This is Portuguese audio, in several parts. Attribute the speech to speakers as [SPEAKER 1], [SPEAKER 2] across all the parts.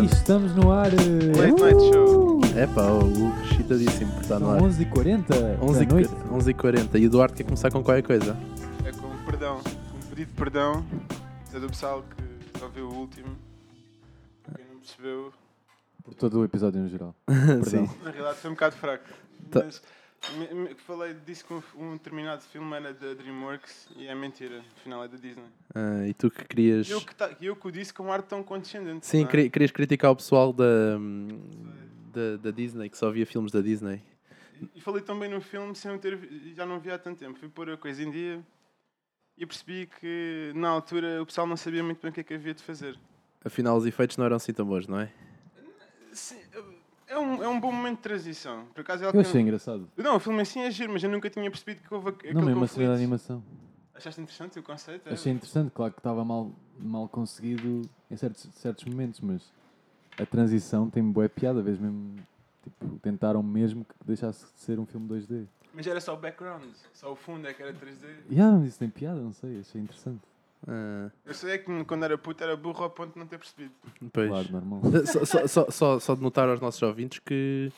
[SPEAKER 1] E estamos no ar. eh,
[SPEAKER 2] Late Night Show.
[SPEAKER 3] É pá, o Hugo excitadíssimo por estar no
[SPEAKER 1] São
[SPEAKER 3] ar.
[SPEAKER 1] 11h40 da noite.
[SPEAKER 3] 11h40. E o Duarte quer começar com qualquer coisa.
[SPEAKER 2] É com um perdão, um pedido de perdão a do pessoal que só viu o último. Quem não percebeu,
[SPEAKER 1] Por todo o episódio no geral.
[SPEAKER 3] Sim.
[SPEAKER 2] na realidade foi um bocado fraco.
[SPEAKER 3] Tá.
[SPEAKER 2] Mas me- me- falei, disse que um, um determinado filme era da Dreamworks e é mentira, afinal é da Disney.
[SPEAKER 3] Ah, e tu que querias.
[SPEAKER 2] Eu que, ta- eu que o disse com um ar tão condescendente.
[SPEAKER 3] Sim,
[SPEAKER 2] não é?
[SPEAKER 3] queri- querias criticar o pessoal da, hum, da, da Disney, que só via filmes da Disney.
[SPEAKER 2] E falei tão bem no filme sem eu ter. vi- Já não vi há tanto tempo. Fui pôr a coisa em dia e percebi que na altura o pessoal não sabia muito bem o que é que havia de fazer.
[SPEAKER 3] Afinal, os efeitos não eram assim tão bons, não é?
[SPEAKER 2] Sim, é um, é um bom momento de transição. Por acaso é algo
[SPEAKER 1] Eu
[SPEAKER 2] que-
[SPEAKER 1] achei engraçado.
[SPEAKER 2] Não, o filme assim é giro, mas eu nunca tinha percebido que houve aquele
[SPEAKER 1] Não, mesmo a cena
[SPEAKER 2] conflito.
[SPEAKER 1] da animação.
[SPEAKER 2] Achaste interessante o conceito? É?
[SPEAKER 1] Achei interessante, claro que estava mal, mal conseguido em certos, certos momentos, mas a transição tem boa piada, vez mesmo. Tipo, tentaram mesmo que deixasse de ser um filme 2D.
[SPEAKER 2] Mas era só o background, só o fundo é que era 3D.
[SPEAKER 1] E ah, isso tem piada, não sei, achei interessante.
[SPEAKER 3] Ah,
[SPEAKER 2] Eu sei é que quando era puto era burro ao ponto de não ter percebido.
[SPEAKER 3] pois.
[SPEAKER 1] Claro, normal.
[SPEAKER 3] Só- só, só, só, só de notar aos nossos ouvintes que,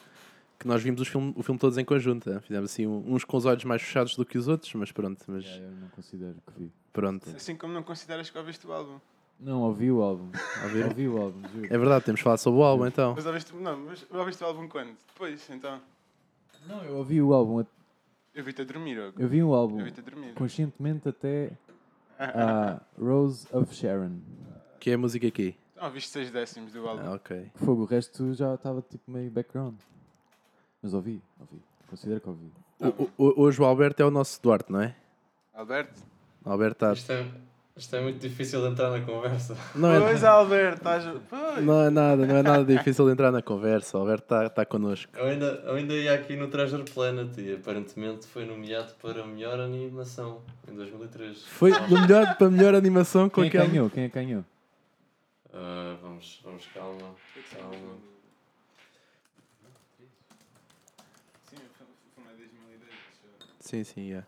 [SPEAKER 3] que nós vimos os filme- o filme todos em conjunto. é? Fizemos assim um- uns com os olhos mais fechados do que os outros, mas pronto. Mas
[SPEAKER 1] Yeah, eu não considero que vi.
[SPEAKER 3] pronto.
[SPEAKER 2] Assim como não consideras que ouviste o álbum.
[SPEAKER 1] Não, ouvi o álbum.
[SPEAKER 3] Ouvi?
[SPEAKER 1] ouvi o álbum, juro.
[SPEAKER 3] É verdade, temos falado sobre o álbum então.
[SPEAKER 2] Mas ouviste, não, mas ouviste o álbum quando? Depois, então.
[SPEAKER 1] Não, eu ouvi o álbum. a-
[SPEAKER 2] Eu vi-te a dormir, Hugo.
[SPEAKER 1] Eu vi o álbum
[SPEAKER 2] Eu vi-te a dormir.
[SPEAKER 1] conscientemente até a Rose of Sharon.
[SPEAKER 3] Que é a música aqui.
[SPEAKER 2] Não, Então, ouviste 6 décimos do álbum.
[SPEAKER 3] Ah, ok.
[SPEAKER 1] Fogo, o resto já estava tipo meio background. Mas ouvi, ouvi. Considero que ouvi.
[SPEAKER 3] O- o- o- hoje o Alberto é o nosso Duarte, não é?
[SPEAKER 2] Alberto?
[SPEAKER 3] O Alberto está.
[SPEAKER 4] Isto é, isto é muito difícil de entrar na conversa.
[SPEAKER 3] Não é,
[SPEAKER 2] Pois, Alberto, estás. Pois.
[SPEAKER 3] não é nada, não é nada difícil de entrar na conversa. O Alberto está tá connosco.
[SPEAKER 4] Eu ainda, eu ainda ia aqui no Treasure Planet e aparentemente foi nomeado para melhor animação em 2003.
[SPEAKER 3] Foi
[SPEAKER 4] Vamos,
[SPEAKER 3] do melhor para a melhor animação com
[SPEAKER 1] Quem é que
[SPEAKER 3] aquela.
[SPEAKER 1] ganhou? Quem é que ganhou?
[SPEAKER 4] Ah, vamos, vamos, calma.
[SPEAKER 3] Então,
[SPEAKER 4] calma.
[SPEAKER 2] Sim, o filme é 2010.
[SPEAKER 3] Sim, sim, é.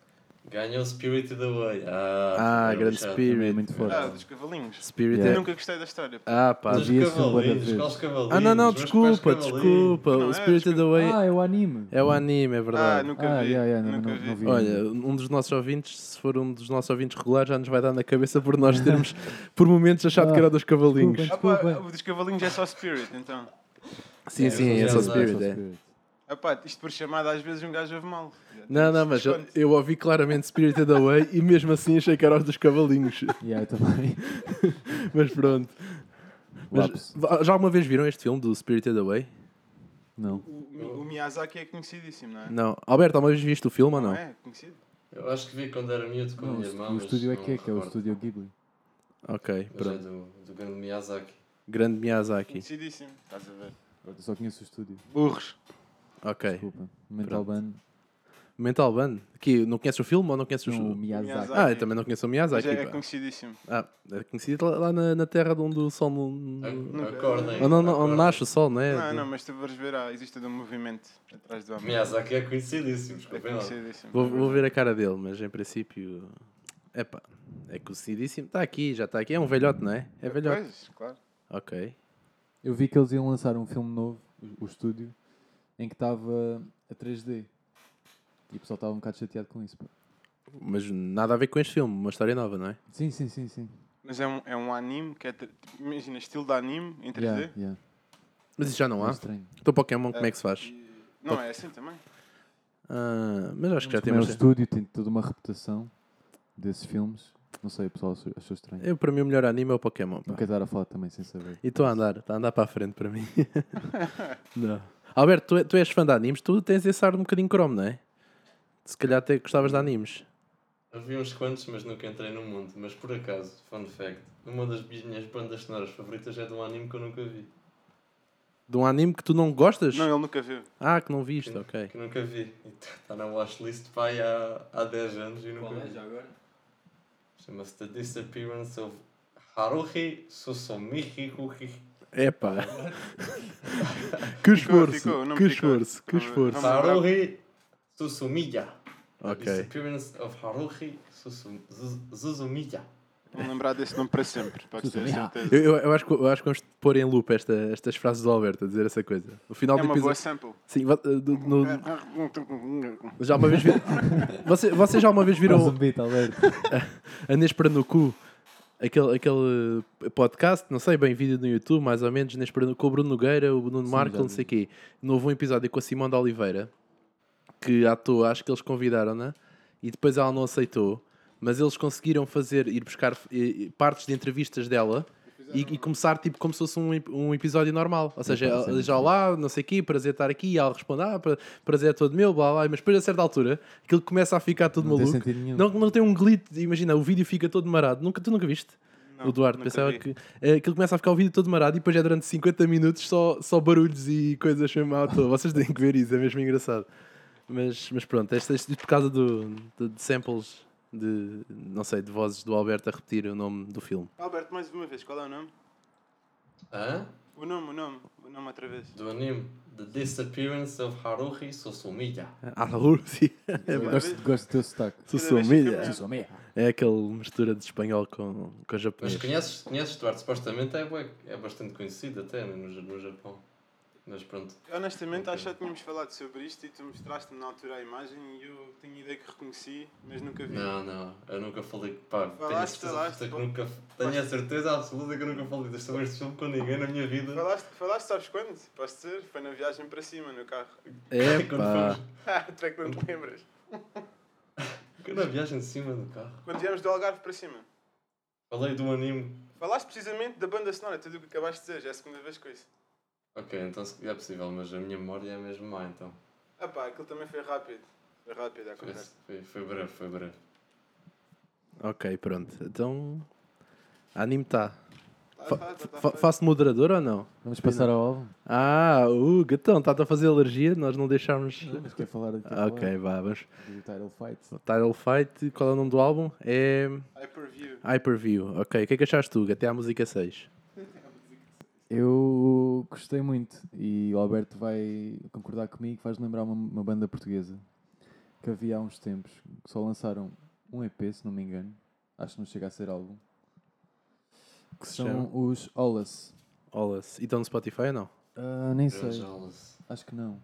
[SPEAKER 4] Ganhou Spirited Away. Ah,
[SPEAKER 3] Ah,
[SPEAKER 4] era
[SPEAKER 3] grande
[SPEAKER 4] lixado.
[SPEAKER 1] Também é
[SPEAKER 3] Spirit.
[SPEAKER 1] muito forte.
[SPEAKER 2] Ah, dos cavalinhos.
[SPEAKER 3] Spirit
[SPEAKER 1] Yeah.
[SPEAKER 2] Eu
[SPEAKER 3] é.
[SPEAKER 2] nunca gostei da história.
[SPEAKER 3] Ah, pá.
[SPEAKER 4] Dos
[SPEAKER 1] vi esse filme bué da
[SPEAKER 4] cavalinhos,
[SPEAKER 1] vez.
[SPEAKER 4] quais cavalinhos?
[SPEAKER 3] Ah, não, não,
[SPEAKER 4] Mas quais
[SPEAKER 3] desculpa,
[SPEAKER 4] cavalinhos?
[SPEAKER 3] desculpa.
[SPEAKER 2] Não,
[SPEAKER 3] o
[SPEAKER 2] é,
[SPEAKER 3] Spirited Away
[SPEAKER 1] Ah, é o anime.
[SPEAKER 3] é o anime, é
[SPEAKER 2] Ah,
[SPEAKER 3] verdade.
[SPEAKER 2] nunca
[SPEAKER 1] Ah,
[SPEAKER 2] vi.
[SPEAKER 1] yeah, yeah, não-
[SPEAKER 2] nunca
[SPEAKER 1] não-
[SPEAKER 2] vi.
[SPEAKER 1] não vi.
[SPEAKER 3] Olha, um dos nossos ouvintes, se for um dos nossos ouvintes regulares, já nos vai dar na cabeça por nós termos, por momentos, achado
[SPEAKER 1] Ah,
[SPEAKER 3] que era dos cavalinhos.
[SPEAKER 1] desculpa.
[SPEAKER 2] Ah, pá,
[SPEAKER 1] Desculpa.
[SPEAKER 2] o dos cavalinhos é só Spirit, então.
[SPEAKER 3] Sim, sim, é
[SPEAKER 4] É,
[SPEAKER 3] só
[SPEAKER 4] é só
[SPEAKER 3] Spirit, é.
[SPEAKER 2] Ah, pá, isto por chamada, às vezes um gajo ouve mal.
[SPEAKER 3] Não, não, mas eu,
[SPEAKER 2] Esconde.
[SPEAKER 3] eu ouvi claramente Spirited Away e mesmo assim achei que era os dos cavalinhos.
[SPEAKER 1] Yeah, eu também.
[SPEAKER 3] Mas pronto. Mas,
[SPEAKER 1] Lapso.
[SPEAKER 3] já alguma vez viram este filme do Spirited Away?
[SPEAKER 1] Não.
[SPEAKER 2] O, o- o Miyazaki é conhecidíssimo, não é?
[SPEAKER 3] Não. Alberto, alguma vez viste o filme ou não?
[SPEAKER 2] é? Conhecido.
[SPEAKER 4] Eu acho que vi quando era miúdo com a
[SPEAKER 1] Não,
[SPEAKER 4] minha irmã.
[SPEAKER 1] o
[SPEAKER 4] mas
[SPEAKER 1] estúdio é
[SPEAKER 4] não
[SPEAKER 1] que é, que é o
[SPEAKER 4] recordo.
[SPEAKER 1] estúdio Ghibli.
[SPEAKER 3] Ok,
[SPEAKER 4] Mas é
[SPEAKER 3] pronto.
[SPEAKER 4] do, do grande Miyazaki.
[SPEAKER 3] Grande Miyazaki.
[SPEAKER 2] Conhecidíssimo. Estás a ver?
[SPEAKER 1] Eu só conheço o estúdio.
[SPEAKER 2] Burros.
[SPEAKER 3] Ok.
[SPEAKER 1] Desculpa. Mental Ban,
[SPEAKER 3] Mental Ban. Aqui, não conheces o filme ou não conheces
[SPEAKER 1] o
[SPEAKER 3] o...
[SPEAKER 1] Miyazaki.
[SPEAKER 2] Miyazaki.
[SPEAKER 3] Ah, eu também não conheço o
[SPEAKER 2] Mas
[SPEAKER 3] Miyazaki.
[SPEAKER 2] é, é
[SPEAKER 3] pá.
[SPEAKER 2] conhecidíssimo.
[SPEAKER 3] Ah, é conhecido lá- lá na, na terra de onde o sol não...
[SPEAKER 4] Ac-
[SPEAKER 2] Nunca-
[SPEAKER 4] Acordem.
[SPEAKER 3] Onde, onde- onde
[SPEAKER 4] acordem.
[SPEAKER 3] nasce o sol, não é?
[SPEAKER 2] É. Não, não, mas tu vais ver, ah, existe de um movimento atrás do homem.
[SPEAKER 4] Miyazaki é conhecidíssimo,
[SPEAKER 2] É
[SPEAKER 4] desculpem lá.
[SPEAKER 2] conhecidíssimo.
[SPEAKER 3] Vou, vou ver a cara dele, mas em princípio... Epá, é conhecidíssimo. Está aqui, já está aqui. É um velhote, não é? É velhote.
[SPEAKER 2] Pois, claro.
[SPEAKER 3] Ok.
[SPEAKER 1] Eu vi que eles iam lançar um filme novo, o- o estúdio, em que estava a 3D. E o pessoal estava um bocado chateado com isso. pá.
[SPEAKER 3] Mas nada a ver com este filme, uma história nova, não é?
[SPEAKER 1] Sim, sim, sim, sim.
[SPEAKER 2] Mas é um, é um anime que é. tr- Imagina, estilo de anime em 3D.
[SPEAKER 1] Yeah, yeah.
[SPEAKER 3] Mas isso já não
[SPEAKER 1] É
[SPEAKER 3] há.
[SPEAKER 1] estranho.
[SPEAKER 3] Então Pokémon, como é que se faz?
[SPEAKER 2] E- Não, é assim também.
[SPEAKER 3] Ah, mas acho que já
[SPEAKER 1] Como é o
[SPEAKER 3] temos.
[SPEAKER 1] estúdio, tem toda uma reputação desses filmes. Não sei, o pessoal achou, achou estranho.
[SPEAKER 3] Eu, para mim, o melhor anime é o Pokémon. pá.
[SPEAKER 1] Não quero estar a falar também sem saber.
[SPEAKER 3] E estou a andar, está a andar para a frente para mim. não. Alberto, tu, é- tu és fã de animes, tu tens esse ar um bocadinho cromo, não é? Se calhar até gostavas de animes.
[SPEAKER 4] Eu vi uns quantos, mas nunca entrei no mundo. Mas por acaso, fun fact, uma das minhas bandas sonoras favoritas é de um anime que eu nunca vi.
[SPEAKER 3] De um anime que tu não gostas?
[SPEAKER 2] Não, ele nunca viu.
[SPEAKER 3] Ah, que não viste,
[SPEAKER 4] Que,
[SPEAKER 3] ok.
[SPEAKER 4] que nunca vi. Está na watchlist pai há, há 10 anos e nunca vi.
[SPEAKER 2] agora?
[SPEAKER 4] Chama-se The Disappearance of Haruhi Susumihi Huhi.
[SPEAKER 3] Epá. que esforço,
[SPEAKER 2] ficou, não
[SPEAKER 3] que
[SPEAKER 2] ficou.
[SPEAKER 3] esforço, que
[SPEAKER 2] Vamos ver,
[SPEAKER 3] esforço.
[SPEAKER 2] vamos ver.
[SPEAKER 4] Haruhi Susumiya. The
[SPEAKER 3] Ok.
[SPEAKER 4] Disappearance of Haruhi Susum- Zu- Suzumiya.
[SPEAKER 2] Vou lembrar desse nome para sempre, pode ter
[SPEAKER 1] Yeah.
[SPEAKER 2] certeza.
[SPEAKER 3] Eu, eu, eu acho que, eu acho que vamos pôr em loop esta, estas frases do Alberto a dizer essa coisa. No final
[SPEAKER 2] É
[SPEAKER 3] do
[SPEAKER 2] uma boa
[SPEAKER 3] um episódio.
[SPEAKER 2] sample.
[SPEAKER 3] Sim, va- do- no- já uma vez viram. Vocês, vocês já uma vez
[SPEAKER 1] Faz um
[SPEAKER 3] viram
[SPEAKER 1] beat, Alberto.
[SPEAKER 3] a Nespera no Cu? Aquele, aquele podcast, não sei, bem vídeo no YouTube, mais ou menos, Nespera no Cu, o Bruno Nogueira, o Nuno
[SPEAKER 1] Sim,
[SPEAKER 3] Marco,
[SPEAKER 1] já
[SPEAKER 3] não
[SPEAKER 1] vi.
[SPEAKER 3] sei o quê. Não houve um episódio com a Simão da Oliveira, que à toa, acho que eles convidaram-na, e depois ela não aceitou, mas eles conseguiram fazer, ir buscar eh, partes de entrevistas dela e, e começar tipo como se fosse um, ep- um episódio normal. Ou seja,
[SPEAKER 1] Epá,
[SPEAKER 3] ela-
[SPEAKER 1] isso é muito
[SPEAKER 3] já lá, não sei o quê, prazer estar aqui, e ela responde, ah, pra- prazer é todo meu, blá blá, mas depois a certa altura aquilo começa a ficar tudo
[SPEAKER 1] Não tem
[SPEAKER 3] maluco.
[SPEAKER 1] sentido nenhum.
[SPEAKER 3] Não, não tem um glitch, imagina, o vídeo fica todo marado. Nunca, tu nunca viste? o Duarte pensava que eh, aquilo começa a ficar o vídeo todo marado e depois é durante 50 minutos só, só barulhos e coisas mesmo à toa. Vocês têm que ver isso, é mesmo engraçado. Mas, mas pronto, este, este- por causa do, de, de samples de não sei, de vozes do Alberto a repetir o nome do filme.
[SPEAKER 2] Alberto, mais uma vez, qual é o nome?
[SPEAKER 4] Hã?
[SPEAKER 2] O nome, o nome, o nome outra vez.
[SPEAKER 4] Do anime The Disappearance of Haruhi Susumiya.
[SPEAKER 3] Ah, Rusi.
[SPEAKER 1] Gosto, gosto do teu sotaque.
[SPEAKER 3] Sussumilha.
[SPEAKER 1] Sou meia.
[SPEAKER 3] É aquela mistura de espanhol com, com
[SPEAKER 4] Mas
[SPEAKER 3] japonês.
[SPEAKER 4] conheces, conheces Duarte? Supostamente é, bué- é bastante conhecido até né, no, no Japão. Mas pronto.
[SPEAKER 2] Honestamente, acho que já tínhamos falado sobre isto e tu mostraste-me na altura a imagem e eu tenho ideia que reconheci, mas nunca vi.
[SPEAKER 4] Não, não, eu nunca falei. Pá, tenho a
[SPEAKER 2] Falaste,
[SPEAKER 4] certeza
[SPEAKER 2] falaste,
[SPEAKER 4] absoluta que
[SPEAKER 2] pô.
[SPEAKER 4] nunca. Tenho a certeza absoluta que eu nunca falei deste sobre este filme com ninguém na minha vida.
[SPEAKER 2] Falaste, falaste, sabes quando? Posso dizer? Foi na viagem para cima, no carro.
[SPEAKER 3] É
[SPEAKER 4] Quando
[SPEAKER 3] pá.
[SPEAKER 4] fomos-
[SPEAKER 2] Ah, tu é que não te lembras.
[SPEAKER 4] Quando a viagem de cima do carro.
[SPEAKER 2] Quando viemos do Algarve para cima.
[SPEAKER 4] Falei do anime.
[SPEAKER 2] Falaste precisamente da banda sonora, tudo o que acabaste de dizer, já é a segunda vez com isso.
[SPEAKER 4] Ok, então se- é possível, mas a minha memória é mesmo má então.
[SPEAKER 2] Ah pá, aquilo também foi rápido. Foi rápido a
[SPEAKER 4] Foi,
[SPEAKER 2] conversa.
[SPEAKER 4] foi, foi breve, foi breve.
[SPEAKER 3] Ok, pronto. Então. Anime tá.
[SPEAKER 2] Tá,
[SPEAKER 3] Fa-
[SPEAKER 2] tá, tá, tá
[SPEAKER 3] fa-
[SPEAKER 2] feito.
[SPEAKER 3] faço moderador ou não?
[SPEAKER 1] Vamos passar ao álbum?
[SPEAKER 3] Ah, o gatão, está a fazer alergia, nós não deixámos.
[SPEAKER 1] Mas quer falar do teu
[SPEAKER 3] Ok, vá, vamos.
[SPEAKER 1] álbum, Do Title Fight.
[SPEAKER 3] Title Fight, qual é o nome do álbum? É
[SPEAKER 2] Hyperview.
[SPEAKER 3] Hyperview. Ok, o que é que achaste tu? Até à música 6.
[SPEAKER 1] Eu gostei muito e o Alberto vai concordar comigo, faz lembrar uma, uma banda portuguesa que havia há uns tempos, que só lançaram um EP, se não me engano, acho que não chega a ser álbum, que
[SPEAKER 3] Se
[SPEAKER 1] são
[SPEAKER 3] chama?
[SPEAKER 1] os Olas.
[SPEAKER 3] Olas. E estão no Spotify ou não?
[SPEAKER 1] Ah, nem
[SPEAKER 4] Era
[SPEAKER 1] sei,
[SPEAKER 4] Jealous.
[SPEAKER 1] acho que não.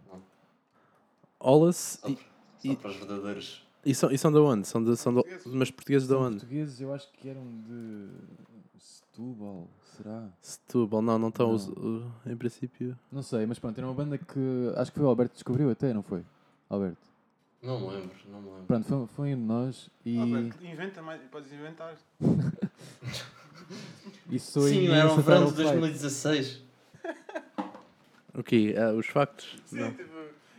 [SPEAKER 3] Olas.
[SPEAKER 4] Só,
[SPEAKER 3] E,
[SPEAKER 4] só
[SPEAKER 3] e-
[SPEAKER 4] para os verdadeiros.
[SPEAKER 3] e são, e são de onde? São, de, são de, mas portugueses de onde?
[SPEAKER 1] Portugueses eu acho que eram de Setúbal, será?
[SPEAKER 3] Setúbal, não, não estão.
[SPEAKER 1] Não.
[SPEAKER 3] os- o- em princípio.
[SPEAKER 1] Não sei, mas pronto, era uma banda que acho que foi o Alberto que descobriu até, não foi? Alberto.
[SPEAKER 4] Não me lembro, não me lembro.
[SPEAKER 1] Pronto, foi, foi um de nós e,
[SPEAKER 2] Alberto, Ah, inventa mais, podes inventar.
[SPEAKER 1] e soa
[SPEAKER 4] Sim,
[SPEAKER 1] imenso
[SPEAKER 4] era
[SPEAKER 1] a
[SPEAKER 4] um
[SPEAKER 1] Title
[SPEAKER 4] verão de
[SPEAKER 1] Fight.
[SPEAKER 4] 2016.
[SPEAKER 3] O quê? Ah, os factos?
[SPEAKER 2] Sim,
[SPEAKER 3] Não.
[SPEAKER 2] tipo,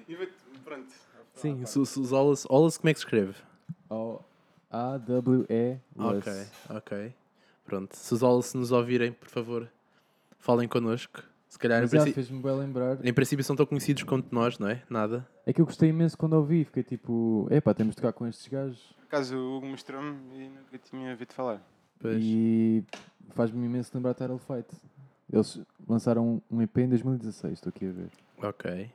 [SPEAKER 2] inventa, pronto.
[SPEAKER 1] Ah,
[SPEAKER 3] Sim, se- se os Olas. Olas, como é que se escreve?
[SPEAKER 1] O A W E
[SPEAKER 3] Ok, ok. Pronto. Se os Olas nos ouvirem, por favor, falem connosco. Se calhar, em
[SPEAKER 1] Mas já
[SPEAKER 3] princípio.
[SPEAKER 1] fez-me bem lembrar.
[SPEAKER 3] Em princípio são tão conhecidos quanto nós, não é? Nada.
[SPEAKER 1] É que eu gostei imenso quando ouvi, fiquei tipo, epá, temos de tocar com estes gajos.
[SPEAKER 2] Por acaso o Hugo mostrou-me e nunca tinha ouvido falar.
[SPEAKER 3] Pois.
[SPEAKER 1] E faz-me imenso lembrar Title Fight. Eles lançaram um EP em 2016, estou aqui a ver.
[SPEAKER 3] Ok.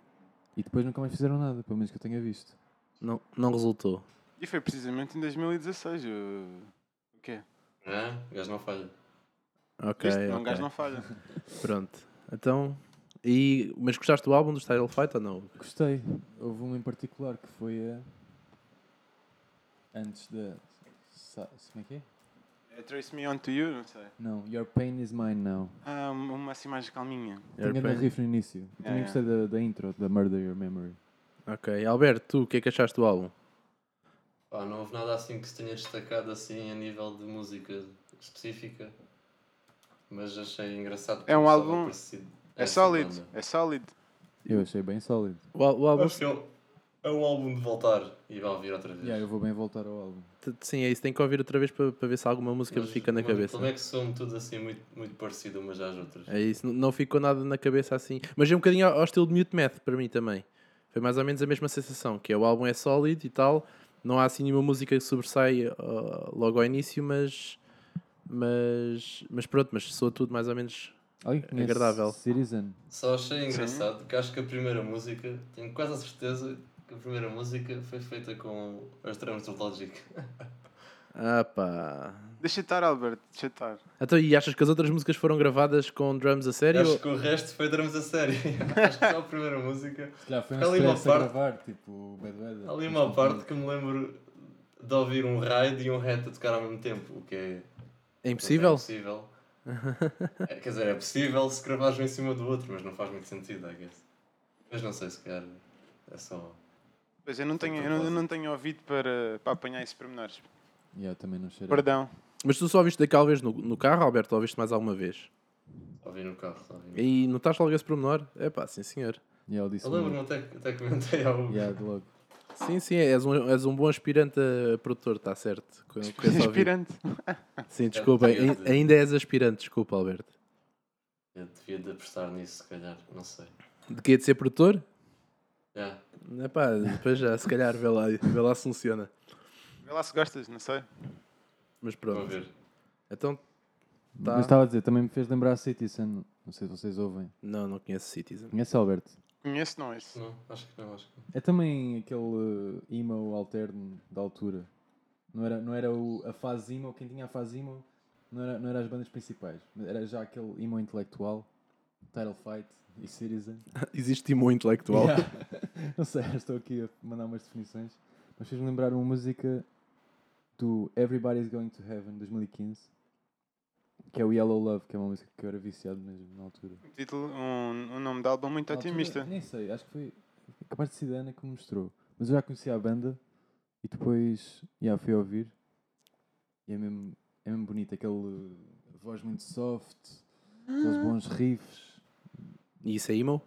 [SPEAKER 1] E depois nunca mais fizeram nada, pelo menos que eu tenha visto.
[SPEAKER 3] Não, não resultou.
[SPEAKER 2] E foi precisamente em 2016. O, o quê?
[SPEAKER 4] Ah, o gajo não falha.
[SPEAKER 3] Ok.
[SPEAKER 2] Viste? Um
[SPEAKER 3] ok.
[SPEAKER 2] gajo não falha.
[SPEAKER 3] Pronto. Então. E, mas gostaste do álbum do Style Fight ou não?
[SPEAKER 1] Gostei. Houve uma em particular que foi a. Antes da. Sa- Como é que é?
[SPEAKER 2] É, Trace Me On To You, não sei.
[SPEAKER 1] Não, Your Pain Is Mine Now.
[SPEAKER 2] Ah, uma uma assim mais calminha.
[SPEAKER 1] Tinha
[SPEAKER 3] Airplane?
[SPEAKER 1] grande riff no início.
[SPEAKER 2] Yeah,
[SPEAKER 1] Também
[SPEAKER 2] yeah.
[SPEAKER 1] gostei da, da intro, da Murder Your Memory.
[SPEAKER 3] Ok. Alberto, tu, o que é que achaste do álbum?
[SPEAKER 4] Pá, não houve nada assim que se tenha destacado assim a nível de música específica. Mas achei engraçado. porque
[SPEAKER 2] É um
[SPEAKER 4] estava
[SPEAKER 2] álbum-
[SPEAKER 4] parecido a
[SPEAKER 2] É
[SPEAKER 4] essa
[SPEAKER 2] sólido,
[SPEAKER 4] banda.
[SPEAKER 2] é sólido.
[SPEAKER 1] Eu achei bem sólido.
[SPEAKER 3] O, al- o álbum.
[SPEAKER 4] Acho que é um- é um álbum de voltar e vai ouvir outra vez.
[SPEAKER 1] Yeah, eu vou bem voltar ao álbum.
[SPEAKER 3] t- Sim, é isso. Tem que ouvir outra vez para, para ver se alguma música me
[SPEAKER 4] Mas-
[SPEAKER 3] fica na
[SPEAKER 4] mas
[SPEAKER 3] cabeça.
[SPEAKER 4] Como é que são tudo assim muito, muito parecido umas às outras?
[SPEAKER 3] É isso. n- Não ficou nada na cabeça assim. Mas é um bocadinho ao, ao estilo de Mute Math para mim também. Foi mais ou menos a mesma sensação. Que é o álbum é sólido e tal. Não há assim nenhuma música que sobressai ah, logo ao início, mas. Mas, mas pronto, mas soa tudo mais ou menos.
[SPEAKER 4] É
[SPEAKER 1] Alguém que conhece
[SPEAKER 3] Agradável.
[SPEAKER 1] Citizen?
[SPEAKER 4] Só achei engraçado que acho que a primeira música, tenho quase a certeza que a primeira música foi feita com as tramas do Logic.
[SPEAKER 3] Ah pá,
[SPEAKER 2] Deixa estar, Albert, deixa estar.
[SPEAKER 3] Então, e achas que as outras músicas foram gravadas com drums a sério?
[SPEAKER 4] Acho que o resto foi drums a sério. Acho que só a primeira música.
[SPEAKER 1] Se calhar foi um
[SPEAKER 4] Há ali uma
[SPEAKER 1] stress a
[SPEAKER 4] parte-
[SPEAKER 1] gravar, tipo Bad Weather.
[SPEAKER 4] Há ali uma parte que me lembro de ouvir um raid e um hat a tocar ao mesmo tempo, o que é.
[SPEAKER 3] É
[SPEAKER 4] É
[SPEAKER 3] impossível?
[SPEAKER 4] possível. É, quer dizer, é possível se gravares um em cima do outro, mas não faz muito sentido, I guess. Mas não sei, se calhar é só.
[SPEAKER 2] Pois eu não tenho, eu não, eu não tenho ouvido para, para apanhar esses pormenores.
[SPEAKER 1] E eu também não cheiro.
[SPEAKER 2] Perdão.
[SPEAKER 3] Mas tu só ouviste daquela vez no, no carro, Alberto, ou ouviste mais alguma vez?
[SPEAKER 4] Ouvi no carro, só ouvi.
[SPEAKER 3] E notaste logo esse pormenor? É pá, sim senhor.
[SPEAKER 1] E ele disse.
[SPEAKER 4] Eu lembro-me até, que- até que comentei ao Hugo.
[SPEAKER 1] Yeah, de logo.
[SPEAKER 3] Sim, sim, és um, és um bom aspirante a produtor, está certo. Com, com esse ouvido.
[SPEAKER 2] Inspirante.
[SPEAKER 3] Sim, desculpa, ai- ainda és aspirante, desculpa, Alberto.
[SPEAKER 4] Eu devia de apostar nisso, se calhar, não sei.
[SPEAKER 3] De que é de ser produtor?
[SPEAKER 4] Yeah.
[SPEAKER 3] É pá, depois já, se calhar, vê lá, vê lá se funciona.
[SPEAKER 2] Vê lá se gostas, não sei.
[SPEAKER 3] Mas
[SPEAKER 4] Vou
[SPEAKER 3] pronto.
[SPEAKER 4] ver.
[SPEAKER 3] Então, Tá.
[SPEAKER 1] Mas estava a dizer, também me fez lembrar a Citizen. Não sei se vocês ouvem.
[SPEAKER 3] não, não conheço Citizen.
[SPEAKER 1] Conhece Albert?
[SPEAKER 2] Conheço, não esse.
[SPEAKER 4] Não, acho que não, acho que não.
[SPEAKER 1] É também aquele eh, emo alterno da altura. Não era, não era o, a fase emo, quem tinha a fase emo não era, não era as bandas principais. Era já aquele emo intelectual, Title Fight e Citizen.
[SPEAKER 3] Existe muito intelectual.
[SPEAKER 1] Yeah. não sei, estou aqui a mandar umas definições. Mas fez-me lembrar uma música do Everybody's Going to Heaven 2015, que é o Yellow Love, que é uma música que eu era viciado mesmo na altura.
[SPEAKER 2] Um título, um, um nome de álbum muito
[SPEAKER 1] Na altura,
[SPEAKER 2] otimista.
[SPEAKER 1] Nem sei, acho que foi capaz de ser a Ana que me mostrou. Mas eu já conhecia a banda e depois yeah, fui ouvir. E é mesmo, é mesmo bonito, aquele uh, voz muito soft, aqueles bons riffs.
[SPEAKER 3] E isso é emo?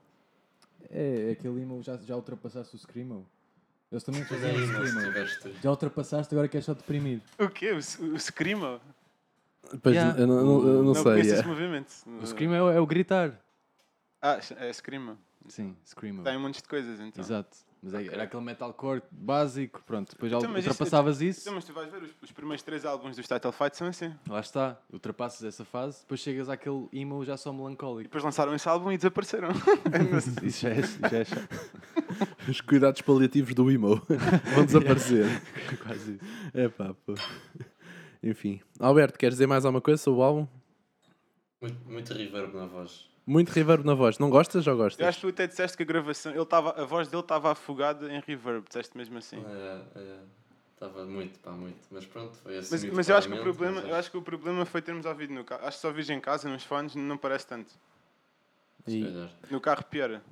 [SPEAKER 1] É, é aquele emo, já, já ultrapassaste o Screamo. Eles também
[SPEAKER 4] Mas é
[SPEAKER 1] faziam o
[SPEAKER 4] isso, se
[SPEAKER 1] Screamo.
[SPEAKER 4] tiveste.
[SPEAKER 1] Já ultrapassaste, agora queres só deprimir.
[SPEAKER 2] O quê? O, s- o Screamo?
[SPEAKER 3] Pois,
[SPEAKER 1] Yeah.
[SPEAKER 3] eu, não- eu não- eu não
[SPEAKER 2] Não,
[SPEAKER 3] sei.
[SPEAKER 2] conheço
[SPEAKER 3] é.
[SPEAKER 2] esse movimento.
[SPEAKER 1] O Screamo é, o gritar.
[SPEAKER 2] Ah, é Screamo.
[SPEAKER 1] Sim, Screamo.
[SPEAKER 2] Tem um monte de coisas então.
[SPEAKER 1] Exato. Mas é-
[SPEAKER 2] Ok.
[SPEAKER 1] era aquele metalcore básico, pronto. Depois já
[SPEAKER 2] Então, mas isso-
[SPEAKER 1] ultrapassavas isso.
[SPEAKER 2] Então, mas tu vais ver, os, os primeiros três álbuns dos Title Fight são assim.
[SPEAKER 1] Lá está, ultrapassas essa fase, depois chegas àquele emo já só
[SPEAKER 2] E
[SPEAKER 1] melancólico.
[SPEAKER 2] depois lançaram esse álbum e desapareceram.
[SPEAKER 1] Isso já é, isso já é chato.
[SPEAKER 3] Os cuidados paliativos do emo vão desaparecer.
[SPEAKER 1] quase isso.
[SPEAKER 3] É pá, pô. Enfim. Alberto, queres dizer mais alguma coisa sobre o álbum?
[SPEAKER 4] Muito, muito reverb na voz.
[SPEAKER 3] Muito reverb na voz. Não gostas ou
[SPEAKER 2] Eu
[SPEAKER 3] gostas?
[SPEAKER 2] acho que tu até disseste que a gravação, ele tava, a voz dele estava afogada em reverb, disseste mesmo assim.
[SPEAKER 4] Estava É, muito, pá, muito. Mas pronto, foi assim.
[SPEAKER 2] Mas, mas eu acho que o problema, eu acho que o problema foi termos ouvido no carro. Acho que se ouvires em casa, nos fones, não parece tanto.
[SPEAKER 3] E-
[SPEAKER 2] No carro piora.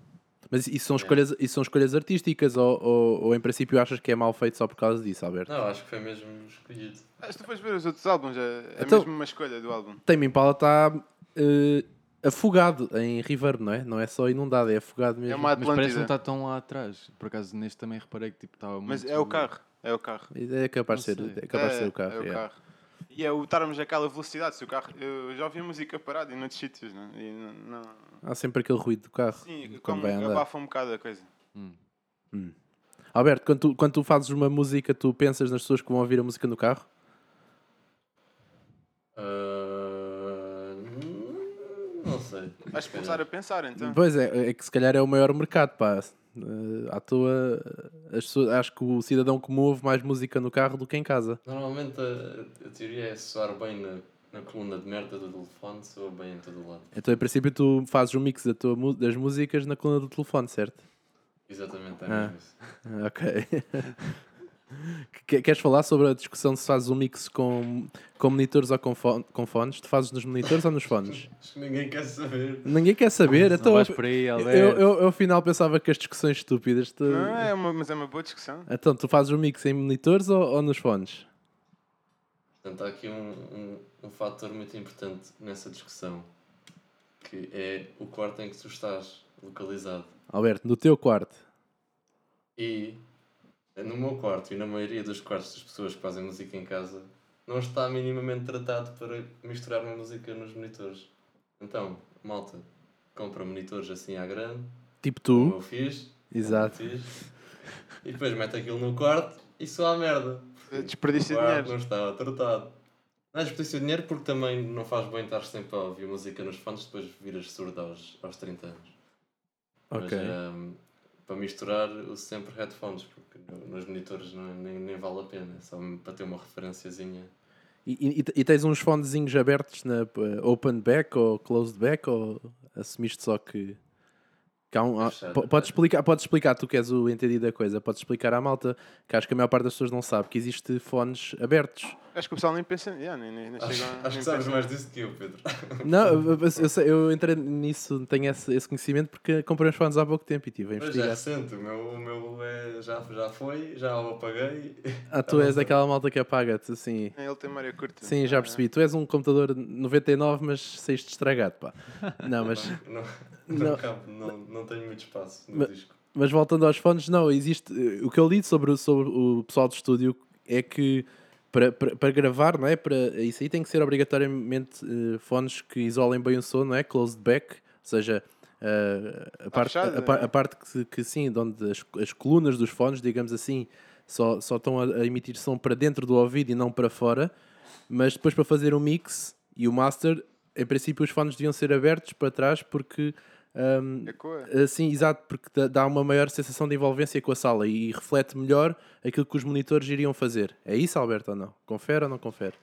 [SPEAKER 3] Mas isso
[SPEAKER 2] É.
[SPEAKER 3] são escolhas, isso são escolhas artísticas ou, ou, ou em princípio achas que é mal feito só por causa disso, Alberto?
[SPEAKER 4] Não, acho que foi mesmo escolhido.
[SPEAKER 2] Ah, se tu fores ver os outros álbuns, é, é
[SPEAKER 3] Então-
[SPEAKER 2] mesmo uma escolha do álbum.
[SPEAKER 3] Tame Impala está eh, afogado em reverb, não é? Não é só inundado, é afogado mesmo.
[SPEAKER 2] É uma
[SPEAKER 1] Mas parece que não
[SPEAKER 2] Atlântida.
[SPEAKER 1] está tão lá atrás. Por acaso neste também reparei que tipo, estava muito.
[SPEAKER 2] Mas é o carro, é o carro.
[SPEAKER 3] É capaz de ser,
[SPEAKER 1] Não sei.
[SPEAKER 3] é capaz de ser o carro.
[SPEAKER 2] é o
[SPEAKER 3] é.
[SPEAKER 2] carro. E é o estarmos àquela velocidade, se o carro. Eu já ouvi música parada em outros sítios, não? é? E não, não-
[SPEAKER 3] Há sempre aquele ruído do carro.
[SPEAKER 2] Sim,
[SPEAKER 3] quando
[SPEAKER 2] como
[SPEAKER 3] vai andar.
[SPEAKER 2] abafa um bocado a coisa.
[SPEAKER 3] Alberto, quando tu, quando tu fazes uma música, tu pensas nas pessoas que vão ouvir a música no carro?
[SPEAKER 4] Ah, hum, não sei.
[SPEAKER 2] Vais começar a pensar então.
[SPEAKER 3] Pois é, é que se calhar é o maior mercado, pá. Eh, à toa, as pessoas- acho que o cidadão comum ouve mais música no carro do que em casa.
[SPEAKER 4] Normalmente a, a teoria é soar bem na, na coluna de merda do telefone, soa bem em todo o lado.
[SPEAKER 3] Então, em princípio, tu fazes o mix da tua mu- das músicas na coluna do telefone, certo?
[SPEAKER 4] Exatamente, é
[SPEAKER 3] Ah.
[SPEAKER 4] mesmo isso.
[SPEAKER 3] Ah, Ok. Que- Queres falar sobre a discussão de se fazes o mix com, com monitores ou com, fo- com fones? Tu fazes nos monitores ou nos fones?
[SPEAKER 4] Acho que ninguém quer saber.
[SPEAKER 3] Ninguém quer saber.
[SPEAKER 1] Não
[SPEAKER 3] Então,
[SPEAKER 1] vais por aí,
[SPEAKER 3] eu,
[SPEAKER 1] Alberto.
[SPEAKER 3] eu, eu, eu, afinal pensava que as discussões estúpidas. tu-
[SPEAKER 2] Não,
[SPEAKER 1] Ah.
[SPEAKER 2] é uma, mas é uma boa discussão.
[SPEAKER 3] Então, tu fazes o mix em monitores ou, ou nos fones?
[SPEAKER 4] Portanto, há aqui um, um, um fator muito importante nessa discussão, que é o quarto em que tu estás localizado.
[SPEAKER 3] Alberto, no teu quarto.
[SPEAKER 4] E no meu quarto e na maioria dos quartos das pessoas que fazem música em casa, não está minimamente tratado para misturar uma música nos monitores. Então, malta, compra monitores assim à grande,
[SPEAKER 3] Tipo
[SPEAKER 4] como
[SPEAKER 3] tu.
[SPEAKER 4] eu fiz,
[SPEAKER 3] Exato.
[SPEAKER 4] fiz, e depois mete aquilo no quarto e só há merda.
[SPEAKER 2] Desperdício
[SPEAKER 4] O
[SPEAKER 2] de
[SPEAKER 4] quarto
[SPEAKER 2] dinheiro.
[SPEAKER 4] Não estava tratado. Não é desperdício de dinheiro porque também não faz bem estar sempre a ouvir música nos fones, depois viras surdo aos, aos 30 anos.
[SPEAKER 3] Ok.
[SPEAKER 1] ah,
[SPEAKER 4] Mas, ehm, para misturar, uso sempre headphones, porque no- nos monitores não, nem, nem vale a pena, é só para ter uma referenciazinha.
[SPEAKER 3] E, e, e tens uns fonezinhos abertos na eh, open back ou closed back ou assumiste só que, que há um, há-
[SPEAKER 4] Fechado,
[SPEAKER 3] po- podes,
[SPEAKER 4] ok.
[SPEAKER 3] explicar, podes explicar, tu que és o entendido da coisa, podes explicar à malta que acho que a maior parte das pessoas não sabe que existe fones abertos.
[SPEAKER 2] Acho que o pessoal nem pensa. Yeah, nem, nem, nem
[SPEAKER 4] Acho,
[SPEAKER 2] chega a-
[SPEAKER 4] acho
[SPEAKER 2] nem
[SPEAKER 4] que sabes
[SPEAKER 2] pensa.
[SPEAKER 4] mais disso que eu, Pedro.
[SPEAKER 3] Não, eu, eu sei- eu entrei nisso, tenho esse, esse conhecimento porque comprei uns fones há pouco tempo e estive a
[SPEAKER 4] Mas já é
[SPEAKER 3] investigar.
[SPEAKER 4] recente, o meu, o meu é, já, já foi, já o apaguei.
[SPEAKER 3] Ah, tu és daquela malta que apaga-te, assim.
[SPEAKER 2] É, Ele tem memória curta.
[SPEAKER 3] Sim, já percebi. Tu és um computador 99, mas saíste estragado, pá. Não, mas,
[SPEAKER 4] Não, não,
[SPEAKER 3] Não.
[SPEAKER 4] cabe, não, não tenho muito espaço no
[SPEAKER 3] Mas-
[SPEAKER 4] disco.
[SPEAKER 3] mas voltando aos fones, não, existe. eh, O que eu li sobre, o- sobre o pessoal do estúdio é que para, para, para gravar, não é? Para, isso aí tem que ser obrigatoriamente eh, fones que isolem bem o som, não é? Closed back, ou seja, eh, a, parte,
[SPEAKER 2] fechado,
[SPEAKER 3] a, pa-
[SPEAKER 2] é?
[SPEAKER 3] a parte que, que sim, de onde as, as colunas dos fones, digamos assim, só, só estão a, a emitir som para dentro do ouvido e não para fora, mas depois para fazer o mix e o master, em princípio os fones deviam ser abertos para trás porque. ehm,
[SPEAKER 2] Ecoa.
[SPEAKER 3] Uh, Sim, exato, porque dá- dá uma maior sensação de envolvência com a sala e reflete melhor aquilo que os monitores iriam fazer. É isso, Alberto, ou não? Confere ou não confere?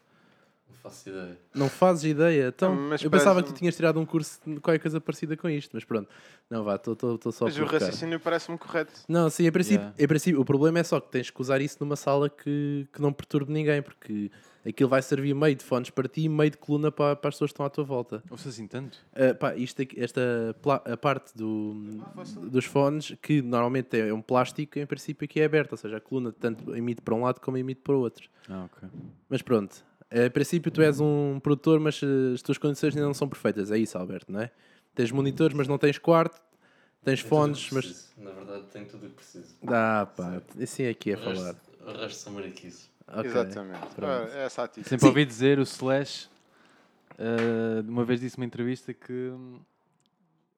[SPEAKER 4] Não faço ideia.
[SPEAKER 3] Não fazes ideia? Então,
[SPEAKER 2] Hum, mas
[SPEAKER 3] eu pensava
[SPEAKER 2] parece-
[SPEAKER 3] que tu tinhas tirado um curso de qualquer coisa parecida com isto, mas pronto. Não vá, estou só a
[SPEAKER 2] Mas o
[SPEAKER 3] provocar.
[SPEAKER 2] raciocínio parece-me correto.
[SPEAKER 3] Não, sim, em princípio,
[SPEAKER 1] Yeah.
[SPEAKER 3] em princípio, o problema é só que tens que usar isso numa sala que, que não perturbe ninguém, porque aquilo vai servir meio de fones para ti e meio de coluna para, para as pessoas que estão à tua volta.
[SPEAKER 1] Ouço assim tanto.
[SPEAKER 3] Uh, pá, isto aqui- esta pla- a parte do, dos fones, que normalmente é um plástico, em princípio aqui é aberto, ou seja, a coluna tanto emite para um lado como emite para o outro.
[SPEAKER 1] Ah, ok.
[SPEAKER 3] Mas pronto, eh, em princípio tu és um produtor, mas eh, as tuas condições ainda não são perfeitas, é isso, Alberto, não é? Tens monitores, mas não tens quarto, tens
[SPEAKER 4] Tem tudo o que
[SPEAKER 3] fones, mas.
[SPEAKER 4] preciso. Na verdade, tem tudo o que preciso.
[SPEAKER 3] Ah, pá, assim é que é
[SPEAKER 4] O
[SPEAKER 3] falar.
[SPEAKER 4] resto, o resto são mariquices.
[SPEAKER 3] Ok.
[SPEAKER 2] Exatamente.
[SPEAKER 3] Pronto.
[SPEAKER 2] Ora, é essa a atitude.
[SPEAKER 1] Sempre ouvi dizer o Slash, ah, uma vez disse numa entrevista que hum,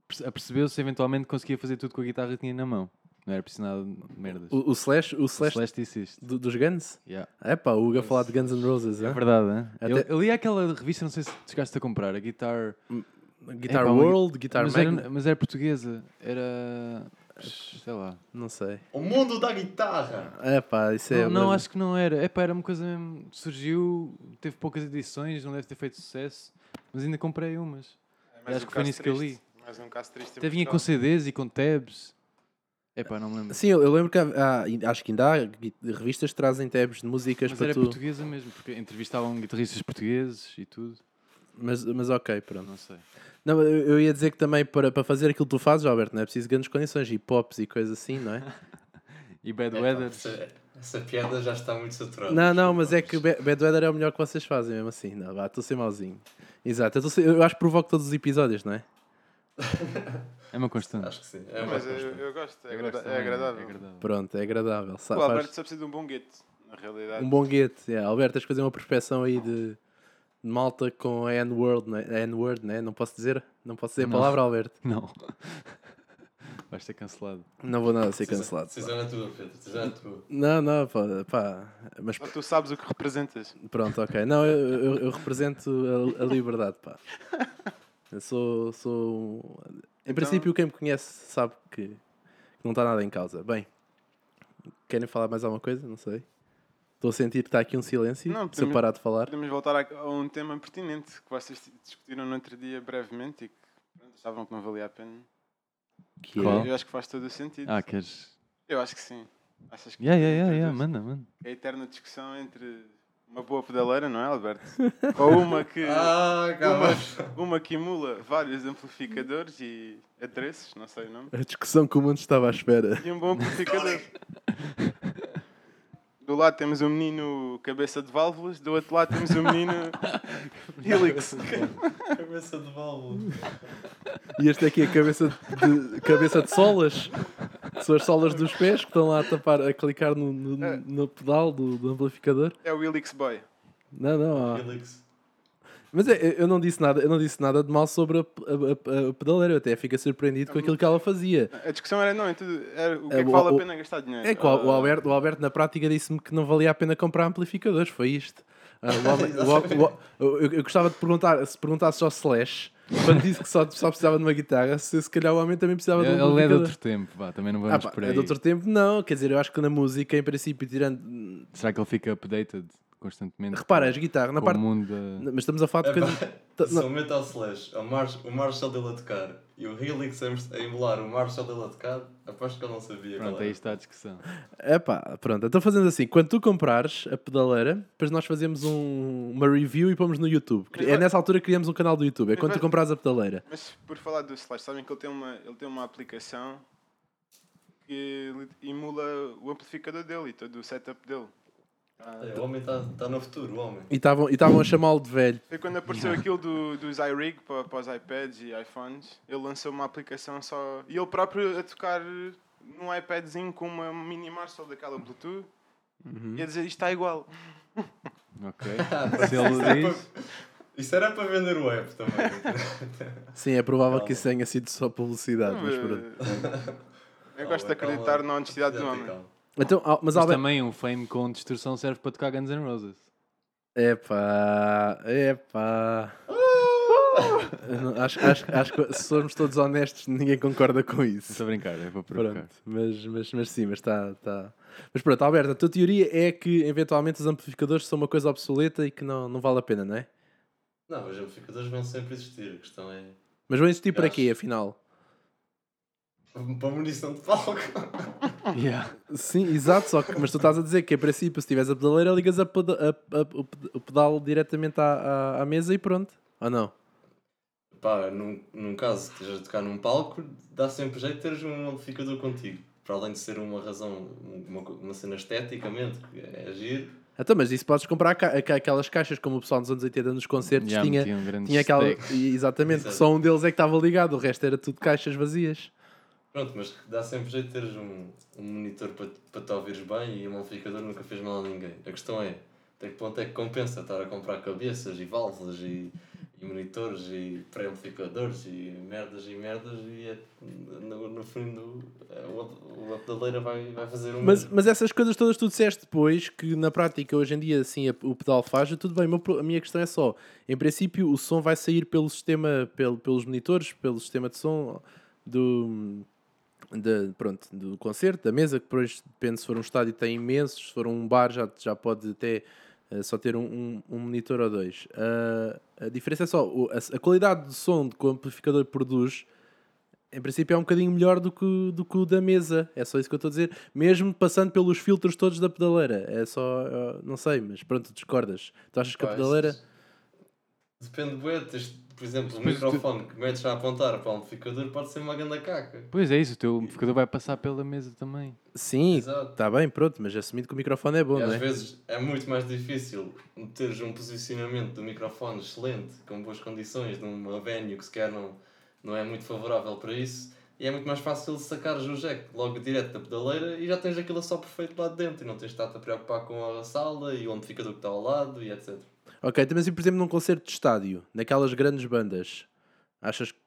[SPEAKER 1] perce- apercebeu-se eventualmente que conseguia fazer tudo com a guitarra que tinha na mão. Não era preciso nada de merdas. O,
[SPEAKER 3] O, o Slash, o slash
[SPEAKER 1] Slash disse isto.
[SPEAKER 3] do- dos Guns?
[SPEAKER 1] Yeah.
[SPEAKER 3] É pá, o Hugo a falar de Guns N' Roses,
[SPEAKER 1] É
[SPEAKER 3] é?
[SPEAKER 1] verdade, né?
[SPEAKER 3] Até-
[SPEAKER 1] Eu, eu li aquela revista, não sei se chegaste a comprar, a Guitar.
[SPEAKER 3] Guitar
[SPEAKER 1] É pá, uma-
[SPEAKER 3] World, Guitar
[SPEAKER 1] mas,
[SPEAKER 3] Mag...
[SPEAKER 1] era, mas era portuguesa, era. sei lá.
[SPEAKER 3] Não sei.
[SPEAKER 4] O mundo da guitarra!
[SPEAKER 3] É pá, isso é.
[SPEAKER 1] não, não,
[SPEAKER 3] mas-
[SPEAKER 1] acho que não era. É pá, era uma coisa mesmo. Surgiu, teve poucas edições, não deve ter feito sucesso, mas ainda comprei umas.
[SPEAKER 2] É
[SPEAKER 1] acho que foi
[SPEAKER 2] caso
[SPEAKER 1] nisso que eu li.
[SPEAKER 2] triste. Mais um caso triste. em
[SPEAKER 1] Até vinha com
[SPEAKER 2] Portugal.
[SPEAKER 1] CDs e com tabs. É pá, não me lembro.
[SPEAKER 3] Sim, eu, eu lembro que há- há- acho que ainda há gui- revistas que trazem tabs de músicas
[SPEAKER 1] Mas
[SPEAKER 3] para
[SPEAKER 1] era
[SPEAKER 3] tu.
[SPEAKER 1] portuguesa mesmo, porque entrevistavam guitarristas portugueses e tudo.
[SPEAKER 3] Mas, mas ok, pronto.
[SPEAKER 1] Não sei.
[SPEAKER 3] Não, eu, eu ia dizer que também para, para fazer aquilo que tu fazes, Alberto, não é preciso grandes condições, hip hops e coisas assim, não é?
[SPEAKER 1] E Bad
[SPEAKER 4] É, pá,
[SPEAKER 1] Weather.
[SPEAKER 4] essa, essa piada já está muito saturada.
[SPEAKER 3] não, não, mas é
[SPEAKER 4] desculpa.
[SPEAKER 3] que Ba- Bad Weather é o melhor que vocês fazem mesmo assim. Não, vá, estou a ser mauzinho. Exato, eu, tô a ser- eu acho que provoco todos os episódios, não é?
[SPEAKER 1] É uma constante.
[SPEAKER 4] Acho que sim. É uma
[SPEAKER 2] Mas
[SPEAKER 4] resposta.
[SPEAKER 2] eu, eu gosto, é,
[SPEAKER 1] Eu
[SPEAKER 2] agrada-
[SPEAKER 1] gosto
[SPEAKER 2] é
[SPEAKER 1] também,
[SPEAKER 2] agradável.
[SPEAKER 3] Pronto, é agradável. sa-
[SPEAKER 2] O
[SPEAKER 3] faz
[SPEAKER 2] Alberto só precisa de um bom gueto, na realidade.
[SPEAKER 3] um bom guete. Yeah. Alberto, tens de fazer uma prospeção aí de, de malta com a N-word, não é? N-word, não é? Não posso dizer, não posso dizer a
[SPEAKER 1] Não.
[SPEAKER 3] palavra, Alberto.
[SPEAKER 1] Não. Vais ser cancelado.
[SPEAKER 3] Não vou nada ser
[SPEAKER 4] Decisão-
[SPEAKER 3] cancelado. pá.
[SPEAKER 4] Decisão é tua, Pedro. Decisão é tua.
[SPEAKER 3] Não, não, pá, pá, mas
[SPEAKER 2] Só tu sabes o que representas.
[SPEAKER 3] pronto, ok. Não, eu, eu- eu represento a, a liberdade, pá. Eu sou, sou... um-
[SPEAKER 2] Então
[SPEAKER 3] Em princípio, quem me conhece sabe que, que não está nada em causa. Bem, querem falar mais alguma coisa? Não sei. Estou a sentir que está aqui um silêncio,
[SPEAKER 2] Não,
[SPEAKER 3] se eu
[SPEAKER 2] podemos-
[SPEAKER 3] parar de falar.
[SPEAKER 2] Podemos voltar a, a um tema pertinente que vocês ti- discutiram no outro dia brevemente e que pronto, achavam que não valia a pena.
[SPEAKER 3] Que é-
[SPEAKER 1] Qual?
[SPEAKER 2] Eu acho que faz todo o sentido.
[SPEAKER 1] Ah, queres.
[SPEAKER 2] Eu acho que sim. Achas que
[SPEAKER 1] Yeah, yeah, yeah, yeah.
[SPEAKER 2] introduz?
[SPEAKER 1] manda, manda.
[SPEAKER 2] É a eterna discussão entre uma boa pedaleira, não é, Alberto? Ou uma que,
[SPEAKER 4] Ah, calma.
[SPEAKER 2] uma que emula vários amplificadores e adereços, não sei o nome,
[SPEAKER 3] A discussão que o mundo estava à espera.
[SPEAKER 2] e um bom amplificador. Do lado temos um menino cabeça de válvulas, do outro lado temos um menino Helix.
[SPEAKER 4] Cabeça de válvula.
[SPEAKER 3] E este aqui é a cabeça de, cabeça de solas. São as solas dos pés que estão lá a tapar, a clicar no, no- no- no pedal do- do amplificador.
[SPEAKER 2] É o Helix Boy.
[SPEAKER 3] Não, não. ah.
[SPEAKER 4] Felix.
[SPEAKER 3] Mas é, eu- eu não disse nada, eu não disse nada de mal sobre a, p- a- a- a pedaleira. Eu até fico surpreendido com aquilo que ela fazia.
[SPEAKER 2] A discussão era, não, é tudo, era o que
[SPEAKER 3] É,
[SPEAKER 2] é, que
[SPEAKER 3] o-
[SPEAKER 2] vale
[SPEAKER 3] o-
[SPEAKER 2] a pena gastar dinheiro. Ah,
[SPEAKER 3] É que o, Al- o Alberto, o Alberto na prática disse-me que não valia a pena comprar amplificadores, foi isto. Ah, o Albe- o Al- o Al- eu, eu gostava de perguntar, se perguntasse ao Slash, quando disse que só, só precisava de uma guitarra, se, se calhar o homem também precisava de um
[SPEAKER 1] Ele é de
[SPEAKER 3] amplificador.
[SPEAKER 1] outro tempo, vá, também não
[SPEAKER 3] Ah,
[SPEAKER 1] vamos
[SPEAKER 3] pá,
[SPEAKER 1] por
[SPEAKER 3] é
[SPEAKER 1] aí.
[SPEAKER 3] de outro tempo, não. Quer dizer, eu acho que na música, em princípio, tirando
[SPEAKER 1] Será que ele fica updated constantemente.
[SPEAKER 3] Repara, as guitarras, na
[SPEAKER 1] com
[SPEAKER 3] parte.
[SPEAKER 1] o mundo É da...
[SPEAKER 3] Mas estamos a falar de
[SPEAKER 4] Epá,
[SPEAKER 3] coisas. ta-
[SPEAKER 4] Se
[SPEAKER 3] Tá, não.
[SPEAKER 4] o Metal Slash, É o, Mar o Marshall dele a tocar e o Helix a a emular o Marshall dele a tocar, aposto que ele não sabia
[SPEAKER 1] Pronto,
[SPEAKER 3] é
[SPEAKER 4] qual era.
[SPEAKER 1] aí está a discussão.
[SPEAKER 3] Epá, pronto, então fazendo assim, quando tu comprares a pedaleira, depois nós fazemos um- uma review e pomos no YouTube.
[SPEAKER 2] Mas
[SPEAKER 3] É
[SPEAKER 2] vai-
[SPEAKER 3] nessa altura que criamos um canal do YouTube, é
[SPEAKER 2] Mas
[SPEAKER 3] quando tu
[SPEAKER 2] vai-
[SPEAKER 3] compras a pedaleira.
[SPEAKER 2] Mas por falar do Slash, sabem que ele tem uma, ele tem uma aplicação que li- emula o amplificador dele e todo o setup dele.
[SPEAKER 4] É, O homem está tá no futuro, o homem.
[SPEAKER 3] E estavam e estavam a chamá-lo de velho.
[SPEAKER 2] Foi quando apareceu aquilo do, dos iRig para, para os iPads e iPhones. Ele lançou uma aplicação só. E ele próprio a tocar num iPadzinho com uma mini Marshall daquela Bluetooth
[SPEAKER 1] Uhum.
[SPEAKER 2] e a dizer isto está igual.
[SPEAKER 1] Ok. Se
[SPEAKER 3] é
[SPEAKER 1] ele diz,
[SPEAKER 4] Isso era para vender o app também.
[SPEAKER 3] Sim, é provável
[SPEAKER 4] Calma.
[SPEAKER 3] que isso tenha sido só publicidade, mas pronto.
[SPEAKER 2] Eh, Eu gosto de acreditar na honestidade do homem.
[SPEAKER 3] Então, ah, mas
[SPEAKER 1] mas
[SPEAKER 3] Albert.
[SPEAKER 1] também um fame com distorção serve para tocar Guns N' Roses.
[SPEAKER 3] Epá, epá.
[SPEAKER 1] Ah!
[SPEAKER 3] Eu não- acho, acho, acho que se formos todos honestos, ninguém concorda com isso.
[SPEAKER 1] Estou a brincar, é para provocar.
[SPEAKER 3] Pronto, mas, mas, mas sim, mas está. Tá. Mas pronto, Alberto, a tua teoria é que eventualmente os amplificadores são uma coisa obsoleta e que não, não vale a pena, não é?
[SPEAKER 4] Não, os amplificadores vão sempre existir. A questão é.
[SPEAKER 3] Mas vão existir para
[SPEAKER 4] Acho.
[SPEAKER 3] quê, afinal?
[SPEAKER 4] Para munição de palco.
[SPEAKER 1] Yeah.
[SPEAKER 3] Sim, exato, só que, mas tu estás a dizer que, em princípio, se tiveres a pedaleira, ligas a peda- a- a- o ped- o pedal diretamente à, à, à mesa e pronto. Ou não?
[SPEAKER 4] Pá, num, num caso que estejas a tocar num palco, dá sempre jeito de teres um amplificador contigo. Para além de ser uma razão, uma, co- uma cena esteticamente, que é agir.
[SPEAKER 3] Então, mas isso podes comprar ca- ca- aquelas caixas como o pessoal nos anos 80 nos concertos
[SPEAKER 1] Yeah,
[SPEAKER 3] tinha.
[SPEAKER 1] metiam grandes
[SPEAKER 3] Tinha aquela.
[SPEAKER 1] steaks.
[SPEAKER 3] e- Exatamente, que
[SPEAKER 4] Exato.
[SPEAKER 3] só um deles é que estava ligado, o resto era tudo caixas vazias.
[SPEAKER 4] Pronto, mas dá sempre jeito de teres um, um monitor para, para te ouvires bem e um amplificador nunca fez mal a ninguém. A questão é, até que ponto é que compensa estar a comprar cabeças e válvulas e, e monitores e pré-amplificadores e merdas e merdas e é- no, no fundo é, o, a pedaleira vai, vai fazer um...
[SPEAKER 3] Mas, mas essas coisas todas tu disseste depois, que na prática hoje em dia assim a- o pedal faz, tudo bem. o meu pro- a minha questão é só: em princípio, o som vai sair pelo sistema, pelo, pelos monitores, pelo sistema de som do, da- pronto, do concerto, da mesa, que depois depende se for um estádio tem imensos, se for um bar já, já pode até eh, só ter um, um, um monitor ou dois. Ah, a diferença é só, o- a, a qualidade do som que o amplificador produz em princípio é um bocadinho melhor do que, o- do que o da mesa, é só isso que eu estou a dizer, mesmo passando pelos filtros todos da pedaleira, é só, ah, não sei, mas pronto, discordas. Tu achas que a
[SPEAKER 4] Pá,
[SPEAKER 3] pedaleira...
[SPEAKER 4] isso- Depende bué, tens, por exemplo, o
[SPEAKER 1] Depois tu-
[SPEAKER 4] microfone que metes a apontar para o amplificador pode ser uma grande caca.
[SPEAKER 1] Pois é isso, o teu amplificador vai passar pela mesa também.
[SPEAKER 3] Sim,
[SPEAKER 4] Exato.
[SPEAKER 3] está bem, pronto, mas assumindo que o microfone é bom,
[SPEAKER 4] E
[SPEAKER 3] não
[SPEAKER 4] às
[SPEAKER 3] é?
[SPEAKER 4] vezes é muito mais difícil teres um posicionamento do microfone excelente, com boas condições, numa venue que sequer não, não é muito favorável para isso, e é muito mais fácil sacares o jack logo direto da pedaleira e já tens aquilo só perfeito lá de dentro, e não tens de estar-te a preocupar com a sala e o amplificador que está ao lado e etc.
[SPEAKER 3] Ok, também se por exemplo num concerto de estádio, naquelas grandes bandas, achas que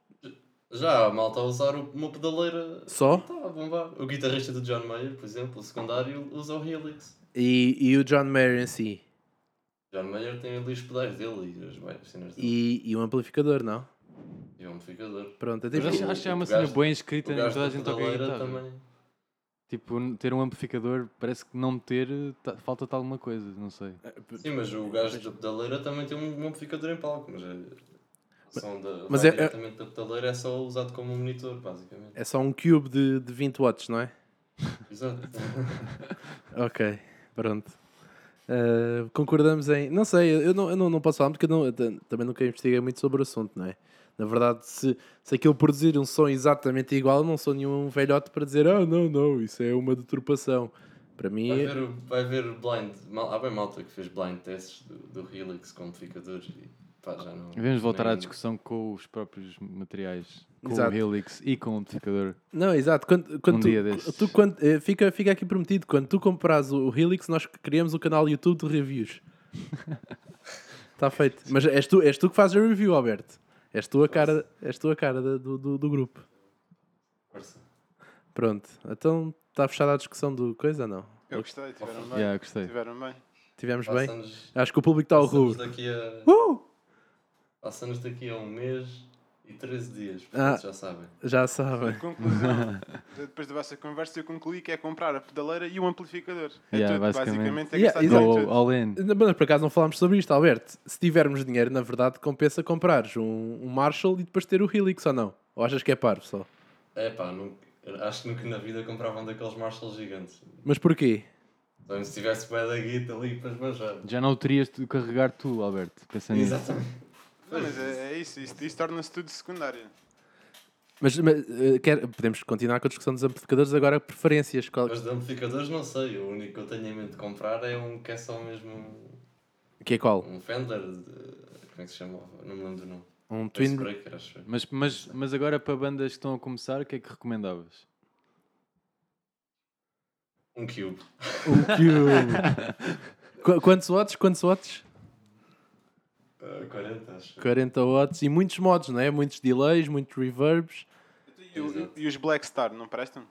[SPEAKER 4] Já a malta a usar o- uma pedaleira
[SPEAKER 3] só?
[SPEAKER 4] está a bombar. Tá, O guitarrista do John Mayer, por exemplo, o secundário, usa o Helix.
[SPEAKER 3] E, e o John Mayer em si?
[SPEAKER 4] John Mayer tem ali os pedais dele e as as cenas dele.
[SPEAKER 3] E, e o amplificador, não?
[SPEAKER 4] E o amplificador.
[SPEAKER 3] Pronto, até
[SPEAKER 1] Mas
[SPEAKER 4] Mas
[SPEAKER 1] acho,
[SPEAKER 4] o-
[SPEAKER 1] acho que é
[SPEAKER 4] o
[SPEAKER 1] uma cena
[SPEAKER 4] gajo-
[SPEAKER 1] bem
[SPEAKER 4] O
[SPEAKER 1] escrita em
[SPEAKER 4] gajo
[SPEAKER 1] toda a
[SPEAKER 4] da
[SPEAKER 1] gente toca
[SPEAKER 4] pedaleira
[SPEAKER 1] guitarra.
[SPEAKER 4] também.
[SPEAKER 1] Tipo, n- ter um amplificador parece que não ter, ta- falta-te alguma coisa, não sei.
[SPEAKER 3] É,
[SPEAKER 4] Sim, mas o gajo da pedaleira também tem um um amplificador em palco, mas é. O som da,
[SPEAKER 3] mas
[SPEAKER 4] vai
[SPEAKER 3] é- é-
[SPEAKER 4] diretamente da pedaleira é só usado como um monitor, basicamente.
[SPEAKER 3] É só um cube de, de 20 watts, não é?
[SPEAKER 4] Exato.
[SPEAKER 3] Ok, pronto. Ah, concordamos em. Não sei, eu não, eu não, não posso falar porque eu, não- eu tam- também nunca investiguei muito sobre o assunto, não é? Na verdade, se, se aquilo produzir um som exatamente igual, eu não sou nenhum velhote para dizer, ah, não, não, isso é uma deturpação. Para mim.
[SPEAKER 4] Vai
[SPEAKER 3] é-
[SPEAKER 4] ver, o- vai ver o blind. Mal, há bem malta que fez blind tests do, do Helix com amplificadores e pá, já não.
[SPEAKER 1] Devemos voltar à
[SPEAKER 4] nem-
[SPEAKER 1] discussão com os próprios materiais, com
[SPEAKER 3] Exato.
[SPEAKER 1] o Helix e com o amplificador.
[SPEAKER 3] Não, exato. Quando, quando
[SPEAKER 1] Um
[SPEAKER 3] tu,
[SPEAKER 1] dia destes.
[SPEAKER 3] tu- quando, eh, fica, fica aqui prometido, quando tu compras o, o Helix, nós criamos o canal YouTube de reviews. Está feito. Mas és tu, és tu que fazes a review, Alberto. És tu a cara, és tu a cara da- do, do, do grupo.
[SPEAKER 4] Força.
[SPEAKER 3] Pronto. Então está fechada a discussão do coisa ou não?
[SPEAKER 2] Eu gostei, tiveram bem.
[SPEAKER 1] Yeah, gostei.
[SPEAKER 2] Tiveram bem.
[SPEAKER 3] Tivemos bem?
[SPEAKER 4] Passa-nos
[SPEAKER 3] tá Acho que o público está ao
[SPEAKER 4] passa-nos
[SPEAKER 3] rubro.
[SPEAKER 4] daqui a.
[SPEAKER 3] Uh!
[SPEAKER 4] Passa-nos daqui a um mês e 13 dias,
[SPEAKER 3] Ah.
[SPEAKER 4] portanto já sabem.
[SPEAKER 3] Já sabem.
[SPEAKER 2] Conclusão. Depois da vossa conversa, eu concluí que é comprar a pedaleira e o amplificador. É
[SPEAKER 1] Yeah,
[SPEAKER 2] tudo,
[SPEAKER 1] basicamente.
[SPEAKER 2] basicamente. é
[SPEAKER 3] Yeah,
[SPEAKER 2] gastar
[SPEAKER 3] exato.
[SPEAKER 2] dinheiro
[SPEAKER 1] Go
[SPEAKER 2] em tudo.
[SPEAKER 1] all in.
[SPEAKER 3] Não, Mas por acaso não falámos sobre isto, Alberto. Se tivermos dinheiro, na verdade, compensa comprares um, um Marshall e depois ter o Helix ou não? Ou achas que é parvo só?
[SPEAKER 4] É pá, nunca- acho que nunca na vida compravam daqueles Marshall gigantes.
[SPEAKER 3] Mas porquê?
[SPEAKER 4] Então, se tivesse bué da guita ali para esbanjar.
[SPEAKER 1] Já não o terias de carregar tu, Alberto. Pensa nisso.
[SPEAKER 4] Exatamente.
[SPEAKER 2] Não, mas é, é isso, isso, isso torna-se tudo secundário.
[SPEAKER 3] Mas, mas, eh, quer- podemos continuar com a discussão dos amplificadores agora, preferências. Qual,
[SPEAKER 4] Mas de amplificadores não sei, o único que eu tenho em mente de comprar é um que é só mesmo um-
[SPEAKER 3] que é qual?
[SPEAKER 4] um Fender, de- como é que se chamava? Não me lembro do nome.
[SPEAKER 3] Um Twin.
[SPEAKER 4] Icebreaker, acho eu.
[SPEAKER 1] Mas, mas, mas agora para bandas que estão a começar, o que é que recomendavas?
[SPEAKER 4] Um Cube.
[SPEAKER 3] Um Cube. Qu- Quantos watts? Quantos watts?
[SPEAKER 4] Ah, 40, acho. eu.
[SPEAKER 3] 40 watts e muitos modos, não é? Muitos delays, muitos reverbs.
[SPEAKER 2] E, o- e os Black Star, não prestam?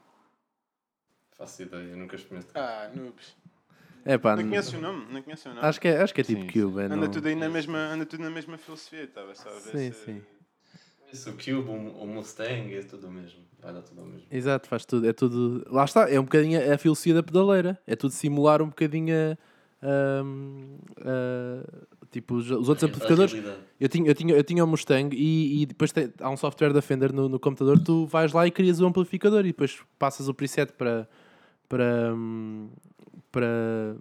[SPEAKER 4] Faço ideia, nunca experimentei.
[SPEAKER 2] Ah, noobs.
[SPEAKER 3] É pá,
[SPEAKER 2] Não conheço o nome, não conheço o nome.
[SPEAKER 3] acho que é, acho que é tipo
[SPEAKER 1] Sim, sim.
[SPEAKER 3] Cube. É,
[SPEAKER 2] Anda
[SPEAKER 3] não...
[SPEAKER 2] tudo aí na mesma, anda tudo na mesma filosofia, estava só a ver
[SPEAKER 3] Sim,
[SPEAKER 2] se...
[SPEAKER 3] sim.
[SPEAKER 4] Isso, o Cube, o, o Mustang, é tudo o mesmo. Vai dar tudo o mesmo.
[SPEAKER 3] Exato, faz tudo, é tudo. Lá está, é um bocadinho a filosofia da pedaleira. É tudo simular um bocadinho a. ahm, a- tipo, os, os outros
[SPEAKER 4] A
[SPEAKER 3] amplificadores.
[SPEAKER 4] realidade.
[SPEAKER 3] Eu tinha, eu, tinha, eu tinha o Mustang e, e depois tem- há um software da Fender no, no computador. Tu vais lá e crias o amplificador e depois passas o preset para. para. hum, para.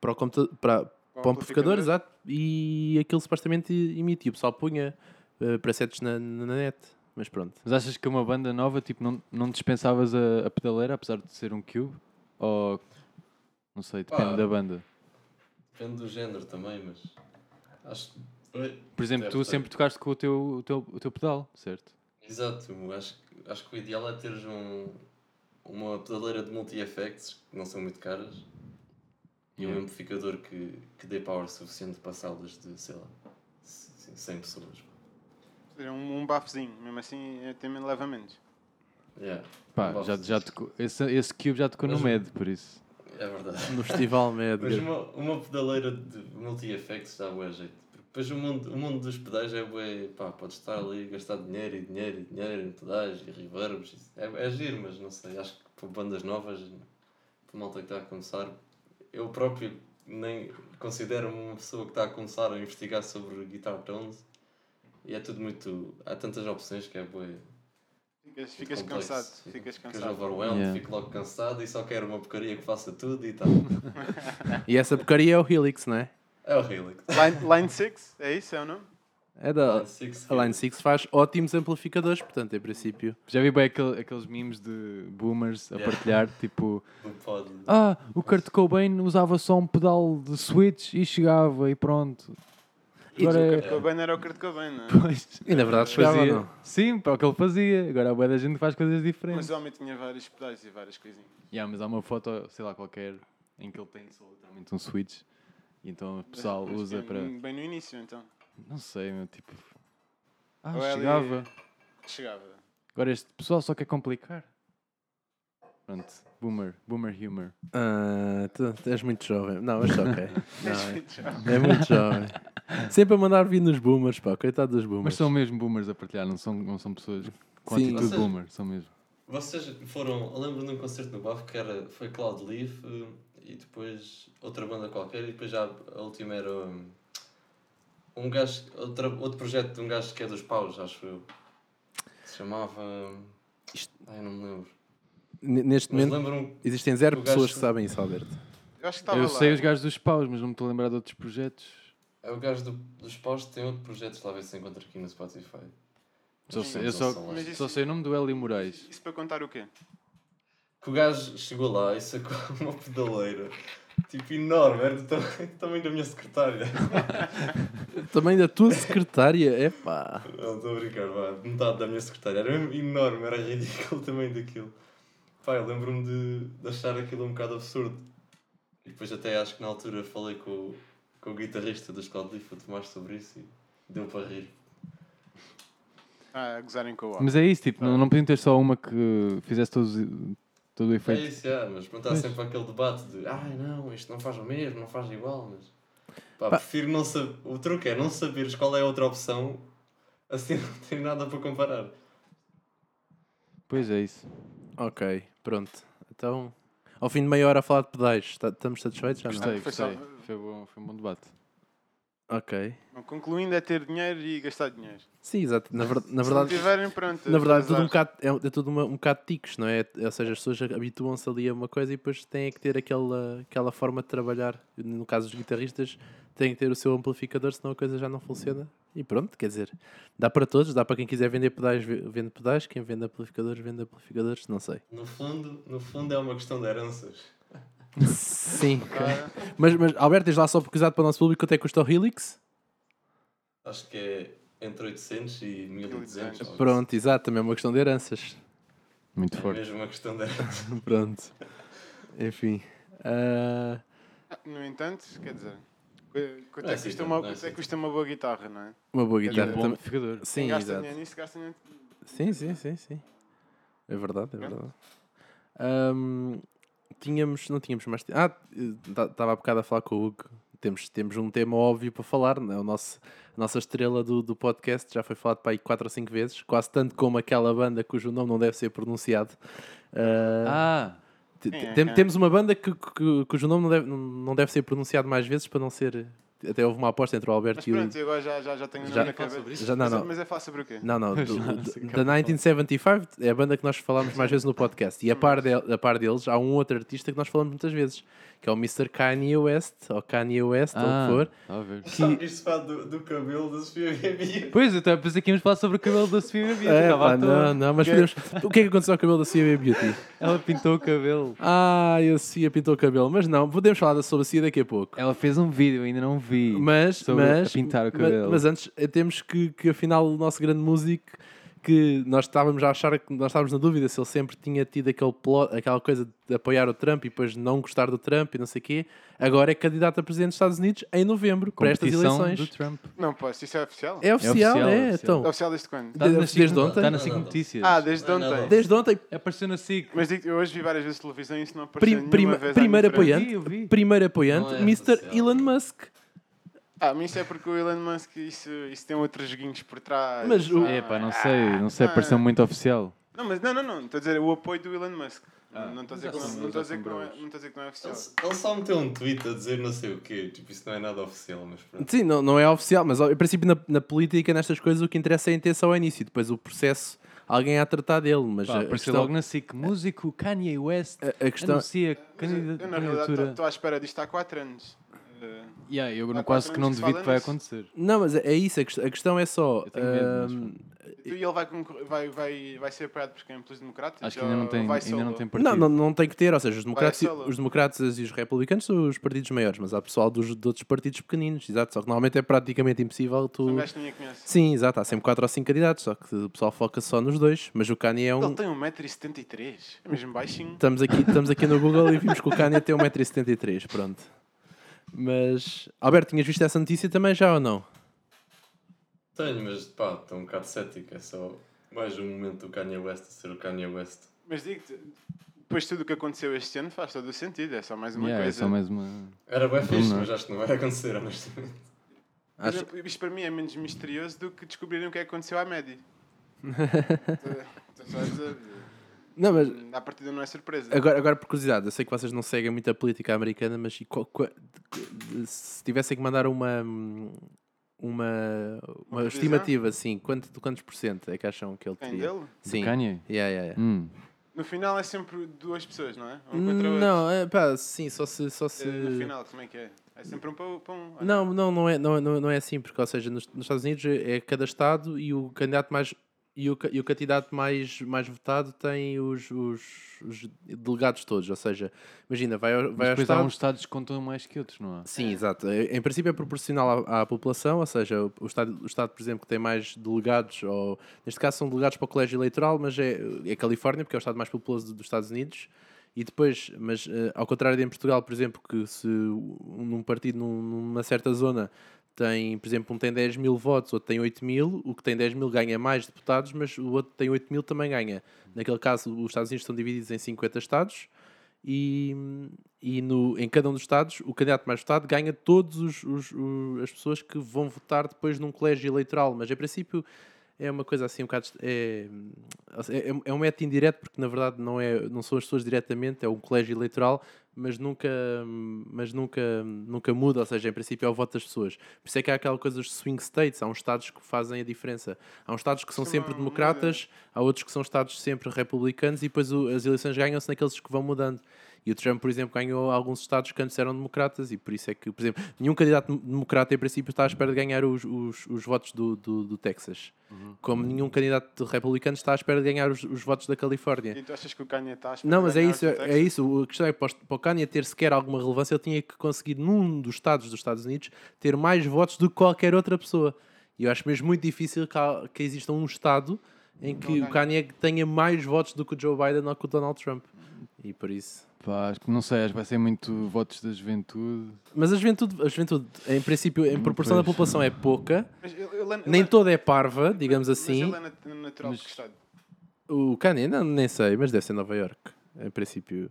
[SPEAKER 3] para o computador. para, para o amplificador, exato. E aquilo supostamente emite. E o pessoal punha eh, presets na, na na net. Mas pronto.
[SPEAKER 1] Mas achas que uma banda nova, tipo, não, não dispensavas a, a pedaleira, apesar de ser um cube? Ou, não sei, depende
[SPEAKER 4] Ah.
[SPEAKER 1] da banda.
[SPEAKER 4] Depende do género também, mas. Acho que.
[SPEAKER 1] Por exemplo,
[SPEAKER 4] Deve
[SPEAKER 1] tu
[SPEAKER 4] ser.
[SPEAKER 1] sempre tocaste com o teu, o, teu, o teu pedal, certo?
[SPEAKER 4] Exato, eu acho, que- acho que o ideal é teres um, uma pedaleira de multi-effects, que não são muito caras, e um
[SPEAKER 1] Yeah.
[SPEAKER 4] amplificador que, que dê power suficiente para salas de, sei lá, c- 100 pessoas.
[SPEAKER 2] Seria um, um bafozinho, mesmo assim eh, também leva menos.
[SPEAKER 4] Yeah,
[SPEAKER 1] Pá,
[SPEAKER 4] Não
[SPEAKER 1] já,
[SPEAKER 4] gosto.
[SPEAKER 1] já tocou- esse, esse cube já tocou
[SPEAKER 4] Mas-
[SPEAKER 1] no MED, por isso.
[SPEAKER 4] é verdade.
[SPEAKER 3] No festival
[SPEAKER 4] Mas
[SPEAKER 3] médio.
[SPEAKER 4] uma, uma pedaleira de multi-effects dá bué jeito. porque Depois o mundo, o mundo dos pedais é bué, pá, podes estar ali a gastar dinheiro e dinheiro e dinheiro em pedais e reverbs. isso. É, é giro, mas não sei, acho que para bandas novas, para malta que está a começar, eu próprio nem considero-me uma pessoa que está a começar a investigar sobre guitar tones e é tudo muito... há tantas opções que é bué...
[SPEAKER 1] É
[SPEAKER 2] Ficas, ficas
[SPEAKER 4] complexo.
[SPEAKER 2] cansado, ficas
[SPEAKER 4] Ficas
[SPEAKER 2] cansado.
[SPEAKER 4] overwhelmed,
[SPEAKER 1] Yeah.
[SPEAKER 4] fico logo cansado e só quero uma porcaria que faça tudo e tal.
[SPEAKER 3] E essa porcaria é o Helix, não é?
[SPEAKER 4] é o Helix.
[SPEAKER 2] Line- Line 6, é isso, é o nome?
[SPEAKER 3] É da.
[SPEAKER 4] Six
[SPEAKER 3] A Line 6 faz ótimos amplificadores, portanto, em princípio.
[SPEAKER 1] Já vi bem aquele- aqueles memes de boomers a
[SPEAKER 4] Yeah.
[SPEAKER 1] partilhar, tipo...
[SPEAKER 4] Não pode.
[SPEAKER 1] Ah, o Kurt Cobain usava só um pedal de switch e chegava e pronto.
[SPEAKER 3] E
[SPEAKER 1] Agora
[SPEAKER 2] O
[SPEAKER 1] é-
[SPEAKER 2] Kurt Cobain era o Kurt Cobain, não é?
[SPEAKER 1] Pois.
[SPEAKER 3] E na verdade chegava,
[SPEAKER 1] fazia.
[SPEAKER 3] não?
[SPEAKER 1] Sim, para o que ele fazia. Agora há boa da gente que faz coisas diferentes.
[SPEAKER 2] Mas o homem tinha vários pedais e várias coisinhas.
[SPEAKER 1] Yeah, mas há uma foto, sei lá, qualquer, em que ele tem só literalmente um switch. E então o pessoal
[SPEAKER 2] Mas é
[SPEAKER 1] usa
[SPEAKER 2] bem-
[SPEAKER 1] para.
[SPEAKER 2] Bem no início, então.
[SPEAKER 1] Não sei, meu tipo. Ah,
[SPEAKER 2] Ou é ali-
[SPEAKER 1] chegava.
[SPEAKER 2] Chegava.
[SPEAKER 1] Agora este pessoal só quer complicar. Pronto, boomer, boomer humor.
[SPEAKER 3] Ah, tu, tu és muito jovem. Não, mas ok. Não, é, é muito jovem. Sempre a mandar vir nos boomers, pá. Coitado dos boomers.
[SPEAKER 1] Mas são mesmo boomers a partilhar, não são, não são pessoas com
[SPEAKER 3] Sim.
[SPEAKER 1] atitude
[SPEAKER 4] Vocês-
[SPEAKER 1] boomer, são mesmo.
[SPEAKER 4] Vocês foram, eu lembro de um concerto no Bafo que era, foi Cloud Leaf eh, e depois outra banda qualquer e depois já a última era hum, um gajo, outra, outro projeto de um gajo que é dos paus, acho eu. Se chamava. hum,
[SPEAKER 3] Isto-
[SPEAKER 4] Ai, não me lembro.
[SPEAKER 3] N- Neste
[SPEAKER 4] Mas
[SPEAKER 3] momento,
[SPEAKER 4] lembro-me.
[SPEAKER 3] existem zero
[SPEAKER 4] o gajo-
[SPEAKER 3] pessoas que sabem isso, Alberto.
[SPEAKER 2] Eu acho que estava
[SPEAKER 1] Eu
[SPEAKER 2] lá.
[SPEAKER 1] sei os gajos dos paus, mas não me estou a lembrar de outros projetos.
[SPEAKER 4] É o gajo do- dos paus que tem outro projeto, deixa lá ver se encontra aqui no Spotify.
[SPEAKER 1] Só
[SPEAKER 4] Mas
[SPEAKER 1] sei,
[SPEAKER 4] não
[SPEAKER 1] eu só,
[SPEAKER 4] são lá.
[SPEAKER 2] Mas isso-
[SPEAKER 1] só sei o nome do Hélio Moraes.
[SPEAKER 2] Isso para contar o quê?
[SPEAKER 4] Que o gajo chegou lá e sacou uma pedaleira. Tipo, enorme, era do tamanho, do tamanho da minha secretária.
[SPEAKER 3] Também da tua secretária, é pá.
[SPEAKER 4] Não, estou a brincar, vá. Metade da minha secretária era mesmo enorme, era ridículo também daquilo. Pá, eu lembro-me de, de achar aquilo um bocado absurdo. E depois até acho que na altura falei com, o- com o guitarrista dos Cloud Leaf, o Tomás, sobre isso e deu para rir.
[SPEAKER 2] Ah, gozarem com o homem.
[SPEAKER 1] Mas é isso, tipo, não, não podiam ter só uma que fizesse todos, todo o
[SPEAKER 4] É
[SPEAKER 1] efeito.
[SPEAKER 4] isso, é, mas pronto, há
[SPEAKER 1] Pois.
[SPEAKER 4] sempre aquele debate de ai não, isto não faz o mesmo, não faz igual, mas... Pá,
[SPEAKER 3] Pá.
[SPEAKER 4] prefiro não saber... O truque é não saberes qual é a outra opção Assim não tenho nada para comparar.
[SPEAKER 1] Pois é isso.
[SPEAKER 3] Ok, pronto. Então, ao fim de meia hora a falar de pedais, tá- estamos satisfeitos já não?
[SPEAKER 1] Gostei,
[SPEAKER 2] foi só-
[SPEAKER 1] gostei. Foi bom, foi um bom debate.
[SPEAKER 3] Ok.
[SPEAKER 2] Bom, Concluindo é ter dinheiro e gastar dinheiro.
[SPEAKER 3] Sim, exato. Na, ver- na
[SPEAKER 2] Se não
[SPEAKER 3] verdade,
[SPEAKER 2] tiverem, pronto.
[SPEAKER 3] na verdade é
[SPEAKER 2] azar.
[SPEAKER 3] tudo um bocado, é, é tudo uma- um bocado tiques, não é? Ou seja, as pessoas habituam-se ali a uma coisa e depois têm que ter aquela, aquela forma de trabalhar. No caso dos guitarristas, têm que ter o seu amplificador, senão a coisa já não funciona. E pronto, quer dizer, dá para todos, dá para quem quiser vender pedais, ve- vende pedais, quem vende amplificadores, vende amplificadores, não sei.
[SPEAKER 4] No fundo, no fundo é uma questão de heranças.
[SPEAKER 3] Sim.
[SPEAKER 2] Ah,
[SPEAKER 3] Mas, mas Alberto, diz lá só por cuidado para o nosso público quanto é que custa o Helix.
[SPEAKER 4] Acho que é entre 800 e 1200. algo
[SPEAKER 3] Pronto, exato, também é uma questão de heranças.
[SPEAKER 1] Muito
[SPEAKER 4] assim. É
[SPEAKER 1] forte.
[SPEAKER 4] mesmo uma questão de heranças.
[SPEAKER 3] Pronto. Enfim. Ah,
[SPEAKER 2] no entanto, quer dizer, qu- quanto
[SPEAKER 4] Não é
[SPEAKER 2] é
[SPEAKER 4] assim
[SPEAKER 2] que custa
[SPEAKER 4] tanto,
[SPEAKER 2] uma,
[SPEAKER 4] não é
[SPEAKER 2] quanto é
[SPEAKER 4] assim
[SPEAKER 2] que custa uma boa guitarra, não é?
[SPEAKER 3] uma boa
[SPEAKER 1] E
[SPEAKER 3] guitarra.
[SPEAKER 1] um bom
[SPEAKER 3] também.
[SPEAKER 1] amplificador.
[SPEAKER 2] Quem
[SPEAKER 3] Sim,
[SPEAKER 2] gasta
[SPEAKER 3] exato.
[SPEAKER 2] dinheiro nisso, gasta dinheiro.
[SPEAKER 3] Sim, sim, sim, sim. É verdade, é verdade. Ahm, tínhamos, não tínhamos mais. te- Ah, estava há bocado a falar com o Hugo. Temos, temos um tema óbvio para falar, não é? o nosso, a nossa estrela do, do podcast já foi falado para aí 4 ou 5 vezes, quase tanto como aquela banda cujo nome não deve ser pronunciado.
[SPEAKER 1] Ah,
[SPEAKER 3] Ah, Te-
[SPEAKER 2] Quem é,
[SPEAKER 3] te-
[SPEAKER 2] quem é?
[SPEAKER 3] Temos uma banda que, que- cujo nome não deve, não- não deve ser pronunciado mais vezes para não ser. Até houve uma aposta entre o Alberto
[SPEAKER 2] Mas
[SPEAKER 3] e o.
[SPEAKER 2] pronto, eu agora já, já, já tenho o nome
[SPEAKER 3] Já-
[SPEAKER 2] na
[SPEAKER 4] Fala
[SPEAKER 2] cabeça.
[SPEAKER 4] sobre isso?
[SPEAKER 3] Já, não,
[SPEAKER 2] Mas é-
[SPEAKER 3] não.
[SPEAKER 2] Mas é fácil sobre o quê?
[SPEAKER 3] Não, não. do-
[SPEAKER 1] Já
[SPEAKER 3] do-
[SPEAKER 1] sei o que
[SPEAKER 3] da
[SPEAKER 1] é que
[SPEAKER 3] 1975 é a banda que nós falámos mais vezes no podcast.
[SPEAKER 1] Hum.
[SPEAKER 3] E a par, de, a par deles, há um outro artista que nós falamos muitas vezes, que é o Mr. Kanye West, ou Kanye West,
[SPEAKER 1] ah,
[SPEAKER 3] ou o que for.
[SPEAKER 1] tá a ver.
[SPEAKER 4] Sabe isto pá, do, do cabelo da Sofia Gabi?
[SPEAKER 1] Pois, eu estava a pensar que íamos falar sobre o cabelo da Sofia Bia.
[SPEAKER 3] É,
[SPEAKER 1] estava
[SPEAKER 3] pá,
[SPEAKER 1] à
[SPEAKER 3] não,
[SPEAKER 1] toa.
[SPEAKER 3] não, mas podemos... O que é que aconteceu ao cabelo da Cia Beauty?
[SPEAKER 1] Ela pintou o cabelo.
[SPEAKER 3] Ah, a Cia pintou o cabelo, mas não, podemos falar sobre a Cia daqui a pouco.
[SPEAKER 1] Ela fez um vídeo, ainda não vi.
[SPEAKER 3] mas,
[SPEAKER 1] sobre
[SPEAKER 3] mas,
[SPEAKER 1] a pintar o
[SPEAKER 3] ma-
[SPEAKER 1] cabelo.
[SPEAKER 3] Mas, antes eh, temos que, que afinal o nosso grande músico que nós estávamos a achar que nós estávamos na dúvida se ele sempre tinha tido aquele plot, aquela coisa de apoiar o Trump e depois não gostar do Trump e não sei o quê, agora é candidato a presidente dos Estados Unidos em novembro para estas
[SPEAKER 1] Competição
[SPEAKER 3] eleições.
[SPEAKER 1] do Trump.
[SPEAKER 2] Não posso, isso é oficial?
[SPEAKER 3] É oficial, é,
[SPEAKER 1] oficial, é oficial.
[SPEAKER 2] É
[SPEAKER 3] então.
[SPEAKER 2] oficial desde quando?
[SPEAKER 3] Desde-
[SPEAKER 1] na
[SPEAKER 3] desde
[SPEAKER 1] SIC-
[SPEAKER 3] ontem?
[SPEAKER 1] Está na
[SPEAKER 4] Não,
[SPEAKER 1] 5
[SPEAKER 4] não.
[SPEAKER 1] Notícias.
[SPEAKER 2] Ah, desde
[SPEAKER 4] Não, é não.
[SPEAKER 2] ontem.
[SPEAKER 3] Desde ontem,
[SPEAKER 1] Apareceu na SIC.
[SPEAKER 2] Mas digo, eu hoje vi várias vezes televisão e isso não apareceu
[SPEAKER 3] prim,
[SPEAKER 2] nenhuma
[SPEAKER 3] prim-
[SPEAKER 2] vez à
[SPEAKER 3] primeiro
[SPEAKER 2] minha frente.
[SPEAKER 3] apoiante,
[SPEAKER 1] Eu vi.
[SPEAKER 3] primeiro apoiante,
[SPEAKER 4] Não é
[SPEAKER 3] Mr.
[SPEAKER 4] oficial.
[SPEAKER 3] Elon Musk.
[SPEAKER 2] Ah, mas isso é porque o Elon Musk, isso, isso tem outros joguinhos por trás.
[SPEAKER 3] Mas o-
[SPEAKER 2] Ah,
[SPEAKER 1] É pá, não sei, não sei,
[SPEAKER 2] Ah.
[SPEAKER 1] pareceu muito oficial.
[SPEAKER 2] Não, mas não, não, não. Estou a dizer o apoio do Elon Musk.
[SPEAKER 1] Ah,
[SPEAKER 2] não estou a dizer
[SPEAKER 1] já
[SPEAKER 2] que não-
[SPEAKER 1] são-
[SPEAKER 2] não estou
[SPEAKER 1] já
[SPEAKER 2] a dizer
[SPEAKER 1] são
[SPEAKER 2] que não é-
[SPEAKER 1] bravos.
[SPEAKER 2] não estou a dizer que não é oficial.
[SPEAKER 4] Ele, ele só meteu um tweet a dizer não sei o quê. Tipo, isso não é nada oficial, mas pronto.
[SPEAKER 3] Sim, não, não é oficial, mas ó, em princípio na, na política, nestas coisas, o que interessa é a intenção ao início. Depois o processo, alguém há a tratar dele. Mas a, a
[SPEAKER 1] apareceu
[SPEAKER 3] questão,
[SPEAKER 1] logo na SIC. Músico Kanye West
[SPEAKER 3] a, a questão
[SPEAKER 1] anuncia
[SPEAKER 2] Mas eu-
[SPEAKER 1] candida-
[SPEAKER 2] eu, na realidade,
[SPEAKER 1] candidatura.
[SPEAKER 2] estou à espera disto há 4 anos. Eh,
[SPEAKER 1] Yeah, eu
[SPEAKER 2] há
[SPEAKER 1] quase
[SPEAKER 2] quatro
[SPEAKER 1] que não
[SPEAKER 2] anos que se
[SPEAKER 1] devido que
[SPEAKER 2] fala
[SPEAKER 1] vai
[SPEAKER 2] nisso.
[SPEAKER 1] acontecer.
[SPEAKER 3] Não, mas é é isso, a quest- a questão é só.
[SPEAKER 1] Eu tenho medo, mas
[SPEAKER 3] hum,
[SPEAKER 2] e ele vai, concorrer- vai, vai, vai ser apoiado por quem? Pelos democratas?
[SPEAKER 1] Acho que ainda não
[SPEAKER 2] Ou
[SPEAKER 1] tem,
[SPEAKER 2] vai
[SPEAKER 1] ainda não
[SPEAKER 2] solo? Um
[SPEAKER 1] tem
[SPEAKER 3] não,
[SPEAKER 1] partido.
[SPEAKER 3] não, não tem que ter, ou seja, os democratas, e-
[SPEAKER 2] solo.
[SPEAKER 3] os democratas e os republicanos são os partidos maiores, mas há pessoal dos, de outros partidos pequeninos, exato. Só que normalmente é praticamente impossível tu.
[SPEAKER 2] Um gajo que ninguém conhece.
[SPEAKER 3] Sim, exato, há sempre 4 ou 5 candidatos, só que o pessoal foca só nos dois, mas o Kanye é um.
[SPEAKER 2] Ele tem 1,73m. É mesmo baixinho.
[SPEAKER 3] Estamos aqui, estamos aqui no Google e vimos que o Kanye tem 1,73m, pronto. Mas, Alberto, tinhas visto essa notícia também já ou não?
[SPEAKER 4] Tenho, mas pá, estou um bocado cético. É só mais um momento do Kanye West a ser o Kanye West.
[SPEAKER 2] Mas digo-te, depois de tudo o que aconteceu este ano faz todo o sentido. É só mais uma
[SPEAKER 1] Yeah, é
[SPEAKER 2] coisa.
[SPEAKER 1] só mais uma.
[SPEAKER 4] Era bem fixe,
[SPEAKER 1] Não.
[SPEAKER 3] é?
[SPEAKER 4] mas acho que não vai acontecer, honestamente.
[SPEAKER 2] Por
[SPEAKER 3] Acho-
[SPEAKER 2] exemplo, Isto para mim é menos misterioso do que descobrirem o que é que aconteceu à Medi. Estou só a dizer,
[SPEAKER 3] Não, mas
[SPEAKER 2] à partida não é surpresa.
[SPEAKER 3] agora, agora por curiosidade, eu sei que vocês não seguem muito a política americana, mas e qual- qual- se tivessem que mandar uma uma, uma
[SPEAKER 2] previsão?
[SPEAKER 3] estimativa, assim, quanto, de quantos por cento é que acham que ele
[SPEAKER 2] Quem
[SPEAKER 3] teria?
[SPEAKER 2] dele?
[SPEAKER 3] Sim.
[SPEAKER 1] Kanye?
[SPEAKER 3] Yeah, yeah, yeah.
[SPEAKER 1] Hum.
[SPEAKER 2] No final é sempre duas pessoas, não é? Um contra o outro.
[SPEAKER 3] Não, é, pá, sim, só se... Só
[SPEAKER 2] Eh,
[SPEAKER 3] se...
[SPEAKER 2] No final, como é que é? É sempre um para o- para um. olha.
[SPEAKER 3] Não, não, não é, não, é- não é- não é assim, porque, ou seja, nos, nos Estados Unidos é é cada estado e o candidato mais e o, ca- e o candidato mais, mais votado tem os, os- os delegados todos, ou seja, imagina, vai, ao-
[SPEAKER 1] Mas
[SPEAKER 3] vai ao
[SPEAKER 1] depois há
[SPEAKER 3] estado...
[SPEAKER 1] uns estados que contam mais que outros, não há?
[SPEAKER 3] Sim, exato. É- Em princípio é proporcional à, à população, ou seja, o o estado, o estado, por exemplo, que tem mais delegados, ou neste caso são delegados para o colégio eleitoral, mas é, é Califórnia, porque é o estado mais populoso do- dos Estados Unidos. E depois, mas eh, ao contrário de em Portugal, por exemplo, que se um um partido num- numa certa zona tem, por exemplo, um tem 10 mil votos, outro tem 8 mil, o que tem 10 mil ganha mais deputados, mas o outro tem 8 mil também ganha. Naquele caso, os Estados Unidos estão divididos em 50 estados e, e no, em cada um dos estados o candidato mais votado ganha todas os, os- o- as pessoas que vão votar depois num colégio eleitoral, mas em princípio é uma coisa assim um bocado. É, é, é um método indireto, porque na verdade não, é, não são as pessoas diretamente, é um colégio eleitoral, mas nunca, mas nunca, nunca muda, ou seja, em princípio é o voto das pessoas. Por isso é que há aquela coisa dos swing states, há uns estados que fazem a diferença. Há uns estados que são
[SPEAKER 2] Isso é
[SPEAKER 3] sempre
[SPEAKER 2] uma- uma
[SPEAKER 3] democratas, há outros que são estados sempre republicanos e depois o- as eleições ganham-se naqueles que vão mudando. E o Trump, por exemplo, ganhou alguns estados que antes eram democratas e por isso é que, por exemplo, nenhum candidato democrata em princípio está à espera de ganhar os, os, os votos do, do, do Texas. Como nenhum candidato republicano está à espera de ganhar os, os votos da Califórnia.
[SPEAKER 2] E tu achas que o Kanye está a esperar
[SPEAKER 3] Não, mas é
[SPEAKER 2] ganhar
[SPEAKER 3] isso,
[SPEAKER 2] o
[SPEAKER 3] é
[SPEAKER 2] Texas?
[SPEAKER 3] isso. A questão é que para os- para o Kanye ter sequer alguma relevância, ele tinha que conseguir, num dos estados dos Estados Unidos, ter mais votos do que qualquer outra pessoa. E eu acho mesmo muito difícil que, há- que exista um estado em que
[SPEAKER 2] Não
[SPEAKER 3] o Kanye tenha mais votos do que o Joe Biden ou que o Donald Trump. E por isso.
[SPEAKER 1] Pá, acho que não sei, acho que vai ser muito votos da juventude.
[SPEAKER 3] Mas a juventude, a juventude em princípio, em proporção da
[SPEAKER 1] Pois.
[SPEAKER 3] população é pouca,
[SPEAKER 2] Mas ele- ele-
[SPEAKER 3] nem
[SPEAKER 2] ele-
[SPEAKER 3] toda é parva, digamos
[SPEAKER 2] mas
[SPEAKER 3] assim.
[SPEAKER 2] ele é nat- natural de
[SPEAKER 1] Mas-
[SPEAKER 2] que estado?
[SPEAKER 3] O Kanye, não, nem sei, mas deve ser Nova York em princípio.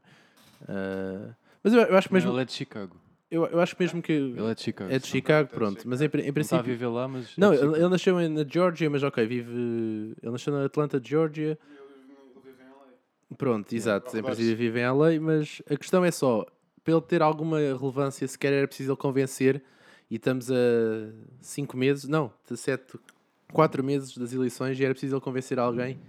[SPEAKER 3] Ah, mas eu, eu acho
[SPEAKER 1] Mas
[SPEAKER 3] mesmo,
[SPEAKER 1] ele é de Chicago.
[SPEAKER 3] eu, eu acho mesmo que
[SPEAKER 1] Ele é de Chicago.
[SPEAKER 3] É de Chicago,
[SPEAKER 2] tá,
[SPEAKER 3] pronto.
[SPEAKER 2] tá,
[SPEAKER 3] Mas em, pri- em
[SPEAKER 1] Não está a
[SPEAKER 3] princípio.
[SPEAKER 1] viver lá, mas. é
[SPEAKER 3] Não,
[SPEAKER 1] de
[SPEAKER 3] ele,
[SPEAKER 1] Chicago.
[SPEAKER 3] ele nasceu em- na Georgia, mas ok, vive. Ele nasceu na Atlanta, Georgia.
[SPEAKER 2] Ele vive em LA.
[SPEAKER 3] Pronto, exato. Em
[SPEAKER 2] claro.
[SPEAKER 3] princípio vive em LA, mas a questão é só: para ele ter alguma relevância, sequer era preciso ele convencer. E estamos a 5 meses, não, 7, 4 meses das eleições e era preciso ele convencer alguém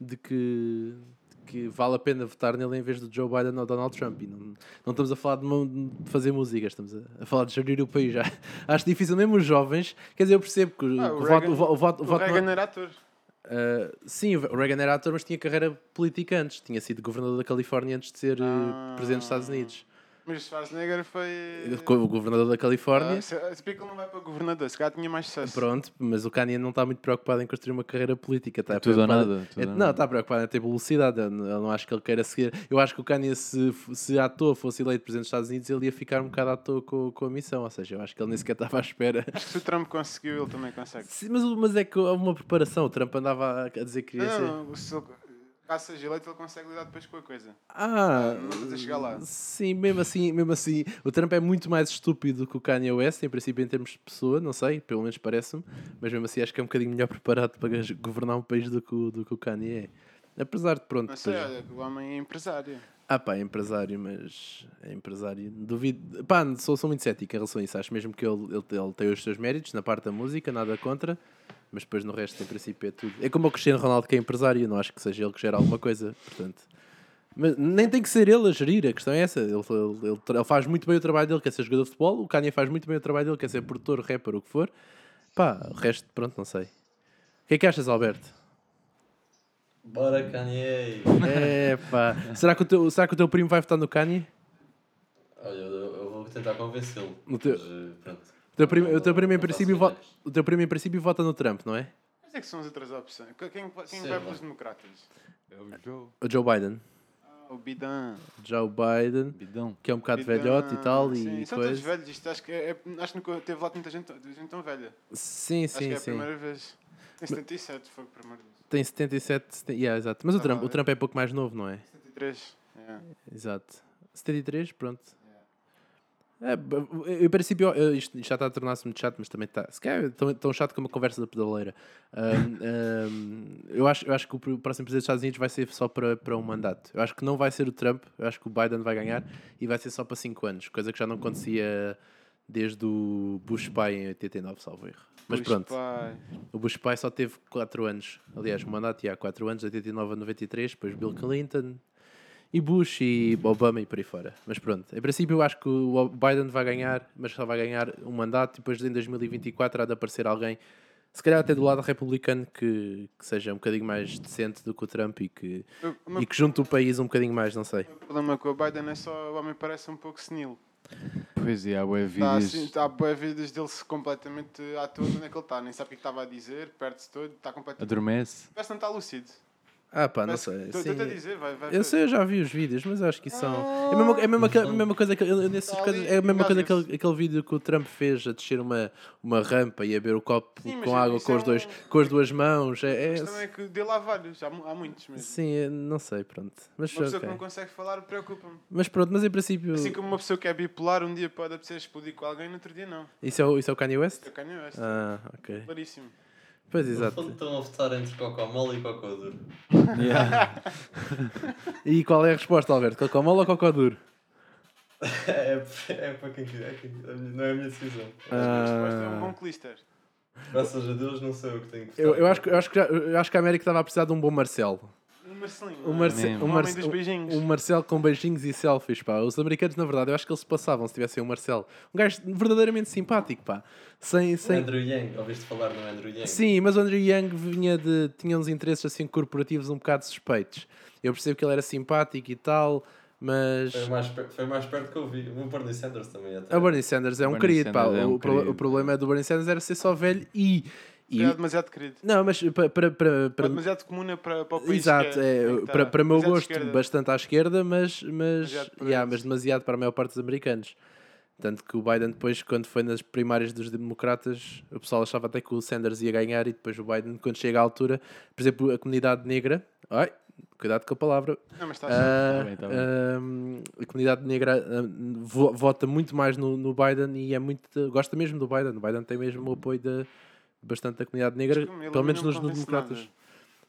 [SPEAKER 3] de que, de que vale a pena votar nele em vez de Joe Biden ou Donald Trump. E não, não estamos a falar de, mão- de fazer música, estamos a, a falar de gerir o país. Já. Acho difícil, mesmo os jovens. Quer dizer, eu percebo que o,
[SPEAKER 2] Ah,
[SPEAKER 3] que
[SPEAKER 2] o
[SPEAKER 3] o
[SPEAKER 2] Reagan-
[SPEAKER 3] voto, o, voto, o
[SPEAKER 2] O
[SPEAKER 3] voto não- é
[SPEAKER 2] Reagan era ator.
[SPEAKER 3] Uh, sim, o Reagan era ator, mas tinha carreira política antes. Tinha sido governador da Califórnia antes de ser uh,
[SPEAKER 2] Ah.
[SPEAKER 3] presidente dos Estados Unidos.
[SPEAKER 2] Mas Schwarzenegger foi.
[SPEAKER 3] Co- O governador da Califórnia.
[SPEAKER 2] Ah, se- se bem que ele não vai para governador, se calhar tinha mais sucesso.
[SPEAKER 3] Pronto, mas o Kanye não está muito preocupado em construir uma carreira política. Está
[SPEAKER 1] Tudo ou
[SPEAKER 3] preocupado-
[SPEAKER 1] nada, tudo
[SPEAKER 3] é-
[SPEAKER 1] ou
[SPEAKER 3] não,
[SPEAKER 1] nada.
[SPEAKER 3] está preocupado em ter publicidade. Eu não, eu não acho que ele queira seguir. Eu acho que o Kanye, se, f- se à toa fosse eleito presidente dos Estados Unidos, ele ia ficar um bocado à toa com, com a missão. Ou seja, eu acho que ele nem sequer estava à espera.
[SPEAKER 2] Se o Trump conseguiu, ele também consegue.
[SPEAKER 3] Sim, mas, mas é que houve uma preparação. O Trump andava a a dizer que queria
[SPEAKER 1] Ah.
[SPEAKER 2] Não,
[SPEAKER 3] ser.
[SPEAKER 2] não, não, se ele, caso seja eleito, ele consegue lidar depois com a coisa.
[SPEAKER 3] Ah,
[SPEAKER 2] Não precisa chegar lá.
[SPEAKER 3] Sim, mesmo assim, mesmo assim, o Trump é muito mais estúpido que o Kanye West, em princípio, em termos de pessoa, não sei, pelo menos parece-me, mas mesmo assim acho que é um bocadinho melhor preparado para gas- governar um país do que, o- do que o Kanye é. Apesar de pronto.
[SPEAKER 2] Não sei,
[SPEAKER 3] depois-
[SPEAKER 2] olha, o homem é empresário.
[SPEAKER 3] Ah, pá, é empresário, mas é empresário. Duvido. Pá, sou, sou muito cético em relação a isso. Acho mesmo que ele, ele, ele tem os seus méritos na parte da música, nada contra, mas depois no resto, em princípio, é tudo. É como o Cristiano Ronaldo que é empresário, não acho que seja ele que gera alguma coisa, portanto. Mas nem tem que ser ele a gerir, a questão é essa. Ele, ele- ele tra- ele faz muito bem o trabalho dele, quer ser jogador de futebol, o Kanye faz muito bem o trabalho dele, quer ser produtor, rapper, o que for. Pá, o resto, pronto, não sei. O que é que achas, Alberto?
[SPEAKER 4] Bora, Kanye!
[SPEAKER 3] É, pá. Será que o teu, será que o teu primo vai votar no Kanye?
[SPEAKER 4] Olha, eu, eu vou tentar convencê-lo.
[SPEAKER 3] No teu-
[SPEAKER 4] mas, eh, pronto.
[SPEAKER 3] O teu primo,
[SPEAKER 4] Não-
[SPEAKER 3] o teu primo, em,
[SPEAKER 4] não faço
[SPEAKER 3] princípio,
[SPEAKER 4] ideias.
[SPEAKER 3] vota, o teu primo em princípio vota no Trump, não é?
[SPEAKER 2] Mas é que são as outras opções. Quem, quem
[SPEAKER 4] Sei
[SPEAKER 2] vai
[SPEAKER 4] lá.
[SPEAKER 2] pelos democratas? Ah,
[SPEAKER 1] É o Joe.
[SPEAKER 3] O Joe Biden.
[SPEAKER 2] O Bidan.
[SPEAKER 3] Joe Biden,
[SPEAKER 1] Bidão.
[SPEAKER 3] que é um bocado
[SPEAKER 2] Bidan,
[SPEAKER 3] velhote e tal.
[SPEAKER 2] Então, Sim,
[SPEAKER 3] e
[SPEAKER 2] são todos
[SPEAKER 3] coisa.
[SPEAKER 2] velhos. Isto acho que é, é- acho que nunca teve lá tanta gente, gente tão velha.
[SPEAKER 3] Sim,
[SPEAKER 2] acho que
[SPEAKER 3] sim,
[SPEAKER 2] é a
[SPEAKER 3] sim.
[SPEAKER 2] primeira vez. Em 77 foi o primeiro.
[SPEAKER 3] Tem 77. 70, yeah, exato. Mas o
[SPEAKER 2] Tá
[SPEAKER 3] Trump, o
[SPEAKER 2] bem.
[SPEAKER 3] Trump é pouco mais novo, não é?
[SPEAKER 2] 73. Yeah.
[SPEAKER 3] Exato. 73, pronto. É, b- eu, em princípio, eu- isto já está a tornar-se muito chato, mas também está. Se calhar é tão, tão chato como a conversa da pedaleira. Ahm, ahm, eu, acho, eu acho que o pr- próximo presidente dos Estados Unidos vai ser só para, para um mandato. Eu acho que não vai ser o Trump, eu acho que o Biden vai ganhar e vai ser só para 5 anos, coisa que já não acontecia desde o Bush pai em 89, salvo erro. Mas
[SPEAKER 2] Bush
[SPEAKER 3] pronto.
[SPEAKER 2] pai.
[SPEAKER 3] O Bush pai só teve 4 anos. Aliás, o mandato ia há 4 anos, 89 a 93, depois Bill Clinton e Bush e Obama e por aí fora. Mas pronto, em princípio eu acho que o Biden vai ganhar, mas só vai ganhar um mandato e depois em 2024 há de aparecer alguém, se calhar até do lado republicano, que, que seja um bocadinho mais decente do que o Trump e que,
[SPEAKER 2] O- o meu
[SPEAKER 3] e que junte o país um bocadinho mais, não sei.
[SPEAKER 2] problema com o Biden é só o homem parece um pouco senil.
[SPEAKER 1] Pois é, há boé
[SPEAKER 2] Está
[SPEAKER 1] vídeos.
[SPEAKER 2] assim, tá, há boas vidas dele se completamente à toa de onde é que ele está. Nem sabe o que estava a dizer, perde-se todo, está completamente.
[SPEAKER 1] Adormece.
[SPEAKER 2] Parece que não está lúcido.
[SPEAKER 3] Ah pá, não
[SPEAKER 2] Parece-
[SPEAKER 3] sei.
[SPEAKER 2] Estou
[SPEAKER 3] Sim,
[SPEAKER 2] estou-te a dizer, vai, vai.
[SPEAKER 3] Eu sei, eu já vi os vídeos, mas eu acho que isso são. É a mesma, é a mesma, que- a mesma coisa que. eu- eu nesses
[SPEAKER 2] Está
[SPEAKER 3] casos-
[SPEAKER 2] ali,
[SPEAKER 3] é a mesma coisa que
[SPEAKER 2] engasga-se.
[SPEAKER 3] aquele, aquele vídeo que o Trump fez a descer uma, uma rampa e a beber o copo
[SPEAKER 2] Sim, mas
[SPEAKER 3] com água
[SPEAKER 2] isso
[SPEAKER 3] com,
[SPEAKER 2] é
[SPEAKER 3] os dois,
[SPEAKER 2] um-
[SPEAKER 3] com as duas mãos. É,
[SPEAKER 2] A
[SPEAKER 3] é-
[SPEAKER 2] questão é que dele há vários, há, mu- há muitos mesmo.
[SPEAKER 3] sim, é- não sei, pronto. Mas,
[SPEAKER 2] Uma pessoa
[SPEAKER 3] ok.
[SPEAKER 2] que não consegue falar preocupa-me.
[SPEAKER 3] mas pronto, mas em princípio.
[SPEAKER 2] Assim como uma pessoa que é bipolar, um dia pode apetecer explodir com alguém, no outro dia não.
[SPEAKER 3] Isso, é o, isso é o Kanye West?
[SPEAKER 2] Eu canho esta.
[SPEAKER 3] Ah, ok.
[SPEAKER 2] Claríssimo.
[SPEAKER 3] Pois,
[SPEAKER 4] No
[SPEAKER 3] exato.
[SPEAKER 4] fundo estão a votar entre cocó mole e cocó duro.
[SPEAKER 1] Yeah.
[SPEAKER 3] E qual é a resposta, Alberto? Cocó mole ou cocó duro?
[SPEAKER 4] É, é para quem quiser. é quem quiser, Não é a minha decisão.
[SPEAKER 2] A resposta é um
[SPEAKER 3] Ah.
[SPEAKER 2] bom clister.
[SPEAKER 4] Graças a Deus não sou eu que tenho que votar.
[SPEAKER 3] Eu, eu acho, que- eu, acho que já- eu acho que a América estava a precisar de um bom Marcelo.
[SPEAKER 2] Um Marcelinho.
[SPEAKER 3] Um,
[SPEAKER 2] não é?
[SPEAKER 3] Marce
[SPEAKER 1] mesmo.
[SPEAKER 3] um,
[SPEAKER 2] Um homem
[SPEAKER 3] Marce
[SPEAKER 2] dos beijinhos.
[SPEAKER 3] um Marcelo com beijinhos e selfies, pá. Os americanos, na verdade, eu acho que eles se passavam se tivessem um Marcelo. Um gajo verdadeiramente simpático, pá. Sem, sem...
[SPEAKER 4] Andrew Yang, ouviste falar no Andrew Yang?
[SPEAKER 3] Sim, mas o Andrew Young vinha de... tinha uns interesses, assim, corporativos um bocado suspeitos. Eu percebo que ele era simpático e tal, mas...
[SPEAKER 4] Foi mais, per- foi mais perto que eu vi. O Bernie Sanders também até.
[SPEAKER 3] O Bernie Sanders é um
[SPEAKER 1] Bernie
[SPEAKER 3] querido, pá.
[SPEAKER 1] Sanders é
[SPEAKER 3] o,
[SPEAKER 1] um
[SPEAKER 3] pro-
[SPEAKER 1] querido.
[SPEAKER 3] o problema do Bernie Sanders era ser só velho e... e-
[SPEAKER 2] É demasiado querido.
[SPEAKER 3] Não, mas pa- para... para,
[SPEAKER 2] É
[SPEAKER 3] para...
[SPEAKER 2] demasiado comuna para, para o país.
[SPEAKER 3] Exato,
[SPEAKER 2] que é,
[SPEAKER 3] é,
[SPEAKER 2] em que está.
[SPEAKER 3] para, para o meu
[SPEAKER 2] Demasiado
[SPEAKER 3] gosto,
[SPEAKER 2] esquerda.
[SPEAKER 3] bastante à esquerda, mas, mas,
[SPEAKER 2] Demasiado para
[SPEAKER 3] yeah,
[SPEAKER 2] isso.
[SPEAKER 3] mas demasiado para a maior parte dos americanos. Tanto que o Biden, depois, quando foi nas primárias dos democratas, o pessoal achava até que o Sanders ia ganhar, e depois o Biden, quando chega à altura, por exemplo, a comunidade negra, ai, cuidado com a palavra,
[SPEAKER 2] Não, mas está certo.
[SPEAKER 3] ah,
[SPEAKER 1] bem, tá bem.
[SPEAKER 3] ahm, a comunidade negra ahm, vo- vota muito mais no, no Biden e é muito, gosta mesmo do Biden. O Biden tem mesmo o apoio da, bastante da comunidade negra,
[SPEAKER 2] Mas como ele
[SPEAKER 3] pelo menos
[SPEAKER 2] não
[SPEAKER 3] nos
[SPEAKER 2] convence
[SPEAKER 3] democratas.
[SPEAKER 2] nada.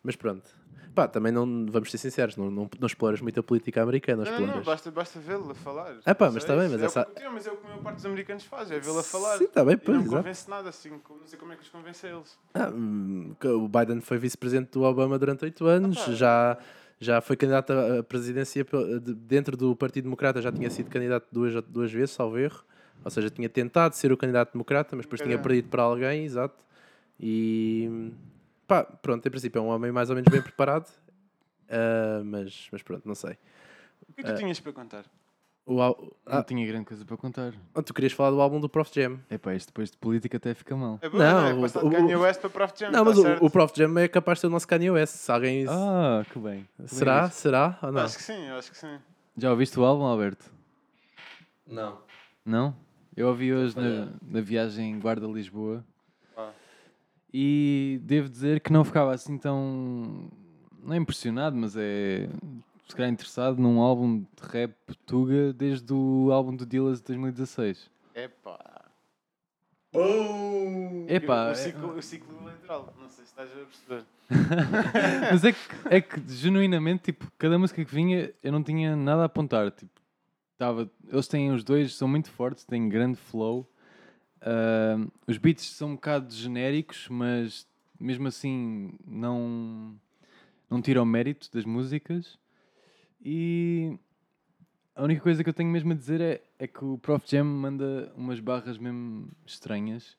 [SPEAKER 3] Mas pronto. Pá, também não vamos ser sinceros, não, não, não exploras muito a política americana,
[SPEAKER 2] Não, não, não,
[SPEAKER 3] exploras.
[SPEAKER 2] basta, basta vê-lo a falar.
[SPEAKER 3] Ah pá,
[SPEAKER 2] Só
[SPEAKER 3] mas está bem,
[SPEAKER 2] isso.
[SPEAKER 3] mas
[SPEAKER 2] é
[SPEAKER 3] essa-
[SPEAKER 2] O que, mas é o que a maior parte dos americanos faz, é vê-lo a falar.
[SPEAKER 3] Sim, está bem,
[SPEAKER 2] E
[SPEAKER 3] pois,
[SPEAKER 2] não
[SPEAKER 3] exato.
[SPEAKER 2] convence nada, assim, com- não sei como é que os convence a eles.
[SPEAKER 3] Ah, hum, que o Biden foi vice-presidente do Obama durante oito anos,
[SPEAKER 2] Ah, pá.
[SPEAKER 3] já, já foi candidato à à presidência pe- de- dentro do Partido Democrata, já tinha sido candidato duas, duas vezes, salvo erro. Ou seja, tinha tentado ser o candidato democrata, mas depois tinha
[SPEAKER 2] Caralho.
[SPEAKER 3] perdido para alguém, exato. E pá, pronto, em princípio é um homem mais ou menos bem preparado, Ah, mas, mas pronto, não sei.
[SPEAKER 2] O
[SPEAKER 3] É.
[SPEAKER 2] que tu tinhas para contar?
[SPEAKER 3] O, al-
[SPEAKER 1] Não
[SPEAKER 3] ah,
[SPEAKER 1] tinha grande coisa para contar.
[SPEAKER 3] tu querias falar do álbum do Prof Jam?
[SPEAKER 1] Epá, isto depois de política até fica mal.
[SPEAKER 2] É bom,
[SPEAKER 3] Não,
[SPEAKER 2] não, é?
[SPEAKER 3] o-
[SPEAKER 2] Passar
[SPEAKER 3] o-
[SPEAKER 2] de Kanye West para Prof Jam,
[SPEAKER 3] Não, mas
[SPEAKER 2] está
[SPEAKER 3] o,
[SPEAKER 2] tá certo?
[SPEAKER 3] o Prof Jam é capaz de ser o nosso Kanye West. Se alguém.
[SPEAKER 1] Ah, que bem. Que bem
[SPEAKER 3] será?
[SPEAKER 1] visto.
[SPEAKER 3] Será? Ou não?
[SPEAKER 2] Acho que sim, acho que sim.
[SPEAKER 1] Já ouviste o álbum, Alberto?
[SPEAKER 4] Não.
[SPEAKER 1] Não? Eu ouvi hoje na,
[SPEAKER 4] falhado.
[SPEAKER 1] na viagem Guarda-Lisboa.
[SPEAKER 2] Ah.
[SPEAKER 1] E devo dizer que não ficava assim tão. Não é impressionado, mas é. Se calhar interessado num álbum de rap tuga desde o álbum do Dillas de 2016.
[SPEAKER 2] Epá.
[SPEAKER 4] Oh!
[SPEAKER 1] Epá,
[SPEAKER 3] é-
[SPEAKER 1] é,
[SPEAKER 2] o, ciclo, o ciclo eleitoral, não sei se estás a perceber.
[SPEAKER 1] Mas é que, é que genuinamente, tipo, cada música que vinha eu não tinha nada a apontar. Tipo, tava, eles têm os dois, são muito fortes, têm grande flow. Ahm, os beats são um bocado genéricos, mas mesmo assim não, não tiram mérito das músicas. E a única coisa que eu tenho mesmo a dizer é, é que o Prof Jam manda umas barras mesmo estranhas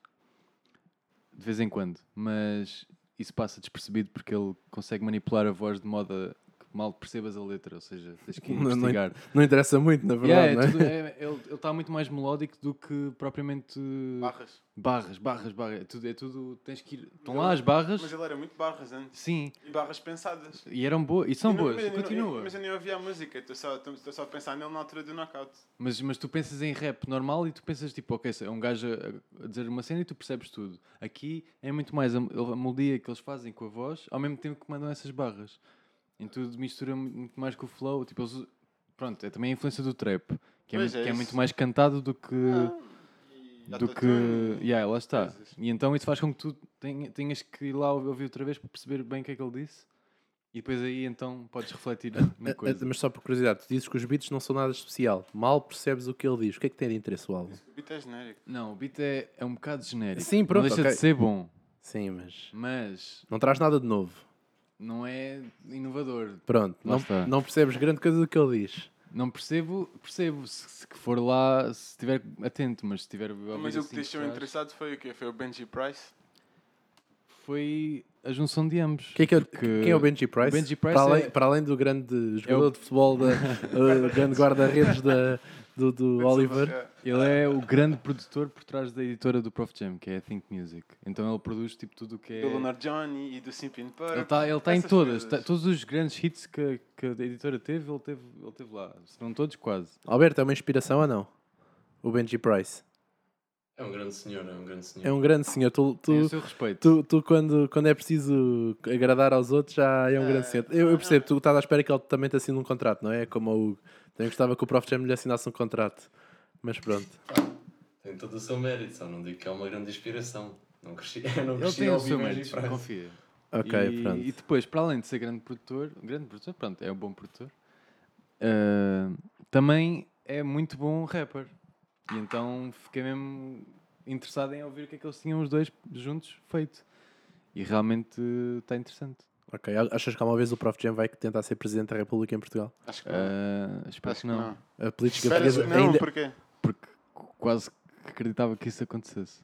[SPEAKER 1] de vez em quando, mas isso passa despercebido porque ele consegue manipular a voz de modo a que mal percebas a letra, ou seja, tens que
[SPEAKER 3] Não- não-
[SPEAKER 1] investigar.
[SPEAKER 3] Não interessa muito, na
[SPEAKER 1] Yeah, é
[SPEAKER 3] verdade, não é?
[SPEAKER 1] tudo- é- ele ele está muito mais melódico do que propriamente
[SPEAKER 2] Barras.
[SPEAKER 1] barras, barras, barras. É tudo, é tudo tens que ir. Estão lá as barras,
[SPEAKER 2] Mas ele era muito barras antes.
[SPEAKER 1] sim,
[SPEAKER 2] E barras pensadas.
[SPEAKER 1] e eram boas, e são
[SPEAKER 2] E não-
[SPEAKER 1] boas,
[SPEAKER 2] mas
[SPEAKER 1] e
[SPEAKER 2] eu não-
[SPEAKER 1] continua.
[SPEAKER 2] Mas eu nem ouvi a música, estou só, estou- estou só a pensar nele na altura do knockout.
[SPEAKER 1] Mas, mas tu pensas em rap normal e tu pensas tipo, ok, é um gajo a, a dizer uma cena e tu percebes tudo. Aqui é muito mais a, a melodia que eles fazem com a voz ao mesmo tempo que mandam essas barras. Em tudo mistura mu- muito mais com o flow. Tipo, eles- pronto, é também a influência do trap, que é,
[SPEAKER 2] Pois
[SPEAKER 1] muito,
[SPEAKER 2] é,
[SPEAKER 1] que é
[SPEAKER 2] isso. Ah.
[SPEAKER 1] muito mais cantado do que.
[SPEAKER 2] E tá
[SPEAKER 1] do que.
[SPEAKER 2] autotune.
[SPEAKER 1] Yeah, lá está.
[SPEAKER 2] coisas.
[SPEAKER 1] E então isso faz com que tu tenha- tenhas que ir lá ouvir outra vez para perceber bem o que é que ele disse. E depois aí então podes refletir na
[SPEAKER 3] Ah, ah,
[SPEAKER 1] coisa.
[SPEAKER 3] Mas só por curiosidade, tu dizes que os beats não são nada especial. Mal percebes o que ele diz. O que é que tem de interesse o álbum?
[SPEAKER 2] O beat é genérico.
[SPEAKER 1] Não, o beat é, é um bocado genérico.
[SPEAKER 3] Sim, pronto,
[SPEAKER 1] Não deixa
[SPEAKER 3] ok.
[SPEAKER 1] de ser bom.
[SPEAKER 3] Sim, mas.
[SPEAKER 1] Mas
[SPEAKER 3] Não traz nada de novo.
[SPEAKER 1] não é inovador.
[SPEAKER 3] Pronto,
[SPEAKER 1] Lá
[SPEAKER 3] não,
[SPEAKER 1] está.
[SPEAKER 3] não percebes grande coisa do que ele diz.
[SPEAKER 1] Não percebo, percebo se, se que for lá, se estiver atento, mas se estiver a ouvir
[SPEAKER 2] Mas o que
[SPEAKER 1] assim
[SPEAKER 2] te deixou
[SPEAKER 1] por trás,
[SPEAKER 2] interessado foi o quê? Foi o Benji Price?
[SPEAKER 1] foi a junção de ambos.
[SPEAKER 3] Quem é, que é o-
[SPEAKER 1] Porque
[SPEAKER 3] quem é o Benji Price?
[SPEAKER 1] Benji Price
[SPEAKER 3] para,
[SPEAKER 1] é-
[SPEAKER 3] além, para além do grande jogador de futebol, da, eh, grande guarda-redes da- do, do Oliver.
[SPEAKER 2] É.
[SPEAKER 1] Ele é o grande produtor por trás da editora do Prof Jam, que é a Think Music. Então ele produz tipo tudo o que é.
[SPEAKER 2] Do Lunar Johnny e do Simpin Purple.
[SPEAKER 1] Ele está ele tá em
[SPEAKER 2] Essas
[SPEAKER 1] todas,
[SPEAKER 2] coisas.
[SPEAKER 1] tá- todos os grandes hits que, que a editora teve, ele teve, ele teve lá. Se não todos, quase.
[SPEAKER 3] Alberto, é uma inspiração ou não? O Benji Price.
[SPEAKER 4] É um grande senhor, é um grande senhor.
[SPEAKER 3] É um grande senhor. Tu,
[SPEAKER 1] Tem o
[SPEAKER 3] tu,
[SPEAKER 1] seu respeito.
[SPEAKER 3] tu, tu, quando, quando é preciso agradar aos outros, já é um
[SPEAKER 2] Ah,
[SPEAKER 3] grande senhor. Eu, eu percebo, tu estás à espera que ele também te assine um contrato, não é? Como o Hugo. Também gostava que o Prof. Jam lhe assinasse um contrato. Mas pronto.
[SPEAKER 4] Tem todo o seu mérito, só não digo que é uma grande inspiração. Não cresci, não
[SPEAKER 1] Ele
[SPEAKER 4] cresci
[SPEAKER 1] tem
[SPEAKER 4] a
[SPEAKER 1] os
[SPEAKER 4] ouvir
[SPEAKER 1] seus
[SPEAKER 4] Magic
[SPEAKER 1] méritos,
[SPEAKER 4] Price.
[SPEAKER 1] confia.
[SPEAKER 3] Ok,
[SPEAKER 1] e,
[SPEAKER 3] pronto.
[SPEAKER 1] E depois, para além de ser grande produtor, grande produtor, pronto, é um bom produtor, ah, também é muito bom rapper. E então fiquei mesmo interessado em ouvir o que é que eles tinham os dois juntos feito. E realmente está interessante.
[SPEAKER 3] Ok, a- achas que alguma vez o Prof. Jam vai tentar ser Presidente da República em Portugal?
[SPEAKER 2] Acho que não.
[SPEAKER 1] Ah, espero
[SPEAKER 2] Acho
[SPEAKER 1] que não,
[SPEAKER 3] A política
[SPEAKER 2] Espera-se
[SPEAKER 3] portuguesa
[SPEAKER 2] que não,
[SPEAKER 3] ainda...
[SPEAKER 2] porquê?
[SPEAKER 1] porque qu- quase que acreditava que isso acontecesse.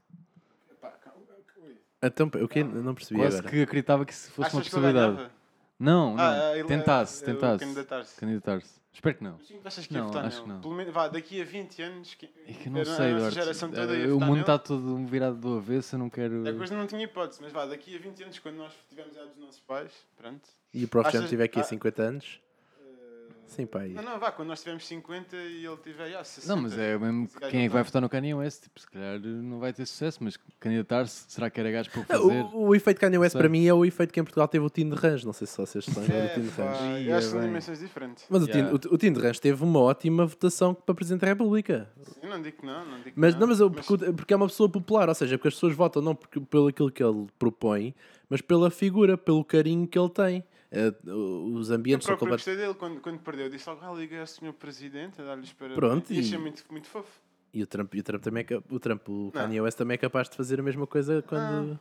[SPEAKER 3] Então, o quê?
[SPEAKER 2] Ah,
[SPEAKER 3] Não percebi
[SPEAKER 1] Quase
[SPEAKER 3] agora.
[SPEAKER 1] que acreditava que isso fosse uma
[SPEAKER 2] Achas que ele
[SPEAKER 1] possibilidade.
[SPEAKER 2] ganhava?
[SPEAKER 1] Não, não.
[SPEAKER 2] Ah, ele-
[SPEAKER 1] tentasse,
[SPEAKER 2] ele
[SPEAKER 1] tentasse.
[SPEAKER 2] Candidatar-se.
[SPEAKER 1] Candidatar-se. Espero que não.
[SPEAKER 2] Mas sim, Achas que ia
[SPEAKER 1] Não,
[SPEAKER 2] votar
[SPEAKER 1] acho que
[SPEAKER 2] nele?
[SPEAKER 1] não.
[SPEAKER 2] Pelo menos, vá, daqui a 20 anos... que-
[SPEAKER 1] É que eu não
[SPEAKER 2] a
[SPEAKER 1] sei,
[SPEAKER 2] nossa
[SPEAKER 1] Duarte.
[SPEAKER 2] geração toda ia
[SPEAKER 1] Eh, O mundo
[SPEAKER 2] votar nele.
[SPEAKER 1] está todo virado do avesso, eu não quero.
[SPEAKER 2] A coisa é não tinha hipótese, mas vá, daqui a 20 anos, quando nós tivermos já dos nossos pais, pronto.
[SPEAKER 3] E o Prof. Jam
[SPEAKER 2] Achas-
[SPEAKER 3] tiver aqui
[SPEAKER 2] ah.
[SPEAKER 3] 50 anos?
[SPEAKER 2] eh,
[SPEAKER 3] Sim, pá, aí.
[SPEAKER 2] Não, não, vá, quando nós tivermos 50 e ele tiver, ah, 60.
[SPEAKER 1] Não, mas é mesmo
[SPEAKER 2] Se calhar
[SPEAKER 1] quem é
[SPEAKER 2] não
[SPEAKER 1] que vai
[SPEAKER 2] tá.
[SPEAKER 1] votar no Kanye West, tipo, se calhar não vai ter sucesso, mas candidatar-se, será que era gajo para o
[SPEAKER 3] Ah,
[SPEAKER 1] fazer?
[SPEAKER 3] O, o efeito Kanye West
[SPEAKER 1] Sei.
[SPEAKER 3] para mim é o efeito que em Portugal teve o Tim de Range. Não sei se vocês estão a ver o
[SPEAKER 2] É,
[SPEAKER 3] Tim de
[SPEAKER 2] pá,
[SPEAKER 3] Range.
[SPEAKER 1] Range.
[SPEAKER 2] eu acho que são
[SPEAKER 1] Ia bem.
[SPEAKER 2] dimensões diferentes.
[SPEAKER 3] Mas o,
[SPEAKER 1] Yeah.
[SPEAKER 3] Tim, o, o Tim de Range teve uma ótima votação para Presidente da República.
[SPEAKER 2] Sim, não digo que não, não digo que
[SPEAKER 3] Mas,
[SPEAKER 2] não.
[SPEAKER 3] não, mas, eu- porque, o- porque é uma pessoa popular, ou seja, porque as pessoas votam não porque, pelo aquilo que ele propõe, mas pela figura, pelo carinho que ele tem. Eh, o- os
[SPEAKER 2] eu
[SPEAKER 3] ambientes são
[SPEAKER 2] próprio
[SPEAKER 3] completamente.
[SPEAKER 2] gostei dele quando, quando perdeu. Disse logo, ah, liga ao senhor presidente a dar-lhe os parabéns.
[SPEAKER 3] Pronto,
[SPEAKER 2] E achei
[SPEAKER 3] e-
[SPEAKER 2] muito, muito fofo.
[SPEAKER 3] E o Trump, e o Trump também é cap- o, Trump, o Kanye West também é capaz de fazer a mesma coisa
[SPEAKER 2] Ah.
[SPEAKER 3] quando.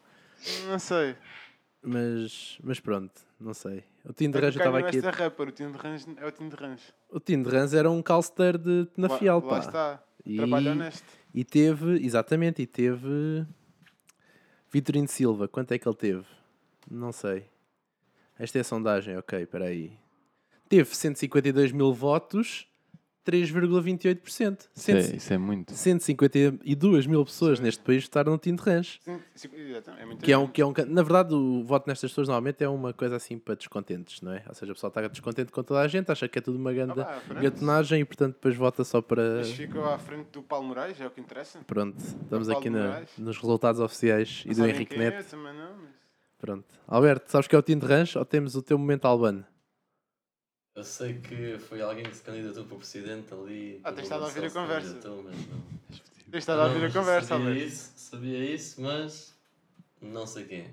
[SPEAKER 2] Não sei.
[SPEAKER 3] Mas, mas pronto, não sei. O Tim
[SPEAKER 2] É que
[SPEAKER 3] de
[SPEAKER 2] o
[SPEAKER 3] Range eu estava
[SPEAKER 2] Kanye
[SPEAKER 3] aqui.
[SPEAKER 2] West é rapper, o Tim de Range é o Tim de Range.
[SPEAKER 3] O Tim de Range era um calster de
[SPEAKER 2] Lá-
[SPEAKER 3] Tenafiel,
[SPEAKER 2] Lá
[SPEAKER 3] pá.
[SPEAKER 2] está.
[SPEAKER 3] E-
[SPEAKER 2] Trabalho honesto.
[SPEAKER 3] E teve, exatamente, e teve. Vitorino Silva, quanto é que ele teve? Não sei. Esta é a sondagem, ok, espera aí. Teve 152 mil votos, 3,28%.
[SPEAKER 1] Isso é,
[SPEAKER 3] Cento-
[SPEAKER 1] isso é muito.
[SPEAKER 3] 152 mil pessoas neste país votaram no Tinto Range.
[SPEAKER 2] Sim, sim, exatamente, muito
[SPEAKER 3] Que é, um, que é um. can- Na verdade, o voto nestas pessoas normalmente é uma coisa assim para descontentes, não é? Ou seja, o pessoal está descontente com toda a gente, acha que é tudo uma grande
[SPEAKER 2] Ah, pá,
[SPEAKER 3] gatonagem e, portanto, depois vota só para.
[SPEAKER 2] Mas ficou à frente do Paulo Moraes, é o que interessa.
[SPEAKER 3] Pronto, estamos
[SPEAKER 2] Paulo
[SPEAKER 3] aqui na-
[SPEAKER 2] Moraes.
[SPEAKER 3] nos resultados oficiais e
[SPEAKER 2] Não
[SPEAKER 3] do
[SPEAKER 2] sabem
[SPEAKER 3] Henrique
[SPEAKER 2] quem é,
[SPEAKER 3] Neto.
[SPEAKER 2] eu também não, mas-
[SPEAKER 3] Pronto. Alberto, sabes que é o Tim de Range ou temos o teu momento albano?
[SPEAKER 4] Eu sei que foi alguém que se candidatou para presidente ali.
[SPEAKER 2] Ah,
[SPEAKER 4] o
[SPEAKER 2] tens estado a ouvir
[SPEAKER 4] Gonçalo
[SPEAKER 2] a
[SPEAKER 4] se
[SPEAKER 2] conversa.
[SPEAKER 4] candidatou, mas não.
[SPEAKER 2] Tens estado a
[SPEAKER 4] Não,
[SPEAKER 2] ouvir a
[SPEAKER 4] mas
[SPEAKER 2] conversa,
[SPEAKER 4] sabia
[SPEAKER 2] Alberto.
[SPEAKER 4] isso, sabia isso, mas não sei quem. é.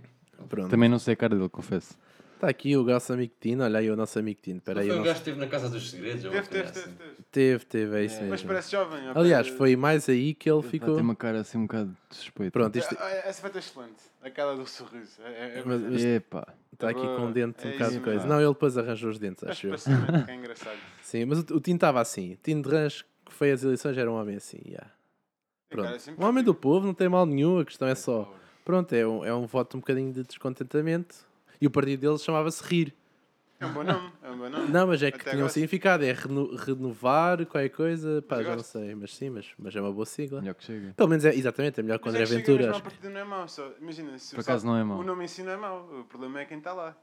[SPEAKER 3] Pronto.
[SPEAKER 1] Também não sei a cara dele, confesso.
[SPEAKER 3] Está aqui o nosso amigo Tino. Olha aí o nosso amigo Tino. Espera aí.
[SPEAKER 4] foi
[SPEAKER 3] eu
[SPEAKER 4] um
[SPEAKER 3] não-
[SPEAKER 4] gajo que esteve na Casa dos Segredos, ou uma
[SPEAKER 2] Teve,
[SPEAKER 4] coisa
[SPEAKER 2] teve,
[SPEAKER 4] assim.
[SPEAKER 2] teve, teve.
[SPEAKER 3] Teve, teve, é isso
[SPEAKER 2] Mas
[SPEAKER 3] mesmo.
[SPEAKER 2] parece jovem. ó,
[SPEAKER 3] Aliás,
[SPEAKER 2] pá.
[SPEAKER 3] foi mais aí que
[SPEAKER 1] Ficou...
[SPEAKER 3] ele
[SPEAKER 1] tá Tem
[SPEAKER 3] ficou.
[SPEAKER 1] uma cara assim um bocado suspeita.
[SPEAKER 3] Pronto, isto
[SPEAKER 2] É, é, Essa vai estar excelente. A cara do sorriso. É, é, é
[SPEAKER 3] Mas-
[SPEAKER 2] mas,
[SPEAKER 1] Epá.
[SPEAKER 3] está aqui com o dente
[SPEAKER 2] É
[SPEAKER 3] um
[SPEAKER 2] isso
[SPEAKER 3] bocado de coisa.
[SPEAKER 1] mesmo.
[SPEAKER 3] Não, ele depois arranjou os dentes,
[SPEAKER 2] mas
[SPEAKER 3] acho eu.
[SPEAKER 2] parece que é engraçado.
[SPEAKER 3] Sim, mas o, o Tino estava assim. Tino de Range, que foi às eleições, era um homem assim. yeah.
[SPEAKER 2] A cara é
[SPEAKER 3] Pronto. Um
[SPEAKER 2] simpática.
[SPEAKER 3] homem do povo, não tem mal nenhum. A questão é só. Pronto, é um, é um voto um bocadinho de descontentamento. E o partido deles chamava-se Rir.
[SPEAKER 2] É um bom nome. É um bom nome.
[SPEAKER 3] Não, mas é que
[SPEAKER 2] Até
[SPEAKER 3] tinha um
[SPEAKER 2] agora-
[SPEAKER 3] significado, é reno- renovar qualquer coisa, pá,
[SPEAKER 2] Mas
[SPEAKER 3] já não
[SPEAKER 2] gosto.
[SPEAKER 3] sei, mas sim, mas, mas é uma boa sigla.
[SPEAKER 1] Melhor que chega.
[SPEAKER 3] Pelo menos é exatamente, é melhor que o
[SPEAKER 2] Mas
[SPEAKER 3] André
[SPEAKER 2] é que chega
[SPEAKER 3] Ventura.
[SPEAKER 2] mesmo à
[SPEAKER 3] acho que-
[SPEAKER 2] partida não é mau. Só, imagina, se
[SPEAKER 1] Por acaso não é mau.
[SPEAKER 2] o nome em si não é mau. O problema é quem está lá.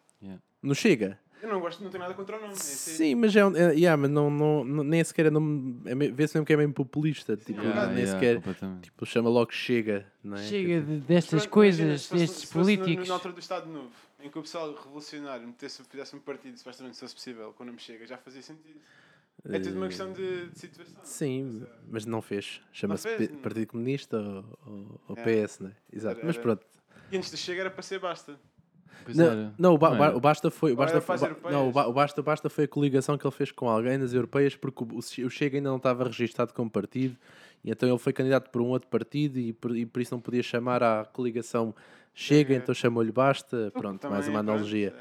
[SPEAKER 3] Não chega?
[SPEAKER 2] Eu não gosto, não tenho nada contra o nome. Sim.
[SPEAKER 3] Sim, mas é, um- é yeah, mas não, não, não- nem sequer é nome, é, me- vê-se mesmo que é mesmo populista, tipo,
[SPEAKER 2] Yeah,
[SPEAKER 3] nem
[SPEAKER 1] Ah,
[SPEAKER 3] sequer,
[SPEAKER 1] completamente.
[SPEAKER 3] tipo, chama logo chega, não é? Tipo,
[SPEAKER 5] destas coisas, destes políticos.
[SPEAKER 2] Na altura do Estado Novo, em que o pessoal revolucionário metesse, fizesse um partido, supostamente, se fosse possível, quando me chega, já fazia sentido. É tudo uma questão de, de situação.
[SPEAKER 3] Sim, mas não fez. Chama-se
[SPEAKER 2] fez,
[SPEAKER 3] P-
[SPEAKER 2] não.
[SPEAKER 3] Partido Comunista ou, ou- ou
[SPEAKER 2] Yeah.
[SPEAKER 3] PS, né? Exato,
[SPEAKER 2] Era-
[SPEAKER 3] mas
[SPEAKER 2] era-
[SPEAKER 3] pronto.
[SPEAKER 2] E antes de chegar era para ser basta.
[SPEAKER 1] Pois
[SPEAKER 3] Não,
[SPEAKER 1] era.
[SPEAKER 3] não, o, Ba-
[SPEAKER 1] Não é?
[SPEAKER 3] Ba-
[SPEAKER 1] era.
[SPEAKER 3] o Basta foi. O Basta,
[SPEAKER 2] era
[SPEAKER 3] foi- o
[SPEAKER 2] para as
[SPEAKER 3] Ba- não, o Ba- o Basta, o Basta foi a coligação que ele fez com alguém nas europeias porque o- o Che- o Chega ainda não estava registado como partido e então ele foi candidato por um outro partido e por, e por isso não podia chamar à coligação Chega, então chamou-lhe Basta. Pronto, mais uma
[SPEAKER 2] É. Também, pronto,
[SPEAKER 3] analogia.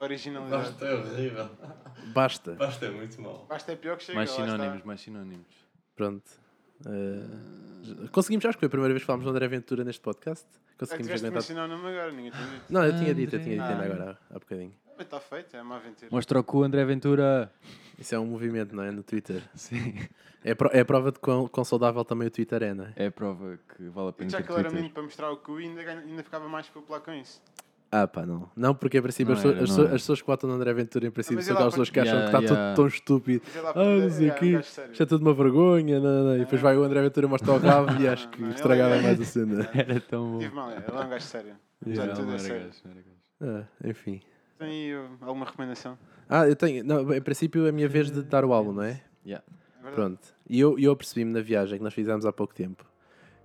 [SPEAKER 2] é Originalidade.
[SPEAKER 4] Basta é horrível.
[SPEAKER 3] Basta.
[SPEAKER 4] Basta é muito mal.
[SPEAKER 2] Basta é pior que chega.
[SPEAKER 1] Mais
[SPEAKER 2] lá está.
[SPEAKER 1] sinónimos, mais sinónimos.
[SPEAKER 3] Pronto. Uh, já- conseguimos, acho que foi a primeira vez que falámos de André Ventura neste podcast.
[SPEAKER 2] É que
[SPEAKER 3] Conseguimos
[SPEAKER 2] tiveste de mencionar
[SPEAKER 3] aguentar.
[SPEAKER 2] o nome agora, ninguém tinha dito.
[SPEAKER 3] Não, eu tinha dito, eu tinha dito ainda
[SPEAKER 2] André.
[SPEAKER 3] agora há- há bocadinho.
[SPEAKER 2] Mas está feito, é uma aventura.
[SPEAKER 1] Mostra o cu, André Ventura.
[SPEAKER 3] Isso é um movimento, não é? No Twitter.
[SPEAKER 1] Sim.
[SPEAKER 3] É, pro- é a prova de quão, quão saudável também o Twitter é, não é?
[SPEAKER 1] É a prova que vale a
[SPEAKER 2] E
[SPEAKER 1] pena
[SPEAKER 2] já
[SPEAKER 1] ter Twitter.
[SPEAKER 2] claramente para mostrar o cu ainda, ganha- ainda ficava mais popular com isso.
[SPEAKER 3] Ah, pá, não. Não, porque em princípio
[SPEAKER 1] Não
[SPEAKER 3] as, pessoas-
[SPEAKER 1] era,
[SPEAKER 3] as
[SPEAKER 1] não
[SPEAKER 3] pessoas-
[SPEAKER 1] era.
[SPEAKER 3] as pessoas que votam no André Ventura, em princípio,
[SPEAKER 2] Mas
[SPEAKER 3] são
[SPEAKER 2] ele
[SPEAKER 3] aquelas
[SPEAKER 2] lá
[SPEAKER 3] pessoas que acham que
[SPEAKER 1] Yeah,
[SPEAKER 3] está
[SPEAKER 1] yeah.
[SPEAKER 3] tudo tão estúpido.
[SPEAKER 2] Mas é lá
[SPEAKER 3] Ah, não sei
[SPEAKER 2] é,
[SPEAKER 3] o
[SPEAKER 2] um
[SPEAKER 3] quê.
[SPEAKER 2] gajo sério.
[SPEAKER 3] Isto é tudo uma vergonha. Não, não. E depois vai o André Ventura mostra o rabo e
[SPEAKER 2] Não,
[SPEAKER 3] acho que
[SPEAKER 2] não, ele
[SPEAKER 3] estragava
[SPEAKER 2] é-
[SPEAKER 3] mais a cena.
[SPEAKER 1] Era tão bom.
[SPEAKER 2] Tive mal, ele é um gajo sério.
[SPEAKER 1] Yeah,
[SPEAKER 2] já tudo
[SPEAKER 1] não
[SPEAKER 2] é
[SPEAKER 1] era
[SPEAKER 2] sério.
[SPEAKER 1] gajo, não era gajo.
[SPEAKER 3] Ah, enfim.
[SPEAKER 2] Tem aí uh, alguma recomendação?
[SPEAKER 3] Ah, eu tenho. Não, em princípio, é a minha vez de dar o álbum, não é?
[SPEAKER 1] Yeah.
[SPEAKER 2] É verdade?
[SPEAKER 3] Pronto. E eu, eu apercebi-me na viagem que nós fizemos há pouco tempo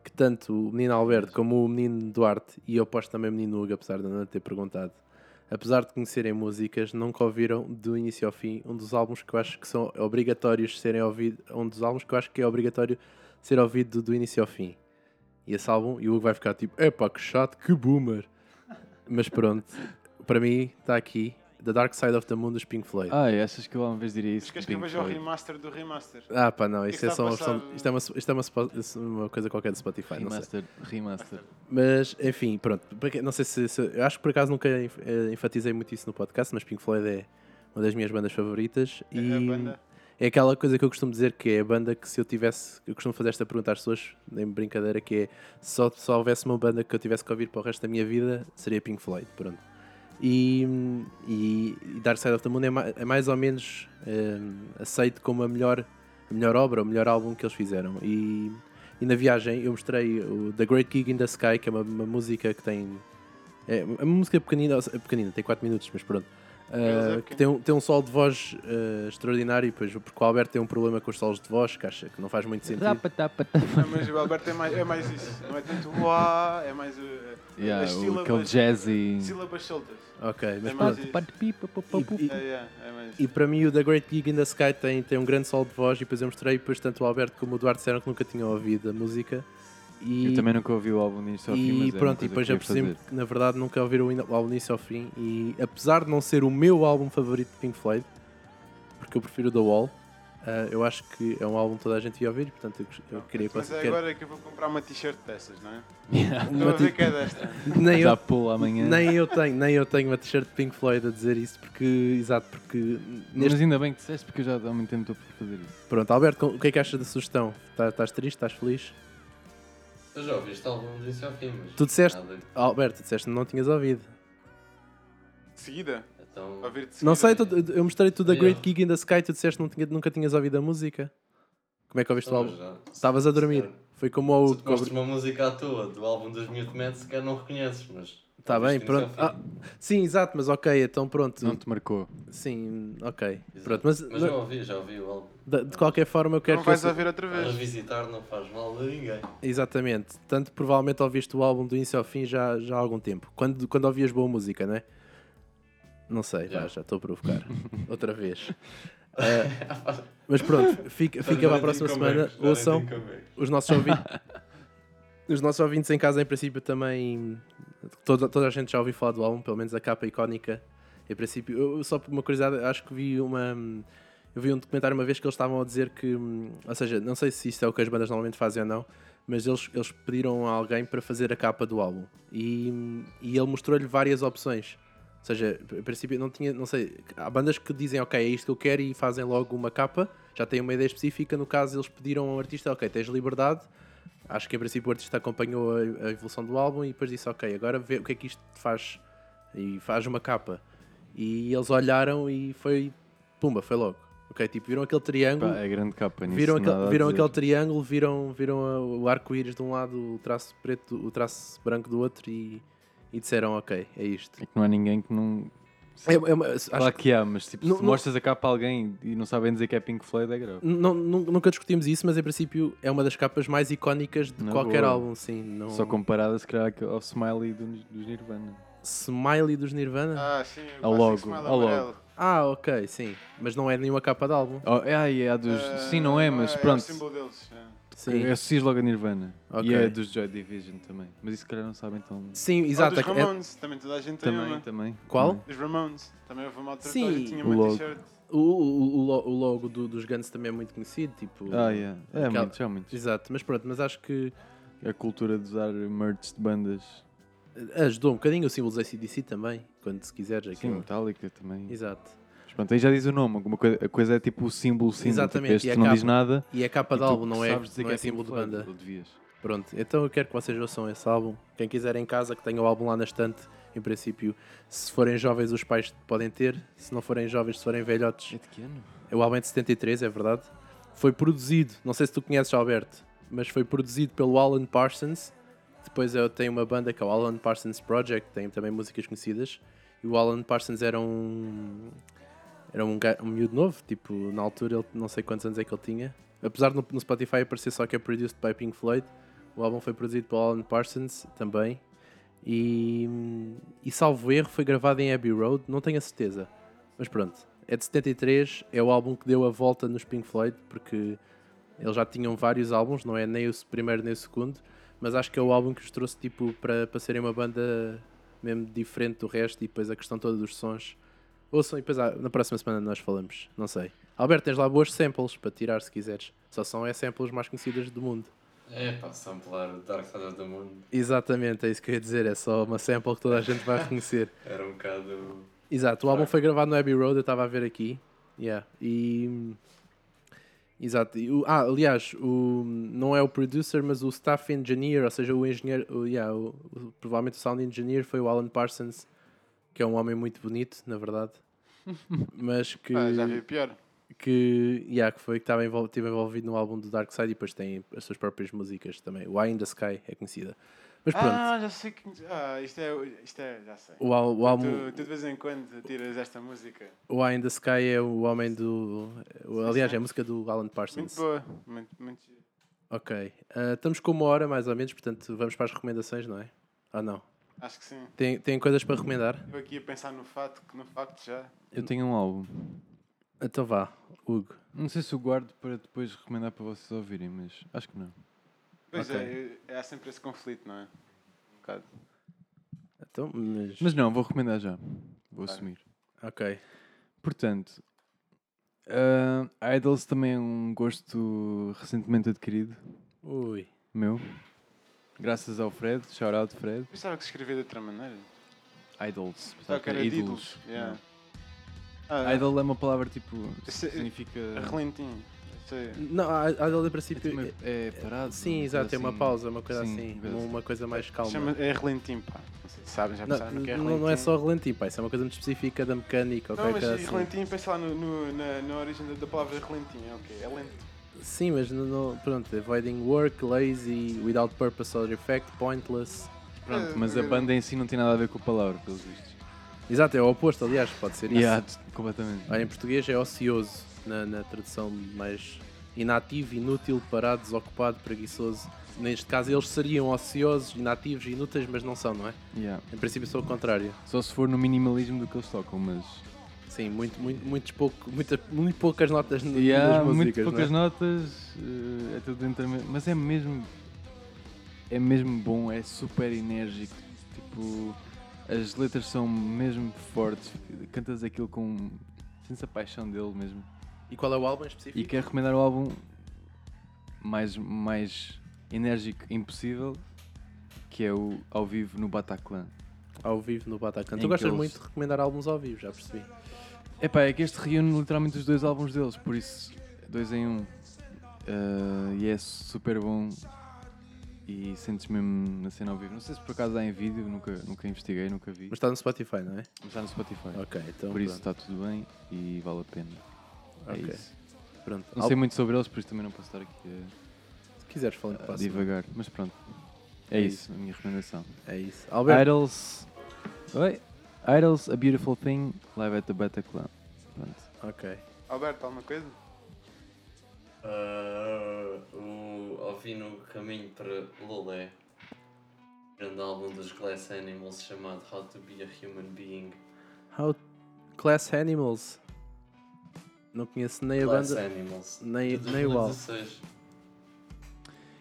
[SPEAKER 3] que tanto o menino Alberto como o menino Duarte, e eu posto também o menino Hugo, apesar de eu não lhe ter perguntado, apesar de conhecerem músicas, nunca ouviram do início ao fim um dos álbuns que eu acho que são obrigatórios de serem ouvidos, um dos álbuns que eu acho que é obrigatório ser ouvido do início ao fim. E esse álbum, e o Hugo vai ficar tipo, epá, que chato, que boomer. Mas pronto, para mim está aqui The Dark Side of the Moon dos Pink Floyd.
[SPEAKER 1] Ah, achas que eu uma vez diria isso? de
[SPEAKER 2] Esquece que eu
[SPEAKER 1] Pink
[SPEAKER 2] vejo o
[SPEAKER 1] Floyd?
[SPEAKER 2] remaster do remaster.
[SPEAKER 3] Ah, pá, não,
[SPEAKER 2] que
[SPEAKER 3] isso é
[SPEAKER 2] está
[SPEAKER 3] só
[SPEAKER 2] a
[SPEAKER 3] uma
[SPEAKER 2] passar?
[SPEAKER 3] versão. Isto é uma, isto é uma, spo- uma coisa qualquer de Spotify, não sei.
[SPEAKER 1] Remaster, remaster.
[SPEAKER 3] Mas, enfim, pronto. para quem- Não sei se, se- Eu acho que por acaso nunca enf- eh, enfatizei muito isso no podcast, mas Pink Floyd é uma das minhas bandas favoritas.
[SPEAKER 2] É
[SPEAKER 3] e
[SPEAKER 2] a banda.
[SPEAKER 3] é aquela coisa que eu costumo dizer que é a banda que se eu tivesse. Eu costumo fazer esta pergunta às pessoas, em brincadeira, que é só, só houvesse uma banda que eu tivesse que ouvir para o resto da minha vida, seria Pink Floyd. Pronto. E, e, e Dark Side of the Moon é, ma- é mais ou menos eh, aceito como a melhor, a melhor obra, o melhor álbum que eles fizeram. E, e na viagem eu mostrei o The Great Gig in the Sky, que é uma, uma música que tem. É uma música pequenina, ou se- pequenina tem 4 minutos, mas pronto.
[SPEAKER 2] Eles é
[SPEAKER 3] Eh, que tem, um- tem um solo de voz eh, extraordinário, e depois, porque o Alberto tem um problema com os solos de voz, que acha que não faz muito sentido.
[SPEAKER 5] Rapa, tapa, tapa.
[SPEAKER 2] Não, mas o Alberto é mais, é mais isso. Não é tanto uá, é mais o,
[SPEAKER 1] Yeah,
[SPEAKER 2] as
[SPEAKER 1] o,
[SPEAKER 2] sílabas,
[SPEAKER 1] aquele jazzy.
[SPEAKER 2] sílabas soltas.
[SPEAKER 3] Ok, mas
[SPEAKER 2] É
[SPEAKER 3] pronto.
[SPEAKER 2] mais isso.
[SPEAKER 5] Pate, pipa, pa, pa, pu.
[SPEAKER 3] E-
[SPEAKER 2] É, yeah, é mais
[SPEAKER 3] E para mim o The Great Gig in the Sky tem, tem um grande solo de voz e depois eu mostrei, depois tanto o Alberto como o Duarte disseram que nunca tinham ouvido a música. E,
[SPEAKER 1] Eu também nunca ouvi o álbum disto ao fim,
[SPEAKER 3] e
[SPEAKER 1] mas é uma
[SPEAKER 3] pronto,
[SPEAKER 1] coisa
[SPEAKER 3] e depois
[SPEAKER 1] que eu
[SPEAKER 3] já
[SPEAKER 1] ia
[SPEAKER 3] percebi
[SPEAKER 1] fazer.
[SPEAKER 3] que na verdade nunca ouviram ainda o álbum início ao fim e apesar de não ser o meu álbum favorito de Pink Floyd, porque eu prefiro o The Wall, ah, eu acho que é um álbum que toda a gente ia ouvir, portanto eu, eu queria
[SPEAKER 2] Mas
[SPEAKER 3] passar
[SPEAKER 2] é agora que eu vou comprar uma t-shirt dessas, não é? Estou a
[SPEAKER 3] uma
[SPEAKER 2] ver que é desta.
[SPEAKER 3] nem eu
[SPEAKER 1] Já pulo amanhã.
[SPEAKER 3] nem eu tenho, nem eu tenho uma t-shirt de Pink Floyd a dizer isso porque exato, porque neste
[SPEAKER 1] Mas ainda bem que disseste, porque eu já há muito tempo estou por fazer isso.
[SPEAKER 3] Pronto, Alberto, com- o que é que achas da sugestão? Tá- Estás triste? Estás feliz?
[SPEAKER 4] Eu já ouvi este álbum do início ao fim, mas.
[SPEAKER 3] Tu disseste-
[SPEAKER 4] Nada.
[SPEAKER 3] Alberto, disseste que não tinhas ouvido.
[SPEAKER 2] De seguida,
[SPEAKER 4] Então.
[SPEAKER 2] a ouvir de seguida.
[SPEAKER 3] Não sei, tu- eu mostrei tudo a
[SPEAKER 4] Yeah.
[SPEAKER 3] Great Gig in the Sky, tu disseste que não tinha- nunca tinhas ouvido a música. Como é que ouviste o
[SPEAKER 2] Então,
[SPEAKER 3] álbum? Estavas a dormir. Foi como
[SPEAKER 4] então Se
[SPEAKER 3] ao.
[SPEAKER 4] te mostro uma música à toa do álbum dos Mute Men, sequer não reconheces, mas.
[SPEAKER 3] Está Tá bem,
[SPEAKER 4] ouviste do
[SPEAKER 3] pronto.
[SPEAKER 4] início ao fim.
[SPEAKER 3] Ah, sim, exato, mas ok, então pronto.
[SPEAKER 1] Não te marcou.
[SPEAKER 3] Sim, ok.
[SPEAKER 4] Exato.
[SPEAKER 3] Pronto, mas,
[SPEAKER 4] Mas já ouvi, já ouvi o álbum.
[SPEAKER 3] de, de qualquer forma eu quero
[SPEAKER 2] Não
[SPEAKER 3] que. eu
[SPEAKER 2] vais
[SPEAKER 3] se-
[SPEAKER 2] ouvir outra vez.
[SPEAKER 4] Revisitar não faz mal a ninguém.
[SPEAKER 3] Exatamente. Tanto provavelmente ouviste o álbum do início ao fim já, já há algum tempo. Quando, quando ouvias boa música, não é? Não sei, vá,
[SPEAKER 4] Já.
[SPEAKER 3] já estou a provocar. Outra vez. Ah, mas pronto, fica, fica para a próxima
[SPEAKER 4] é
[SPEAKER 3] semana. Ouçam os nossos ouvintes. Os nossos ouvintes em casa, em princípio, também. Toda, toda a gente já ouviu falar do álbum, pelo menos a capa icónica. Em princípio, eu, só por uma curiosidade, acho que vi uma. Eu vi um documentário uma vez que eles estavam a dizer que. hum, Ou seja, não sei se isto é o que as bandas normalmente fazem ou não, mas eles, eles pediram a alguém para fazer a capa do álbum. E, e ele mostrou-lhe várias opções. Ou seja, em princípio, não tinha. Não sei. Há bandas que dizem, ok, é isto que eu quero e fazem logo uma capa. Já têm uma ideia específica. No caso, eles pediram ao artista, ok, tens liberdade. Acho que em princípio o artista acompanhou a, a evolução do álbum e depois disse, ok, agora vê o que é que isto te faz. E faz uma capa. E eles olharam e foi. Pumba, foi logo. Ok, tipo, viram aquele triângulo.
[SPEAKER 1] Pá, é grande capa nisso.
[SPEAKER 3] Viram,
[SPEAKER 1] nada
[SPEAKER 3] aquele,
[SPEAKER 1] a
[SPEAKER 3] viram
[SPEAKER 1] dizer.
[SPEAKER 3] aquele triângulo, viram, viram a- o arco-íris de um lado, o traço preto, o traço branco do outro e, e disseram, ok, é isto.
[SPEAKER 1] É que não há ninguém que não.
[SPEAKER 3] É, é uma- acho
[SPEAKER 1] Claro
[SPEAKER 3] que
[SPEAKER 1] que há, mas tipo,
[SPEAKER 3] Não-
[SPEAKER 1] se
[SPEAKER 3] não-
[SPEAKER 1] mostras a capa a alguém e não sabem dizer que é Pink Floyd, é grave.
[SPEAKER 3] não- nu- nunca discutimos isso, mas em princípio é uma das capas mais icónicas de
[SPEAKER 1] Na
[SPEAKER 3] qualquer
[SPEAKER 1] boa.
[SPEAKER 3] álbum, sim. Não...
[SPEAKER 1] Só comparada, se calhar, ao Smiley do- dos Nirvana.
[SPEAKER 3] Smiley dos Nirvana?
[SPEAKER 2] Ah, sim. eu
[SPEAKER 1] Ao
[SPEAKER 2] gosto
[SPEAKER 1] logo,
[SPEAKER 2] desse
[SPEAKER 3] é
[SPEAKER 2] smile
[SPEAKER 1] ao logo.
[SPEAKER 2] amarelo.
[SPEAKER 3] Ah, ok, sim. Mas não é nenhuma capa de álbum.
[SPEAKER 1] Oh, é, ai, é a dos.
[SPEAKER 2] Ah,
[SPEAKER 1] Sim, não é, mas
[SPEAKER 2] o
[SPEAKER 1] pronto.
[SPEAKER 2] símbolo deles. é.
[SPEAKER 3] Sim,
[SPEAKER 1] Eu associo logo a Nirvana.
[SPEAKER 3] Ok.
[SPEAKER 1] E é dos Joy Division também. Mas isso, se calhar, não sabem tão.
[SPEAKER 3] sim
[SPEAKER 2] Ou
[SPEAKER 3] exato.
[SPEAKER 2] Dos
[SPEAKER 3] é- é-
[SPEAKER 2] Ramones, também toda a gente tem
[SPEAKER 1] Também,
[SPEAKER 2] uma.
[SPEAKER 1] também.
[SPEAKER 3] Qual?
[SPEAKER 1] Também.
[SPEAKER 2] Dos Ramones, também houve uma altura que
[SPEAKER 3] Sim.
[SPEAKER 2] toda a gente tinha
[SPEAKER 1] O
[SPEAKER 2] uma
[SPEAKER 1] logo.
[SPEAKER 2] t-shirt.
[SPEAKER 3] o, o, o lo- o logo do- dos Guns também é muito conhecido, tipo...
[SPEAKER 1] Ah, yeah. É,
[SPEAKER 3] Aquela-
[SPEAKER 1] muitos, é muitos.
[SPEAKER 3] Exato, mas pronto, mas acho que
[SPEAKER 1] A cultura de usar merch de bandas.
[SPEAKER 3] ajudou um bocadinho o símbolo do ACDC também, quando se é quiseres.
[SPEAKER 1] Sim,
[SPEAKER 3] Aquilo.
[SPEAKER 1] Metallica também.
[SPEAKER 3] Exato.
[SPEAKER 1] Mas pronto, aí já diz o nome. Alguma coisa, a coisa é tipo o símbolo, símbolo.
[SPEAKER 3] Exatamente,
[SPEAKER 1] Tipo, este
[SPEAKER 3] e a
[SPEAKER 1] não diz
[SPEAKER 3] capa.
[SPEAKER 1] nada.
[SPEAKER 3] E a capa
[SPEAKER 1] e
[SPEAKER 3] de
[SPEAKER 1] tu
[SPEAKER 3] álbum não é,
[SPEAKER 1] sabes dizer
[SPEAKER 3] não
[SPEAKER 1] que
[SPEAKER 3] é símbolo de
[SPEAKER 1] Pink Floyd,
[SPEAKER 3] banda.
[SPEAKER 1] ou devias.
[SPEAKER 3] Pronto, então eu quero que vocês ouçam esse álbum. Quem quiser em casa, que tenha o álbum lá na estante, em princípio, se forem jovens, os pais podem ter. Se não forem jovens, se forem velhotes.
[SPEAKER 1] É de que ano?
[SPEAKER 3] O álbum é de 73, é verdade. Foi produzido, não sei se tu conheces, Alberto, mas foi produzido pelo Alan Parsons. Depois eu tenho uma banda que é o Alan Parsons Project, tem também músicas conhecidas. E o Alan Parsons era um. Era um, ga- um miúdo novo, tipo, na altura ele não sei quantos anos é que ele tinha. Apesar de no, no Spotify aparecer só que é produced by Pink Floyd, O álbum foi produzido por Alan Parsons também. E, e salvo erro, foi gravado em Abbey Road, não tenho a certeza. Mas pronto, é de 73, é o álbum que deu a volta nos Pink Floyd, porque eles já tinham vários álbuns, não é nem o primeiro nem o segundo, mas acho que é o álbum que os trouxe tipo, para, para serem uma banda mesmo diferente do resto e depois a questão toda dos sons. Ouçam e depois ah, na próxima semana nós falamos, não sei. Alberto, tens lá boas samples para tirar se quiseres. Só são as samples mais conhecidas do mundo.
[SPEAKER 4] É pá, samplar o Dark Side of the Moon
[SPEAKER 3] Exatamente, é isso que eu ia dizer, é só uma sample que toda a gente vai reconhecer.
[SPEAKER 4] era um bocado.
[SPEAKER 3] Exato, o álbum foi gravado no Abbey Road, eu estava a ver aqui. Yeah. E. Exato. E o- ah, aliás, o, não é o producer, mas o staff engineer, ou seja, o engenheiro. o- yeah, o- o- provavelmente o sound engineer foi o Alan Parsons, que é um homem muito bonito, na verdade. Mas que.
[SPEAKER 2] Ah, já vi pior.
[SPEAKER 3] que, yeah, que foi que estava envol esteve envolvido no álbum do Dark Side e depois tem as suas próprias músicas também. O Eye in the Sky é conhecida. Mas pronto,
[SPEAKER 2] Ah, já sei que. Ah, isto é. Isto é já sei.
[SPEAKER 3] o, al- o álbum.
[SPEAKER 2] Tu, tu de vez em quando tiras esta música.
[SPEAKER 3] O Eye in the Sky é o homem do. o- aliás, é a música do Alan
[SPEAKER 2] Muito
[SPEAKER 3] Parsons.
[SPEAKER 2] boa. Muito, muito. gira.
[SPEAKER 3] Ok. Ah, estamos com uma hora mais ou menos, portanto vamos para as recomendações, não é? Ah, não.
[SPEAKER 2] Acho que sim.
[SPEAKER 3] Tem, tem coisas para recomendar?
[SPEAKER 2] Eu aqui a pensar no facto, no facto já.
[SPEAKER 1] Eu tenho um álbum.
[SPEAKER 3] Então vá, Hugo.
[SPEAKER 1] Não sei se o guardo para depois recomendar para vocês ouvirem, mas acho que não.
[SPEAKER 2] Pois
[SPEAKER 3] Ok.
[SPEAKER 2] é, é- há sempre esse conflito, não é? Um bocado.
[SPEAKER 3] Então, mas.
[SPEAKER 1] Mas não, vou recomendar já. Vou assumir.
[SPEAKER 3] Ok.
[SPEAKER 1] Portanto, ah, Idols também é um gosto recentemente adquirido,
[SPEAKER 3] Ui.
[SPEAKER 1] meu. Graças ao Fred, shout out Fred.
[SPEAKER 2] Pensava que se escrevia de outra maneira.
[SPEAKER 1] Idols.
[SPEAKER 2] Pensava que era ídolos. Yeah. Ah,
[SPEAKER 1] Idol é uma palavra tipo.
[SPEAKER 2] Esse-
[SPEAKER 1] Significa. tipo
[SPEAKER 2] Relentinho. Sei.
[SPEAKER 3] Não, a a dele a
[SPEAKER 1] É, tipo,
[SPEAKER 3] princípio.
[SPEAKER 1] meio- é parado.
[SPEAKER 3] Sim,
[SPEAKER 1] uma
[SPEAKER 3] exato,
[SPEAKER 1] coisa
[SPEAKER 3] é uma
[SPEAKER 1] assim.
[SPEAKER 3] pausa, uma coisa
[SPEAKER 1] Sim,
[SPEAKER 3] assim.
[SPEAKER 1] uma coisa
[SPEAKER 3] uma-
[SPEAKER 1] assim.
[SPEAKER 3] Uma coisa mais calma.
[SPEAKER 2] Chama é relentinho, pá. Não sei, sabem, já
[SPEAKER 3] Não,
[SPEAKER 2] pensaram no que é
[SPEAKER 3] não-
[SPEAKER 2] relentinho.
[SPEAKER 3] não é só relentim, pá, isso é uma coisa muito específica da mecânica. ou
[SPEAKER 2] Não,
[SPEAKER 3] qualquer
[SPEAKER 2] mas
[SPEAKER 1] é
[SPEAKER 3] coisa assim.
[SPEAKER 2] relentinho, pensa lá no, no- na, na origem da, da palavra relentinho, é o quê? É lento.
[SPEAKER 3] Sim, mas não, não- pronto, avoiding work, lazy, without purpose or effect, pointless.
[SPEAKER 1] Pronto, mas a banda em si não tem nada a ver com a palavra, pelos vistos.
[SPEAKER 3] Exato, é o oposto, aliás, pode ser isso.
[SPEAKER 1] Yeah, completamente.
[SPEAKER 3] Olha, em português é ocioso, na, na tradução mais inativo, inútil, parado, desocupado, preguiçoso. Neste caso, eles seriam ociosos, inativos, inúteis, mas não são, não é?
[SPEAKER 1] Yeah.
[SPEAKER 3] Em princípio, sou o contrário.
[SPEAKER 1] Só se for no minimalismo do que eles tocam, mas.
[SPEAKER 3] Sim, muito, muito, muitos pouco, muita, muito poucas notas n-
[SPEAKER 1] Yeah,
[SPEAKER 3] nas músicas.
[SPEAKER 1] muito poucas
[SPEAKER 3] não é?
[SPEAKER 1] notas, eh, é tudo dentro da me- Mas é mesmo. É mesmo bom, é super enérgico. Tipo, as letras são mesmo fortes. Cantas aquilo com. Sentes a paixão dele mesmo.
[SPEAKER 3] E qual é o álbum em
[SPEAKER 1] E
[SPEAKER 3] específico?
[SPEAKER 1] quero recomendar o álbum mais, mais enérgico impossível, que é o Ao Vivo no Bataclan.
[SPEAKER 3] Ao vivo no Bataclan.
[SPEAKER 1] Em
[SPEAKER 3] Tu
[SPEAKER 1] que
[SPEAKER 3] gostas
[SPEAKER 1] eles-
[SPEAKER 3] muito de recomendar álbuns ao vivo, já percebi.
[SPEAKER 1] Epá, é que este reúne literalmente os dois álbuns deles, por isso, dois em um. Ah, e é super bom. E sentes mesmo na cena ao vivo. Não sei se por acaso há em vídeo, nunca, nunca investiguei, nunca vi.
[SPEAKER 3] Mas está no Spotify, não é?
[SPEAKER 1] Mas está no Spotify.
[SPEAKER 3] Ok, então.
[SPEAKER 1] Por isso
[SPEAKER 3] pronto.
[SPEAKER 1] está tudo bem e vale a pena.
[SPEAKER 3] Ok,
[SPEAKER 1] É isso.
[SPEAKER 3] pronto.
[SPEAKER 1] Não
[SPEAKER 3] Al-
[SPEAKER 1] sei muito sobre eles, por isso também não posso estar aqui a-
[SPEAKER 3] Se quiseres falar
[SPEAKER 1] a,
[SPEAKER 3] depois.
[SPEAKER 1] divagar. Mas pronto. É,
[SPEAKER 3] É
[SPEAKER 1] isso, a minha recomendação.
[SPEAKER 3] É isso. Alberto,
[SPEAKER 1] Idols. Oi? Idols, A Beautiful Thing, live at the Bataclan. Pronto.
[SPEAKER 3] ok.
[SPEAKER 2] Alberto, alguma coisa?
[SPEAKER 4] Ah, o ouvi no caminho para Lolé, grande álbum dos Glass Animals chamado How to Be a Human Being.
[SPEAKER 3] How Class Animals. Não conheço nem a
[SPEAKER 4] Glass
[SPEAKER 3] banda.
[SPEAKER 4] Animals.
[SPEAKER 3] nem-
[SPEAKER 4] de
[SPEAKER 3] nem o álbum.
[SPEAKER 4] 2016.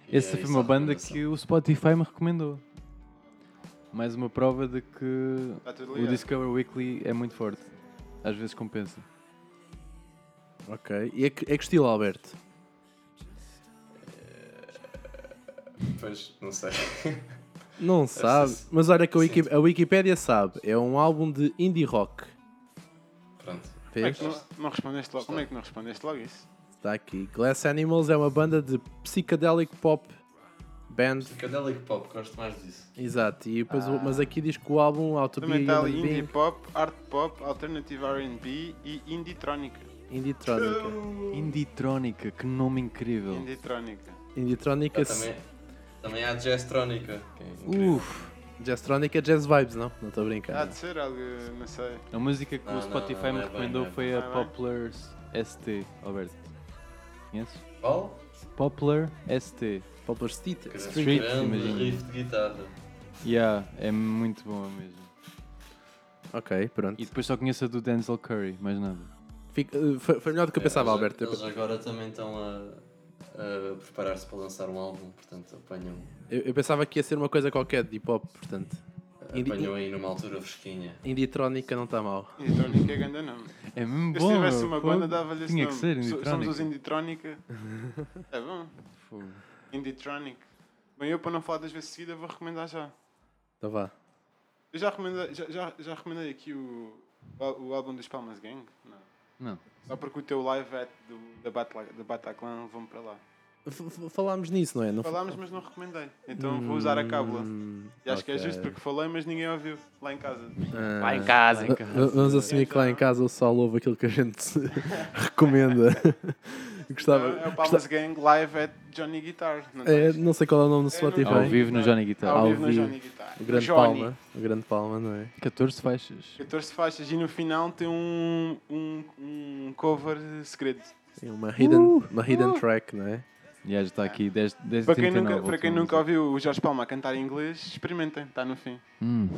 [SPEAKER 4] E é
[SPEAKER 1] Essa foi
[SPEAKER 4] isso
[SPEAKER 1] uma
[SPEAKER 4] a
[SPEAKER 1] banda
[SPEAKER 4] recomendação.
[SPEAKER 1] que o Spotify me recomendou. Mais uma prova de que
[SPEAKER 2] Está tudo
[SPEAKER 1] o
[SPEAKER 2] ligado.
[SPEAKER 1] Discover Weekly é muito forte. Às vezes compensa.
[SPEAKER 3] Ok. E é que, é que estilo, Alberto?
[SPEAKER 4] Pois, não sei.
[SPEAKER 3] Não sabe.
[SPEAKER 4] se-
[SPEAKER 3] Mas olha que a,
[SPEAKER 4] Sim.
[SPEAKER 3] Wiki- a Wikipédia sabe. É um álbum de indie rock.
[SPEAKER 4] Pronto.
[SPEAKER 2] Como é
[SPEAKER 3] Vês?
[SPEAKER 2] que não, não respondeste logo? Como é que não respondeste logo isso?
[SPEAKER 3] Está aqui. Glass Animals é uma banda de psychedelic pop band.
[SPEAKER 4] Psychedelic Pop, gosto mais disso.
[SPEAKER 3] Exato. E depois, o- Mas aqui diz que o álbum How to Be a
[SPEAKER 2] Também está
[SPEAKER 3] Human
[SPEAKER 2] ali indie
[SPEAKER 3] Being
[SPEAKER 2] pop, art pop, alternative RB e indie-trónica.
[SPEAKER 3] Indie-trónica.
[SPEAKER 1] Inditrónica, que nome incrível.
[SPEAKER 2] Indie-trónica.
[SPEAKER 3] Indie-trónica.
[SPEAKER 4] Ah, também, também há Jazz Trónica. que é
[SPEAKER 3] Uh,
[SPEAKER 4] incrível.
[SPEAKER 1] Uf,
[SPEAKER 3] Jazztronic é Jazz Vibes, não? Não estou a
[SPEAKER 2] Há
[SPEAKER 3] brincar.
[SPEAKER 2] de ser algo, não sei.
[SPEAKER 1] a música que
[SPEAKER 4] Não,
[SPEAKER 1] o
[SPEAKER 4] não,
[SPEAKER 1] Spotify me
[SPEAKER 4] não, não é bem,
[SPEAKER 1] recomendou
[SPEAKER 4] não é
[SPEAKER 1] foi a
[SPEAKER 2] bem.
[SPEAKER 1] Poplars ST, Alberto. Conheces?
[SPEAKER 4] Qual?
[SPEAKER 1] Popular ST.
[SPEAKER 3] Poplar Street.
[SPEAKER 1] Street,
[SPEAKER 4] grande
[SPEAKER 1] imagino.
[SPEAKER 4] riff de guitarra.
[SPEAKER 1] Yeah, é muito boa mesmo.
[SPEAKER 3] Ok, pronto.
[SPEAKER 1] E depois só conheço a do Denzel Curry, mais nada.
[SPEAKER 3] Fica- eh, foi, foi melhor do que eu pensava,
[SPEAKER 4] Eles-
[SPEAKER 3] Alberto. Eu-
[SPEAKER 4] Eles agora também estão a, a preparar-se para lançar um álbum, portanto apanham,
[SPEAKER 3] Eu, eu pensava que ia ser uma coisa qualquer de hip hop, portanto. Indi-
[SPEAKER 4] apanham aí numa altura fresquinha.
[SPEAKER 3] Inditrónica não está mal.
[SPEAKER 2] Inditrónica é grande nome.
[SPEAKER 1] É mesmo
[SPEAKER 2] Se
[SPEAKER 1] bom.
[SPEAKER 2] tivesse
[SPEAKER 1] meu,
[SPEAKER 2] uma
[SPEAKER 1] fogo.
[SPEAKER 2] banda, dava-lhe esse
[SPEAKER 1] Tinha
[SPEAKER 2] nome.
[SPEAKER 1] que ser,
[SPEAKER 2] So- Somos os
[SPEAKER 1] Inditrónica.
[SPEAKER 2] Inditrónica. é bom.
[SPEAKER 1] Fogo.
[SPEAKER 2] Inditronic. Bem, eu para não falar das vezes seguida, vou recomendar já.
[SPEAKER 3] Então vá.
[SPEAKER 2] Eu já recomendei, já, já, já recomendei aqui o, o, á- o álbum dos Palmas Gang? Não.
[SPEAKER 1] Não.
[SPEAKER 2] Só porque o teu live at do, da, Batla, da Bataclan levou-me para lá.
[SPEAKER 3] F- f- Falámos nisso, não é? Não
[SPEAKER 2] Falámos, mas não recomendei. Então vou usar a cábula.
[SPEAKER 3] Hum,
[SPEAKER 2] E acho que é
[SPEAKER 3] ok.
[SPEAKER 2] justo porque falei, mas ninguém ouviu lá em casa.
[SPEAKER 3] Ah,
[SPEAKER 5] Lá em casa.
[SPEAKER 3] v- v- Vamos assumir que lá em casa o sol ouve aquilo que a gente se recomenda. Gostava.
[SPEAKER 2] Então, é o Palmas Gang Live at Johnny Guitar. Não
[SPEAKER 3] Tá É,
[SPEAKER 2] tens?
[SPEAKER 3] não sei qual é o nome do
[SPEAKER 2] É,
[SPEAKER 3] Spotify.
[SPEAKER 2] não-
[SPEAKER 1] tá Ao vivo no Johnny Guitar.
[SPEAKER 2] Ao
[SPEAKER 3] ao
[SPEAKER 2] vivo na
[SPEAKER 3] vivo.
[SPEAKER 2] Johnny Guitar.
[SPEAKER 3] O Grande
[SPEAKER 2] Johnny.
[SPEAKER 3] Palma. O Grande Palma, não é?
[SPEAKER 1] 14 faixas.
[SPEAKER 2] 14 faixas e no final tem um, um, um cover segredo.
[SPEAKER 3] É uma
[SPEAKER 2] Uh,
[SPEAKER 3] hidden, uma hidden track, não é?
[SPEAKER 1] Yeah, já está aqui 10 10
[SPEAKER 2] Para quem,
[SPEAKER 1] 39,
[SPEAKER 2] nunca, para quem
[SPEAKER 1] voltamos.
[SPEAKER 2] nunca ouviu o Jorge Palma a cantar em inglês, experimentem, está no fim.
[SPEAKER 1] Hum.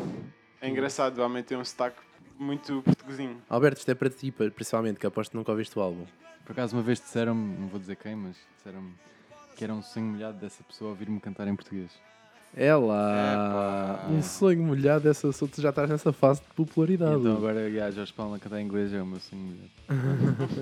[SPEAKER 2] É engraçado, o homem tem um sotaque muito portuguesinho.
[SPEAKER 3] Alberto, isto é para ti, pa- principalmente, que aposto que nunca ouviste o álbum.
[SPEAKER 1] Por acaso uma vez disseram-me, não vou dizer quem, mas disseram-me que era um sonho molhado dessa pessoa ouvir-me cantar em português.
[SPEAKER 3] É lá!
[SPEAKER 1] Epá.
[SPEAKER 3] Um sonho molhado, essa, só tu já estás nessa fase de
[SPEAKER 1] E
[SPEAKER 3] popularidade.
[SPEAKER 1] então agora yeah, Jorge Palma a cantar em inglês é o meu sonho molhado.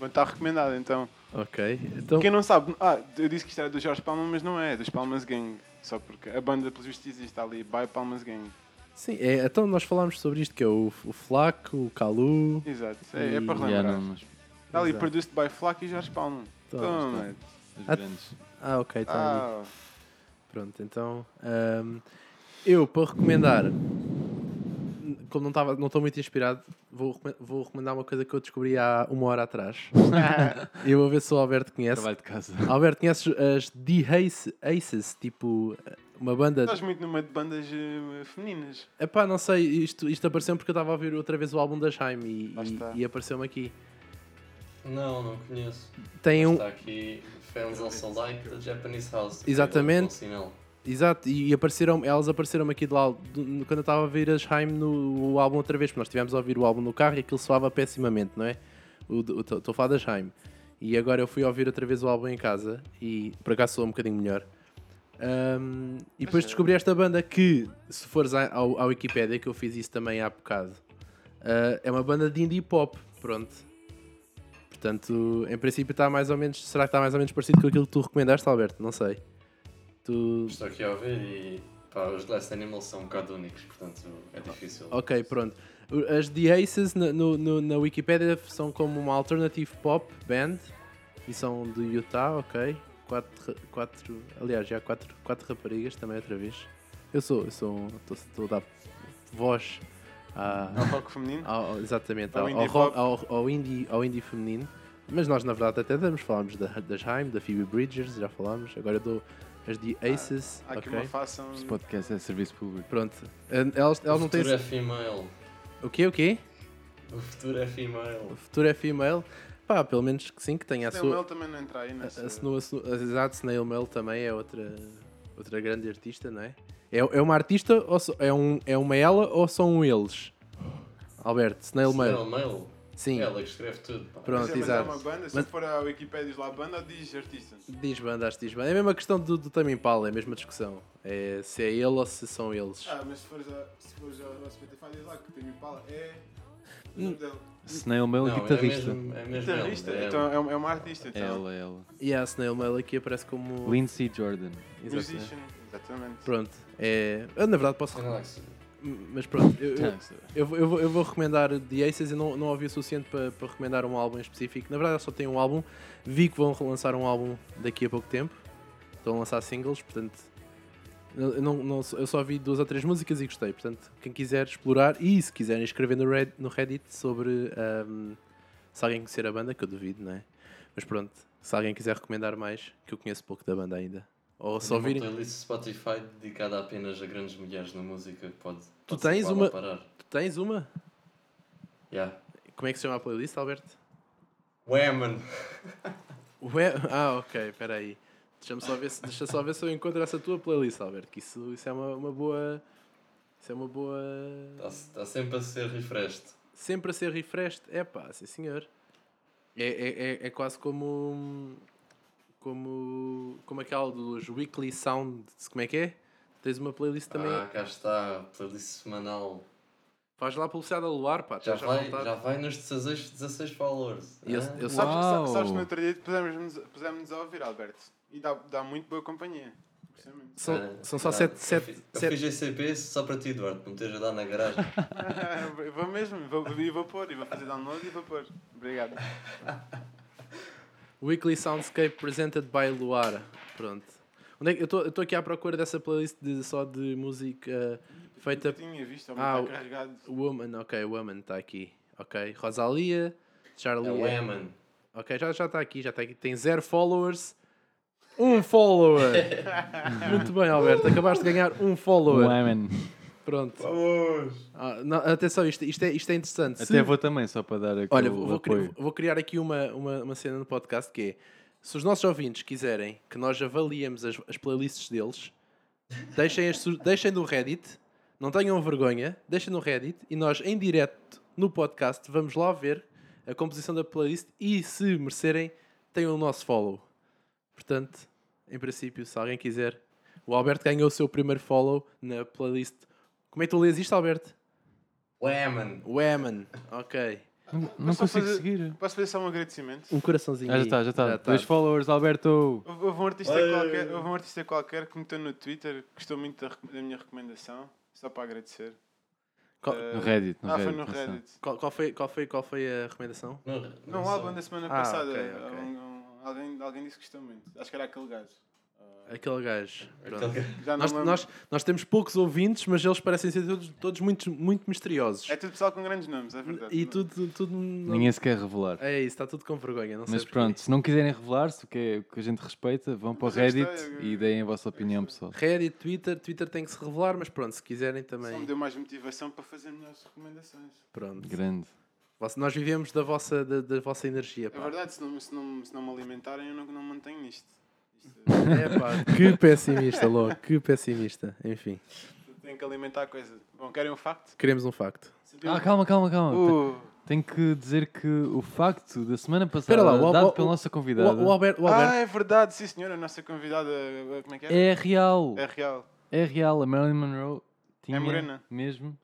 [SPEAKER 2] Bom, Está recomendado então.
[SPEAKER 3] ok, então.
[SPEAKER 2] Quem não sabe, ah, eu disse que isto era do Jorge Palma, mas não é, é dos Palmas Gang. Só porque a banda, pelos vistos, existe tá ali, by Palmas Gang.
[SPEAKER 3] Sim, é, então nós falámos sobre isto, que é o, o Flaco, o Calu.
[SPEAKER 2] Exato, é, é para
[SPEAKER 3] E-
[SPEAKER 2] relembrar.
[SPEAKER 1] Yeah, não, mas
[SPEAKER 2] Está ali,
[SPEAKER 3] Exato.
[SPEAKER 2] produced by Flaco e Jorge Palma.
[SPEAKER 3] Tá,
[SPEAKER 2] Toma.
[SPEAKER 1] os
[SPEAKER 3] Ah,
[SPEAKER 1] grandes.
[SPEAKER 3] Ah, ok, está ali.
[SPEAKER 2] Ah,
[SPEAKER 3] Pronto, então. ahm, eu, para recomendar, como não estava não estou muito inspirado, vou, recome- vou recomendar uma coisa que eu descobri há uma hora atrás. eu vou ver se o Alberto conhece.
[SPEAKER 1] Trabalho de casa.
[SPEAKER 3] Alberto, conheces as The Ace- Aces? Tipo, uma banda.
[SPEAKER 2] estás muito numa de bandas eh, femininas.
[SPEAKER 3] Epá, não sei, isto, isto apareceu porque eu estava a ouvir outra vez o álbum da Jaime e,
[SPEAKER 2] Lá está.
[SPEAKER 3] e, e apareceu-me aqui.
[SPEAKER 4] Não, não conheço.
[SPEAKER 3] Tem um.
[SPEAKER 4] Está aqui Fans Also Like da Japanese House.
[SPEAKER 3] Exatamente.
[SPEAKER 4] Um sinal.
[SPEAKER 3] Exato, e apareceram, elas apareceram aqui de lá do- no- quando eu estava a ouvir a Jaime no o álbum outra vez, porque nós estivemos a ouvir o álbum no carro e aquilo soava pessimamente, não é? Estou a falar da Jaime. E agora eu fui ouvir outra vez o álbum em casa e por acaso soou um bocadinho melhor. Ahm, e depois descobri esta banda que, se fores à- ao, à Wikipédia, que eu fiz isso também há bocado, ah, é uma banda de indie pop, pronto. Portanto, em princípio está mais ou menos. Será que está mais ou menos parecido com aquilo que tu recomendaste, Alberto? Não sei. Tu,
[SPEAKER 4] Estou aqui a ouvir e pá, os Glass Animals são um bocado únicos, portanto é difícil.
[SPEAKER 3] Ok, pronto. O- As The Aces na, no- no- na Wikipedia são como uma alternative pop band e são de Utah, ok? Quatro, ra- quatro aliás, já há quatro, quatro raparigas também outra vez. Eu sou, eu sou, estou a dar voz à,
[SPEAKER 2] Ao rock feminino.
[SPEAKER 3] ao- exatamente,
[SPEAKER 2] Ao
[SPEAKER 3] ao,
[SPEAKER 2] indie
[SPEAKER 3] ao, rock- ao- ao indie, ao indie feminino. Mas nós, na verdade, até damos. Falámos da, da Haim, da Phoebe Bridgers, já falámos. Agora eu dou as The Aces,
[SPEAKER 2] Ah, Há aqui
[SPEAKER 3] ok?
[SPEAKER 2] uma façam.
[SPEAKER 1] Este podcast é serviço público.
[SPEAKER 3] Pronto. Elas, elas
[SPEAKER 4] o
[SPEAKER 3] não têm...
[SPEAKER 4] futuro é female.
[SPEAKER 3] O quê, o quê?
[SPEAKER 4] O futuro é female.
[SPEAKER 3] O futuro é female. Pá, pelo menos que sim, que tenha a
[SPEAKER 2] Tem o
[SPEAKER 3] sua.
[SPEAKER 2] Mel também não é. entra aí
[SPEAKER 3] a-
[SPEAKER 2] nessa.
[SPEAKER 3] a Snow- a Snow- a- Exato, Snail Mail também é outra, outra grande artista, não é? É, é uma artista ou só- é, um, é uma ela ou são eles? Alberto, Snail Mail.
[SPEAKER 4] é Male.
[SPEAKER 3] Sim,
[SPEAKER 4] Ela que escreve tudo. Pá.
[SPEAKER 2] Mas
[SPEAKER 3] Pronto.
[SPEAKER 2] é- mas é
[SPEAKER 3] exato.
[SPEAKER 2] uma banda, se
[SPEAKER 3] Mas-
[SPEAKER 2] for à Wikipedia diz lá banda, diz artista.
[SPEAKER 3] diz banda, acho que diz banda. É a mesma questão do, do Tame Impala, é a mesma discussão. É se é ele ou se são eles.
[SPEAKER 2] Ah, mas se fores, a, se fores ao Spotify, diz lá que tem Impala é. o nome dele.
[SPEAKER 1] Snail
[SPEAKER 3] um
[SPEAKER 1] Mail,
[SPEAKER 4] Não, é
[SPEAKER 1] guitarrista.
[SPEAKER 4] mesmo, é mesmo
[SPEAKER 2] Guitarrista,
[SPEAKER 4] ela. É-
[SPEAKER 2] então é, uma- é uma artista.
[SPEAKER 1] É
[SPEAKER 2] Então.
[SPEAKER 1] ela, é ela.
[SPEAKER 3] E a Snail Mail aqui aparece como.
[SPEAKER 1] Lindsay Jordan.
[SPEAKER 3] Exato, né?
[SPEAKER 2] Musician, exatamente.
[SPEAKER 3] Pronto, é. Eu, na verdade posso.
[SPEAKER 4] Sei lá que se-
[SPEAKER 3] Mas pronto, eu- eu,
[SPEAKER 1] Thanks.
[SPEAKER 3] Eu, vou- eu, vou- eu vou recomendar The Aces, eu não, não ouvi o suficiente para recomendar um álbum em específico. Na verdade, eu só tenho um álbum. Vi que vão lançar um álbum daqui a pouco tempo. Estão a lançar singles, portanto. Eu, eu não, não- eu só vi duas ou três músicas e gostei. Portanto, quem quiser explorar e se quiserem escrever no, Red- no Reddit sobre. ahm, se alguém conhecer a banda, que eu duvido, não é? Mas pronto, se alguém quiser recomendar mais, que eu conheço pouco da banda ainda. Ou só
[SPEAKER 4] Tenho
[SPEAKER 3] ouvirem.
[SPEAKER 4] Uma playlist Spotify dedicada apenas a grandes mulheres na música que pode.
[SPEAKER 3] Tu
[SPEAKER 4] pode ser
[SPEAKER 3] tens
[SPEAKER 4] qual
[SPEAKER 3] uma-
[SPEAKER 4] a Parar.
[SPEAKER 3] Tu tens uma?
[SPEAKER 4] Yeah.
[SPEAKER 3] Como é que se chama a playlist, Alberto?
[SPEAKER 4] Ué, mano.
[SPEAKER 3] Ué, ah, ok, peraí. Deixa-me só ver se, deixa só ver se eu encontro essa tua playlist, Albert, que isso, isso é uma, uma boa. Isso é uma boa.
[SPEAKER 4] Está Tá sempre a ser refreshed.
[SPEAKER 3] Sempre a ser refreshed. É pá, sim senhor. É, é, é, é quase como. Como. Como aquela dos Weekly Sounds. Como é que é? Tens uma playlist também. é-
[SPEAKER 4] Ah, cá está, playlist semanal.
[SPEAKER 3] Faz lá a publicidade a luar, pá.
[SPEAKER 4] Já,
[SPEAKER 3] estás à
[SPEAKER 4] vai,
[SPEAKER 3] vontade.
[SPEAKER 4] já vai nos 16, 16 followers.
[SPEAKER 3] E eu,
[SPEAKER 4] Ah,
[SPEAKER 3] eu só-
[SPEAKER 2] Sabes, sa- sabes que
[SPEAKER 1] Uau.
[SPEAKER 2] no outro dia pusemos-nos pusemos a ouvir, Alberto. E dá, dá muito boa companhia. precisamente.
[SPEAKER 3] são,
[SPEAKER 4] ah,
[SPEAKER 3] são só
[SPEAKER 4] ah,
[SPEAKER 3] 7.
[SPEAKER 4] eu fiz- Eu fiz GCP só para ti, Duarte, para me teres ajudado na garagem.
[SPEAKER 2] Eu vou mesmo, vou, e vou pôr, e vou fazer download e vou pôr. Obrigado.
[SPEAKER 3] Weekly Soundscape presented by Luara. Pronto. Onde é que- eu estou aqui à procura dessa playlist de- só de música eh, feita
[SPEAKER 2] Eu tinha visto,
[SPEAKER 3] Ah,
[SPEAKER 2] ah,
[SPEAKER 3] o-
[SPEAKER 2] está carregado.
[SPEAKER 3] Woman, ok, Woman está aqui. Ok, Rosalia, Charlie.
[SPEAKER 4] é o é, mano.
[SPEAKER 3] Ok, já está aqui, já está aqui. Tem zero followers. Um follower! Muito bem, Alberto, acabaste de ganhar um follower.
[SPEAKER 1] Women.
[SPEAKER 3] Pronto.
[SPEAKER 4] Vamos!
[SPEAKER 3] Ah, não, atenção, isto, isto, é, isto é interessante. Se-
[SPEAKER 1] Até vou também, só para dar aquele
[SPEAKER 3] Olha, vou, vou cri-
[SPEAKER 1] apoio.
[SPEAKER 3] vou criar aqui uma, uma, uma cena no podcast que é: se os nossos ouvintes quiserem que nós avaliemos as, as playlists deles, deixem, as su- deixem no Reddit, não tenham vergonha, deixem no Reddit e nós, em direto no podcast, vamos lá ver a composição da playlist e, se merecerem, tenham o nosso follow. Portanto, em princípio, se alguém quiser, o Alberto ganhou o seu primeiro follow na playlist. Como é que tu lês isto, Alberto?
[SPEAKER 4] Ué, mano.
[SPEAKER 3] Women, ok.
[SPEAKER 1] Não, não
[SPEAKER 2] só
[SPEAKER 1] consigo
[SPEAKER 2] fazer-
[SPEAKER 1] seguir.
[SPEAKER 2] Posso fazer só um agradecimento?
[SPEAKER 3] Um coraçãozinho.
[SPEAKER 1] Ah, já
[SPEAKER 3] aí.
[SPEAKER 1] está, já está.
[SPEAKER 3] tá.
[SPEAKER 1] Dois followers, Alberto.
[SPEAKER 2] Houve houve um, artista
[SPEAKER 4] Ei.
[SPEAKER 2] qualquer, houve um artista qualquer que meteu no Twitter, gostou muito da, recom- da minha recomendação, só para agradecer.
[SPEAKER 3] Qual,
[SPEAKER 2] Eh,
[SPEAKER 1] No Reddit, no
[SPEAKER 2] ah,
[SPEAKER 1] Reddit.
[SPEAKER 2] foi no
[SPEAKER 1] atenção.
[SPEAKER 2] Reddit.
[SPEAKER 3] qual- qual foi, qual, foi, qual foi a recomendação?
[SPEAKER 4] Não,
[SPEAKER 2] Não, o
[SPEAKER 4] sou-
[SPEAKER 2] álbum da semana
[SPEAKER 3] Ah,
[SPEAKER 2] passada.
[SPEAKER 3] ok, ok.
[SPEAKER 2] um- um- alguém, alguém disse que gostou muito. Acho que era aquele gajo.
[SPEAKER 3] Aquele gajo. Pronto.
[SPEAKER 4] Aquele-
[SPEAKER 2] Já não
[SPEAKER 3] Nós,
[SPEAKER 2] me lembro.
[SPEAKER 3] nós, nós temos poucos ouvintes, mas eles parecem ser todos, todos muito, muito misteriosos.
[SPEAKER 2] É tudo pessoal com grandes nomes, é verdade.
[SPEAKER 3] E
[SPEAKER 2] Não-
[SPEAKER 3] tudo. tudo
[SPEAKER 1] Ninguém se quer revelar.
[SPEAKER 3] É isso, está tudo com vergonha. Não sei
[SPEAKER 1] Mas
[SPEAKER 3] porquê.
[SPEAKER 1] pronto, se não quiserem revelar-se, o que, é, o que a gente respeita, vão para o
[SPEAKER 2] Mas eu gostei,
[SPEAKER 1] Reddit
[SPEAKER 2] eu-
[SPEAKER 1] e deem a vossa opinião, pessoal.
[SPEAKER 3] Reddit, Twitter, Twitter tem que se revelar, mas pronto, se quiserem
[SPEAKER 2] Só me
[SPEAKER 3] também.
[SPEAKER 2] deu mais motivação para fazer melhores recomendações.
[SPEAKER 3] Pronto.
[SPEAKER 1] Grande.
[SPEAKER 3] Vossa- Nós vivemos da vossa, da, da vossa energia.
[SPEAKER 2] É
[SPEAKER 3] Pá.
[SPEAKER 2] verdade, se não, se não, se não me alimentarem, eu não, não me mantenho nisto. Isto,
[SPEAKER 3] É, pá, que pessimista, logo, que pessimista. Enfim,
[SPEAKER 2] tenho que alimentar a coisa. Bom, querem um facto?
[SPEAKER 3] queremos um facto.
[SPEAKER 1] Ah, calma, calma, calma.
[SPEAKER 2] Uh,
[SPEAKER 1] Tenho que dizer que o facto da semana passada,
[SPEAKER 3] Espera lá, o Al-
[SPEAKER 1] dado
[SPEAKER 3] o-
[SPEAKER 1] pela nossa
[SPEAKER 3] O,
[SPEAKER 1] convidada,
[SPEAKER 3] o Alberto, o
[SPEAKER 2] ah,
[SPEAKER 3] Alberto
[SPEAKER 2] é verdade, sim senhora, a nossa convidada, uh, como é que é?
[SPEAKER 1] é
[SPEAKER 3] Tipo,
[SPEAKER 1] real.
[SPEAKER 2] É real.
[SPEAKER 1] É real. A Marilyn Monroe tinha
[SPEAKER 2] morena.
[SPEAKER 1] mesmo.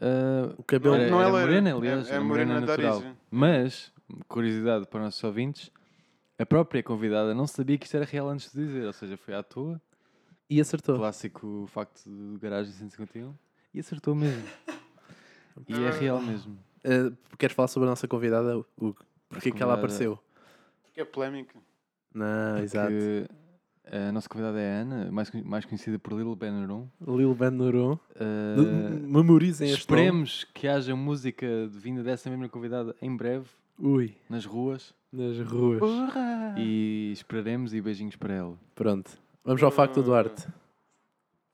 [SPEAKER 1] ah,
[SPEAKER 3] o cabelo.
[SPEAKER 1] era,
[SPEAKER 2] não é
[SPEAKER 1] era
[SPEAKER 2] loira,
[SPEAKER 1] morena,
[SPEAKER 2] é-
[SPEAKER 1] aliás,
[SPEAKER 2] é
[SPEAKER 1] era morena,
[SPEAKER 2] morena de
[SPEAKER 1] natural.
[SPEAKER 2] origem.
[SPEAKER 1] Mas, curiosidade para os nossos ouvintes, a própria convidada não sabia que isto era real antes de dizer, ou seja, foi à toa.
[SPEAKER 3] E acertou.
[SPEAKER 1] Clássico facto do Garagem 151. E acertou mesmo. e
[SPEAKER 3] Ah.
[SPEAKER 1] é real mesmo.
[SPEAKER 3] Uh, queres falar sobre a nossa convidada, Hugo? Porquê que
[SPEAKER 1] convidada-
[SPEAKER 3] ela apareceu?
[SPEAKER 2] Porque é polémica.
[SPEAKER 1] Ah,
[SPEAKER 3] Não, exato.
[SPEAKER 1] Que a nossa convidada é a Ana, mais, con- mais conhecida por Lil Ben Ron.
[SPEAKER 3] Lil Ben Nuron.
[SPEAKER 1] Ah,
[SPEAKER 3] Memorizem este nome.
[SPEAKER 1] esperemos que haja música vinda dessa mesma convidada em breve,
[SPEAKER 3] Ui,
[SPEAKER 1] nas ruas.
[SPEAKER 3] nas ruas.
[SPEAKER 1] Ah. E esperaremos e beijinhos para ela.
[SPEAKER 3] Pronto. Vamos ao facto
[SPEAKER 2] Ah.
[SPEAKER 3] do Duarte.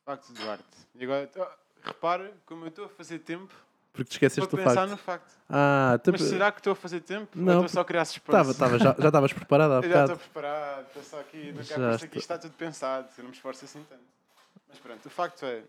[SPEAKER 2] Facto de Duarte. E agora, oh, repara como eu estou a fazer tempo
[SPEAKER 3] Porque te esqueceste
[SPEAKER 2] para
[SPEAKER 3] do
[SPEAKER 2] pensar
[SPEAKER 3] facto.
[SPEAKER 2] no facto.
[SPEAKER 3] Ah, tu...
[SPEAKER 2] Mas será que estou a fazer tempo?
[SPEAKER 3] Não,
[SPEAKER 2] Ou estou só a criar suspense?
[SPEAKER 3] Tava, tava, já já estavas preparado há
[SPEAKER 2] Eu já estou
[SPEAKER 3] bocado.
[SPEAKER 2] preparado, estou só aqui, não
[SPEAKER 3] Já
[SPEAKER 2] quero pensar que isto
[SPEAKER 3] estou.
[SPEAKER 2] está tudo pensado, eu não me esforço assim tanto. Mas pronto, o facto é,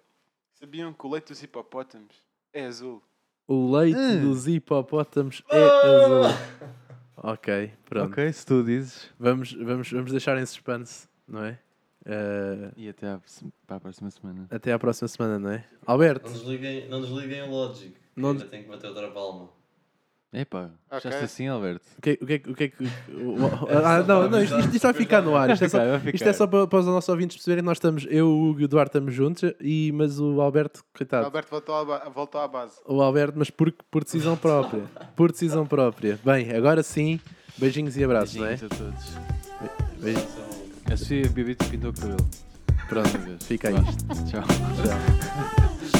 [SPEAKER 2] sabiam que o leite dos hipopótamos é azul?
[SPEAKER 3] O leite
[SPEAKER 1] Ah.
[SPEAKER 3] dos hipopótamos é
[SPEAKER 2] Ah.
[SPEAKER 3] azul. ok, pronto.
[SPEAKER 1] Ok, se tu dizes.
[SPEAKER 3] Vamos, vamos, vamos deixar em suspense, não é? Uh,
[SPEAKER 1] E até à, se- para a próxima semana.
[SPEAKER 3] até à próxima semana, não é? Alberto,
[SPEAKER 4] Não desliguem, não desliguem o Logic. que
[SPEAKER 3] Não
[SPEAKER 4] Ainda tem que bater outra palma.
[SPEAKER 1] Epá,
[SPEAKER 2] Ok.
[SPEAKER 1] já está assim, Alberto.
[SPEAKER 3] o que, o que, é que- o que é que. o- o- ah, não, não, isto, isto vai ficar no ar. Isto é só,
[SPEAKER 1] Vai ficar, vai
[SPEAKER 3] Isto
[SPEAKER 1] ficar.
[SPEAKER 3] é só para, para os nossos ouvintes perceberem que nós estamos, eu, o Hugo e o Eduardo estamos juntos, e, mas o Alberto,
[SPEAKER 2] O
[SPEAKER 3] coitado,
[SPEAKER 2] Alberto voltou à, ba- voltou à base.
[SPEAKER 3] o Alberto, mas por, por decisão própria. Por decisão própria. Bem, agora sim, beijinhos e abraços,
[SPEAKER 1] Beijinhos
[SPEAKER 3] não
[SPEAKER 1] a todos.
[SPEAKER 3] é? Beijinhos.
[SPEAKER 1] A Sofia Bibito pintou o cabelo.
[SPEAKER 3] Pronto, fica aí.
[SPEAKER 1] Tchau.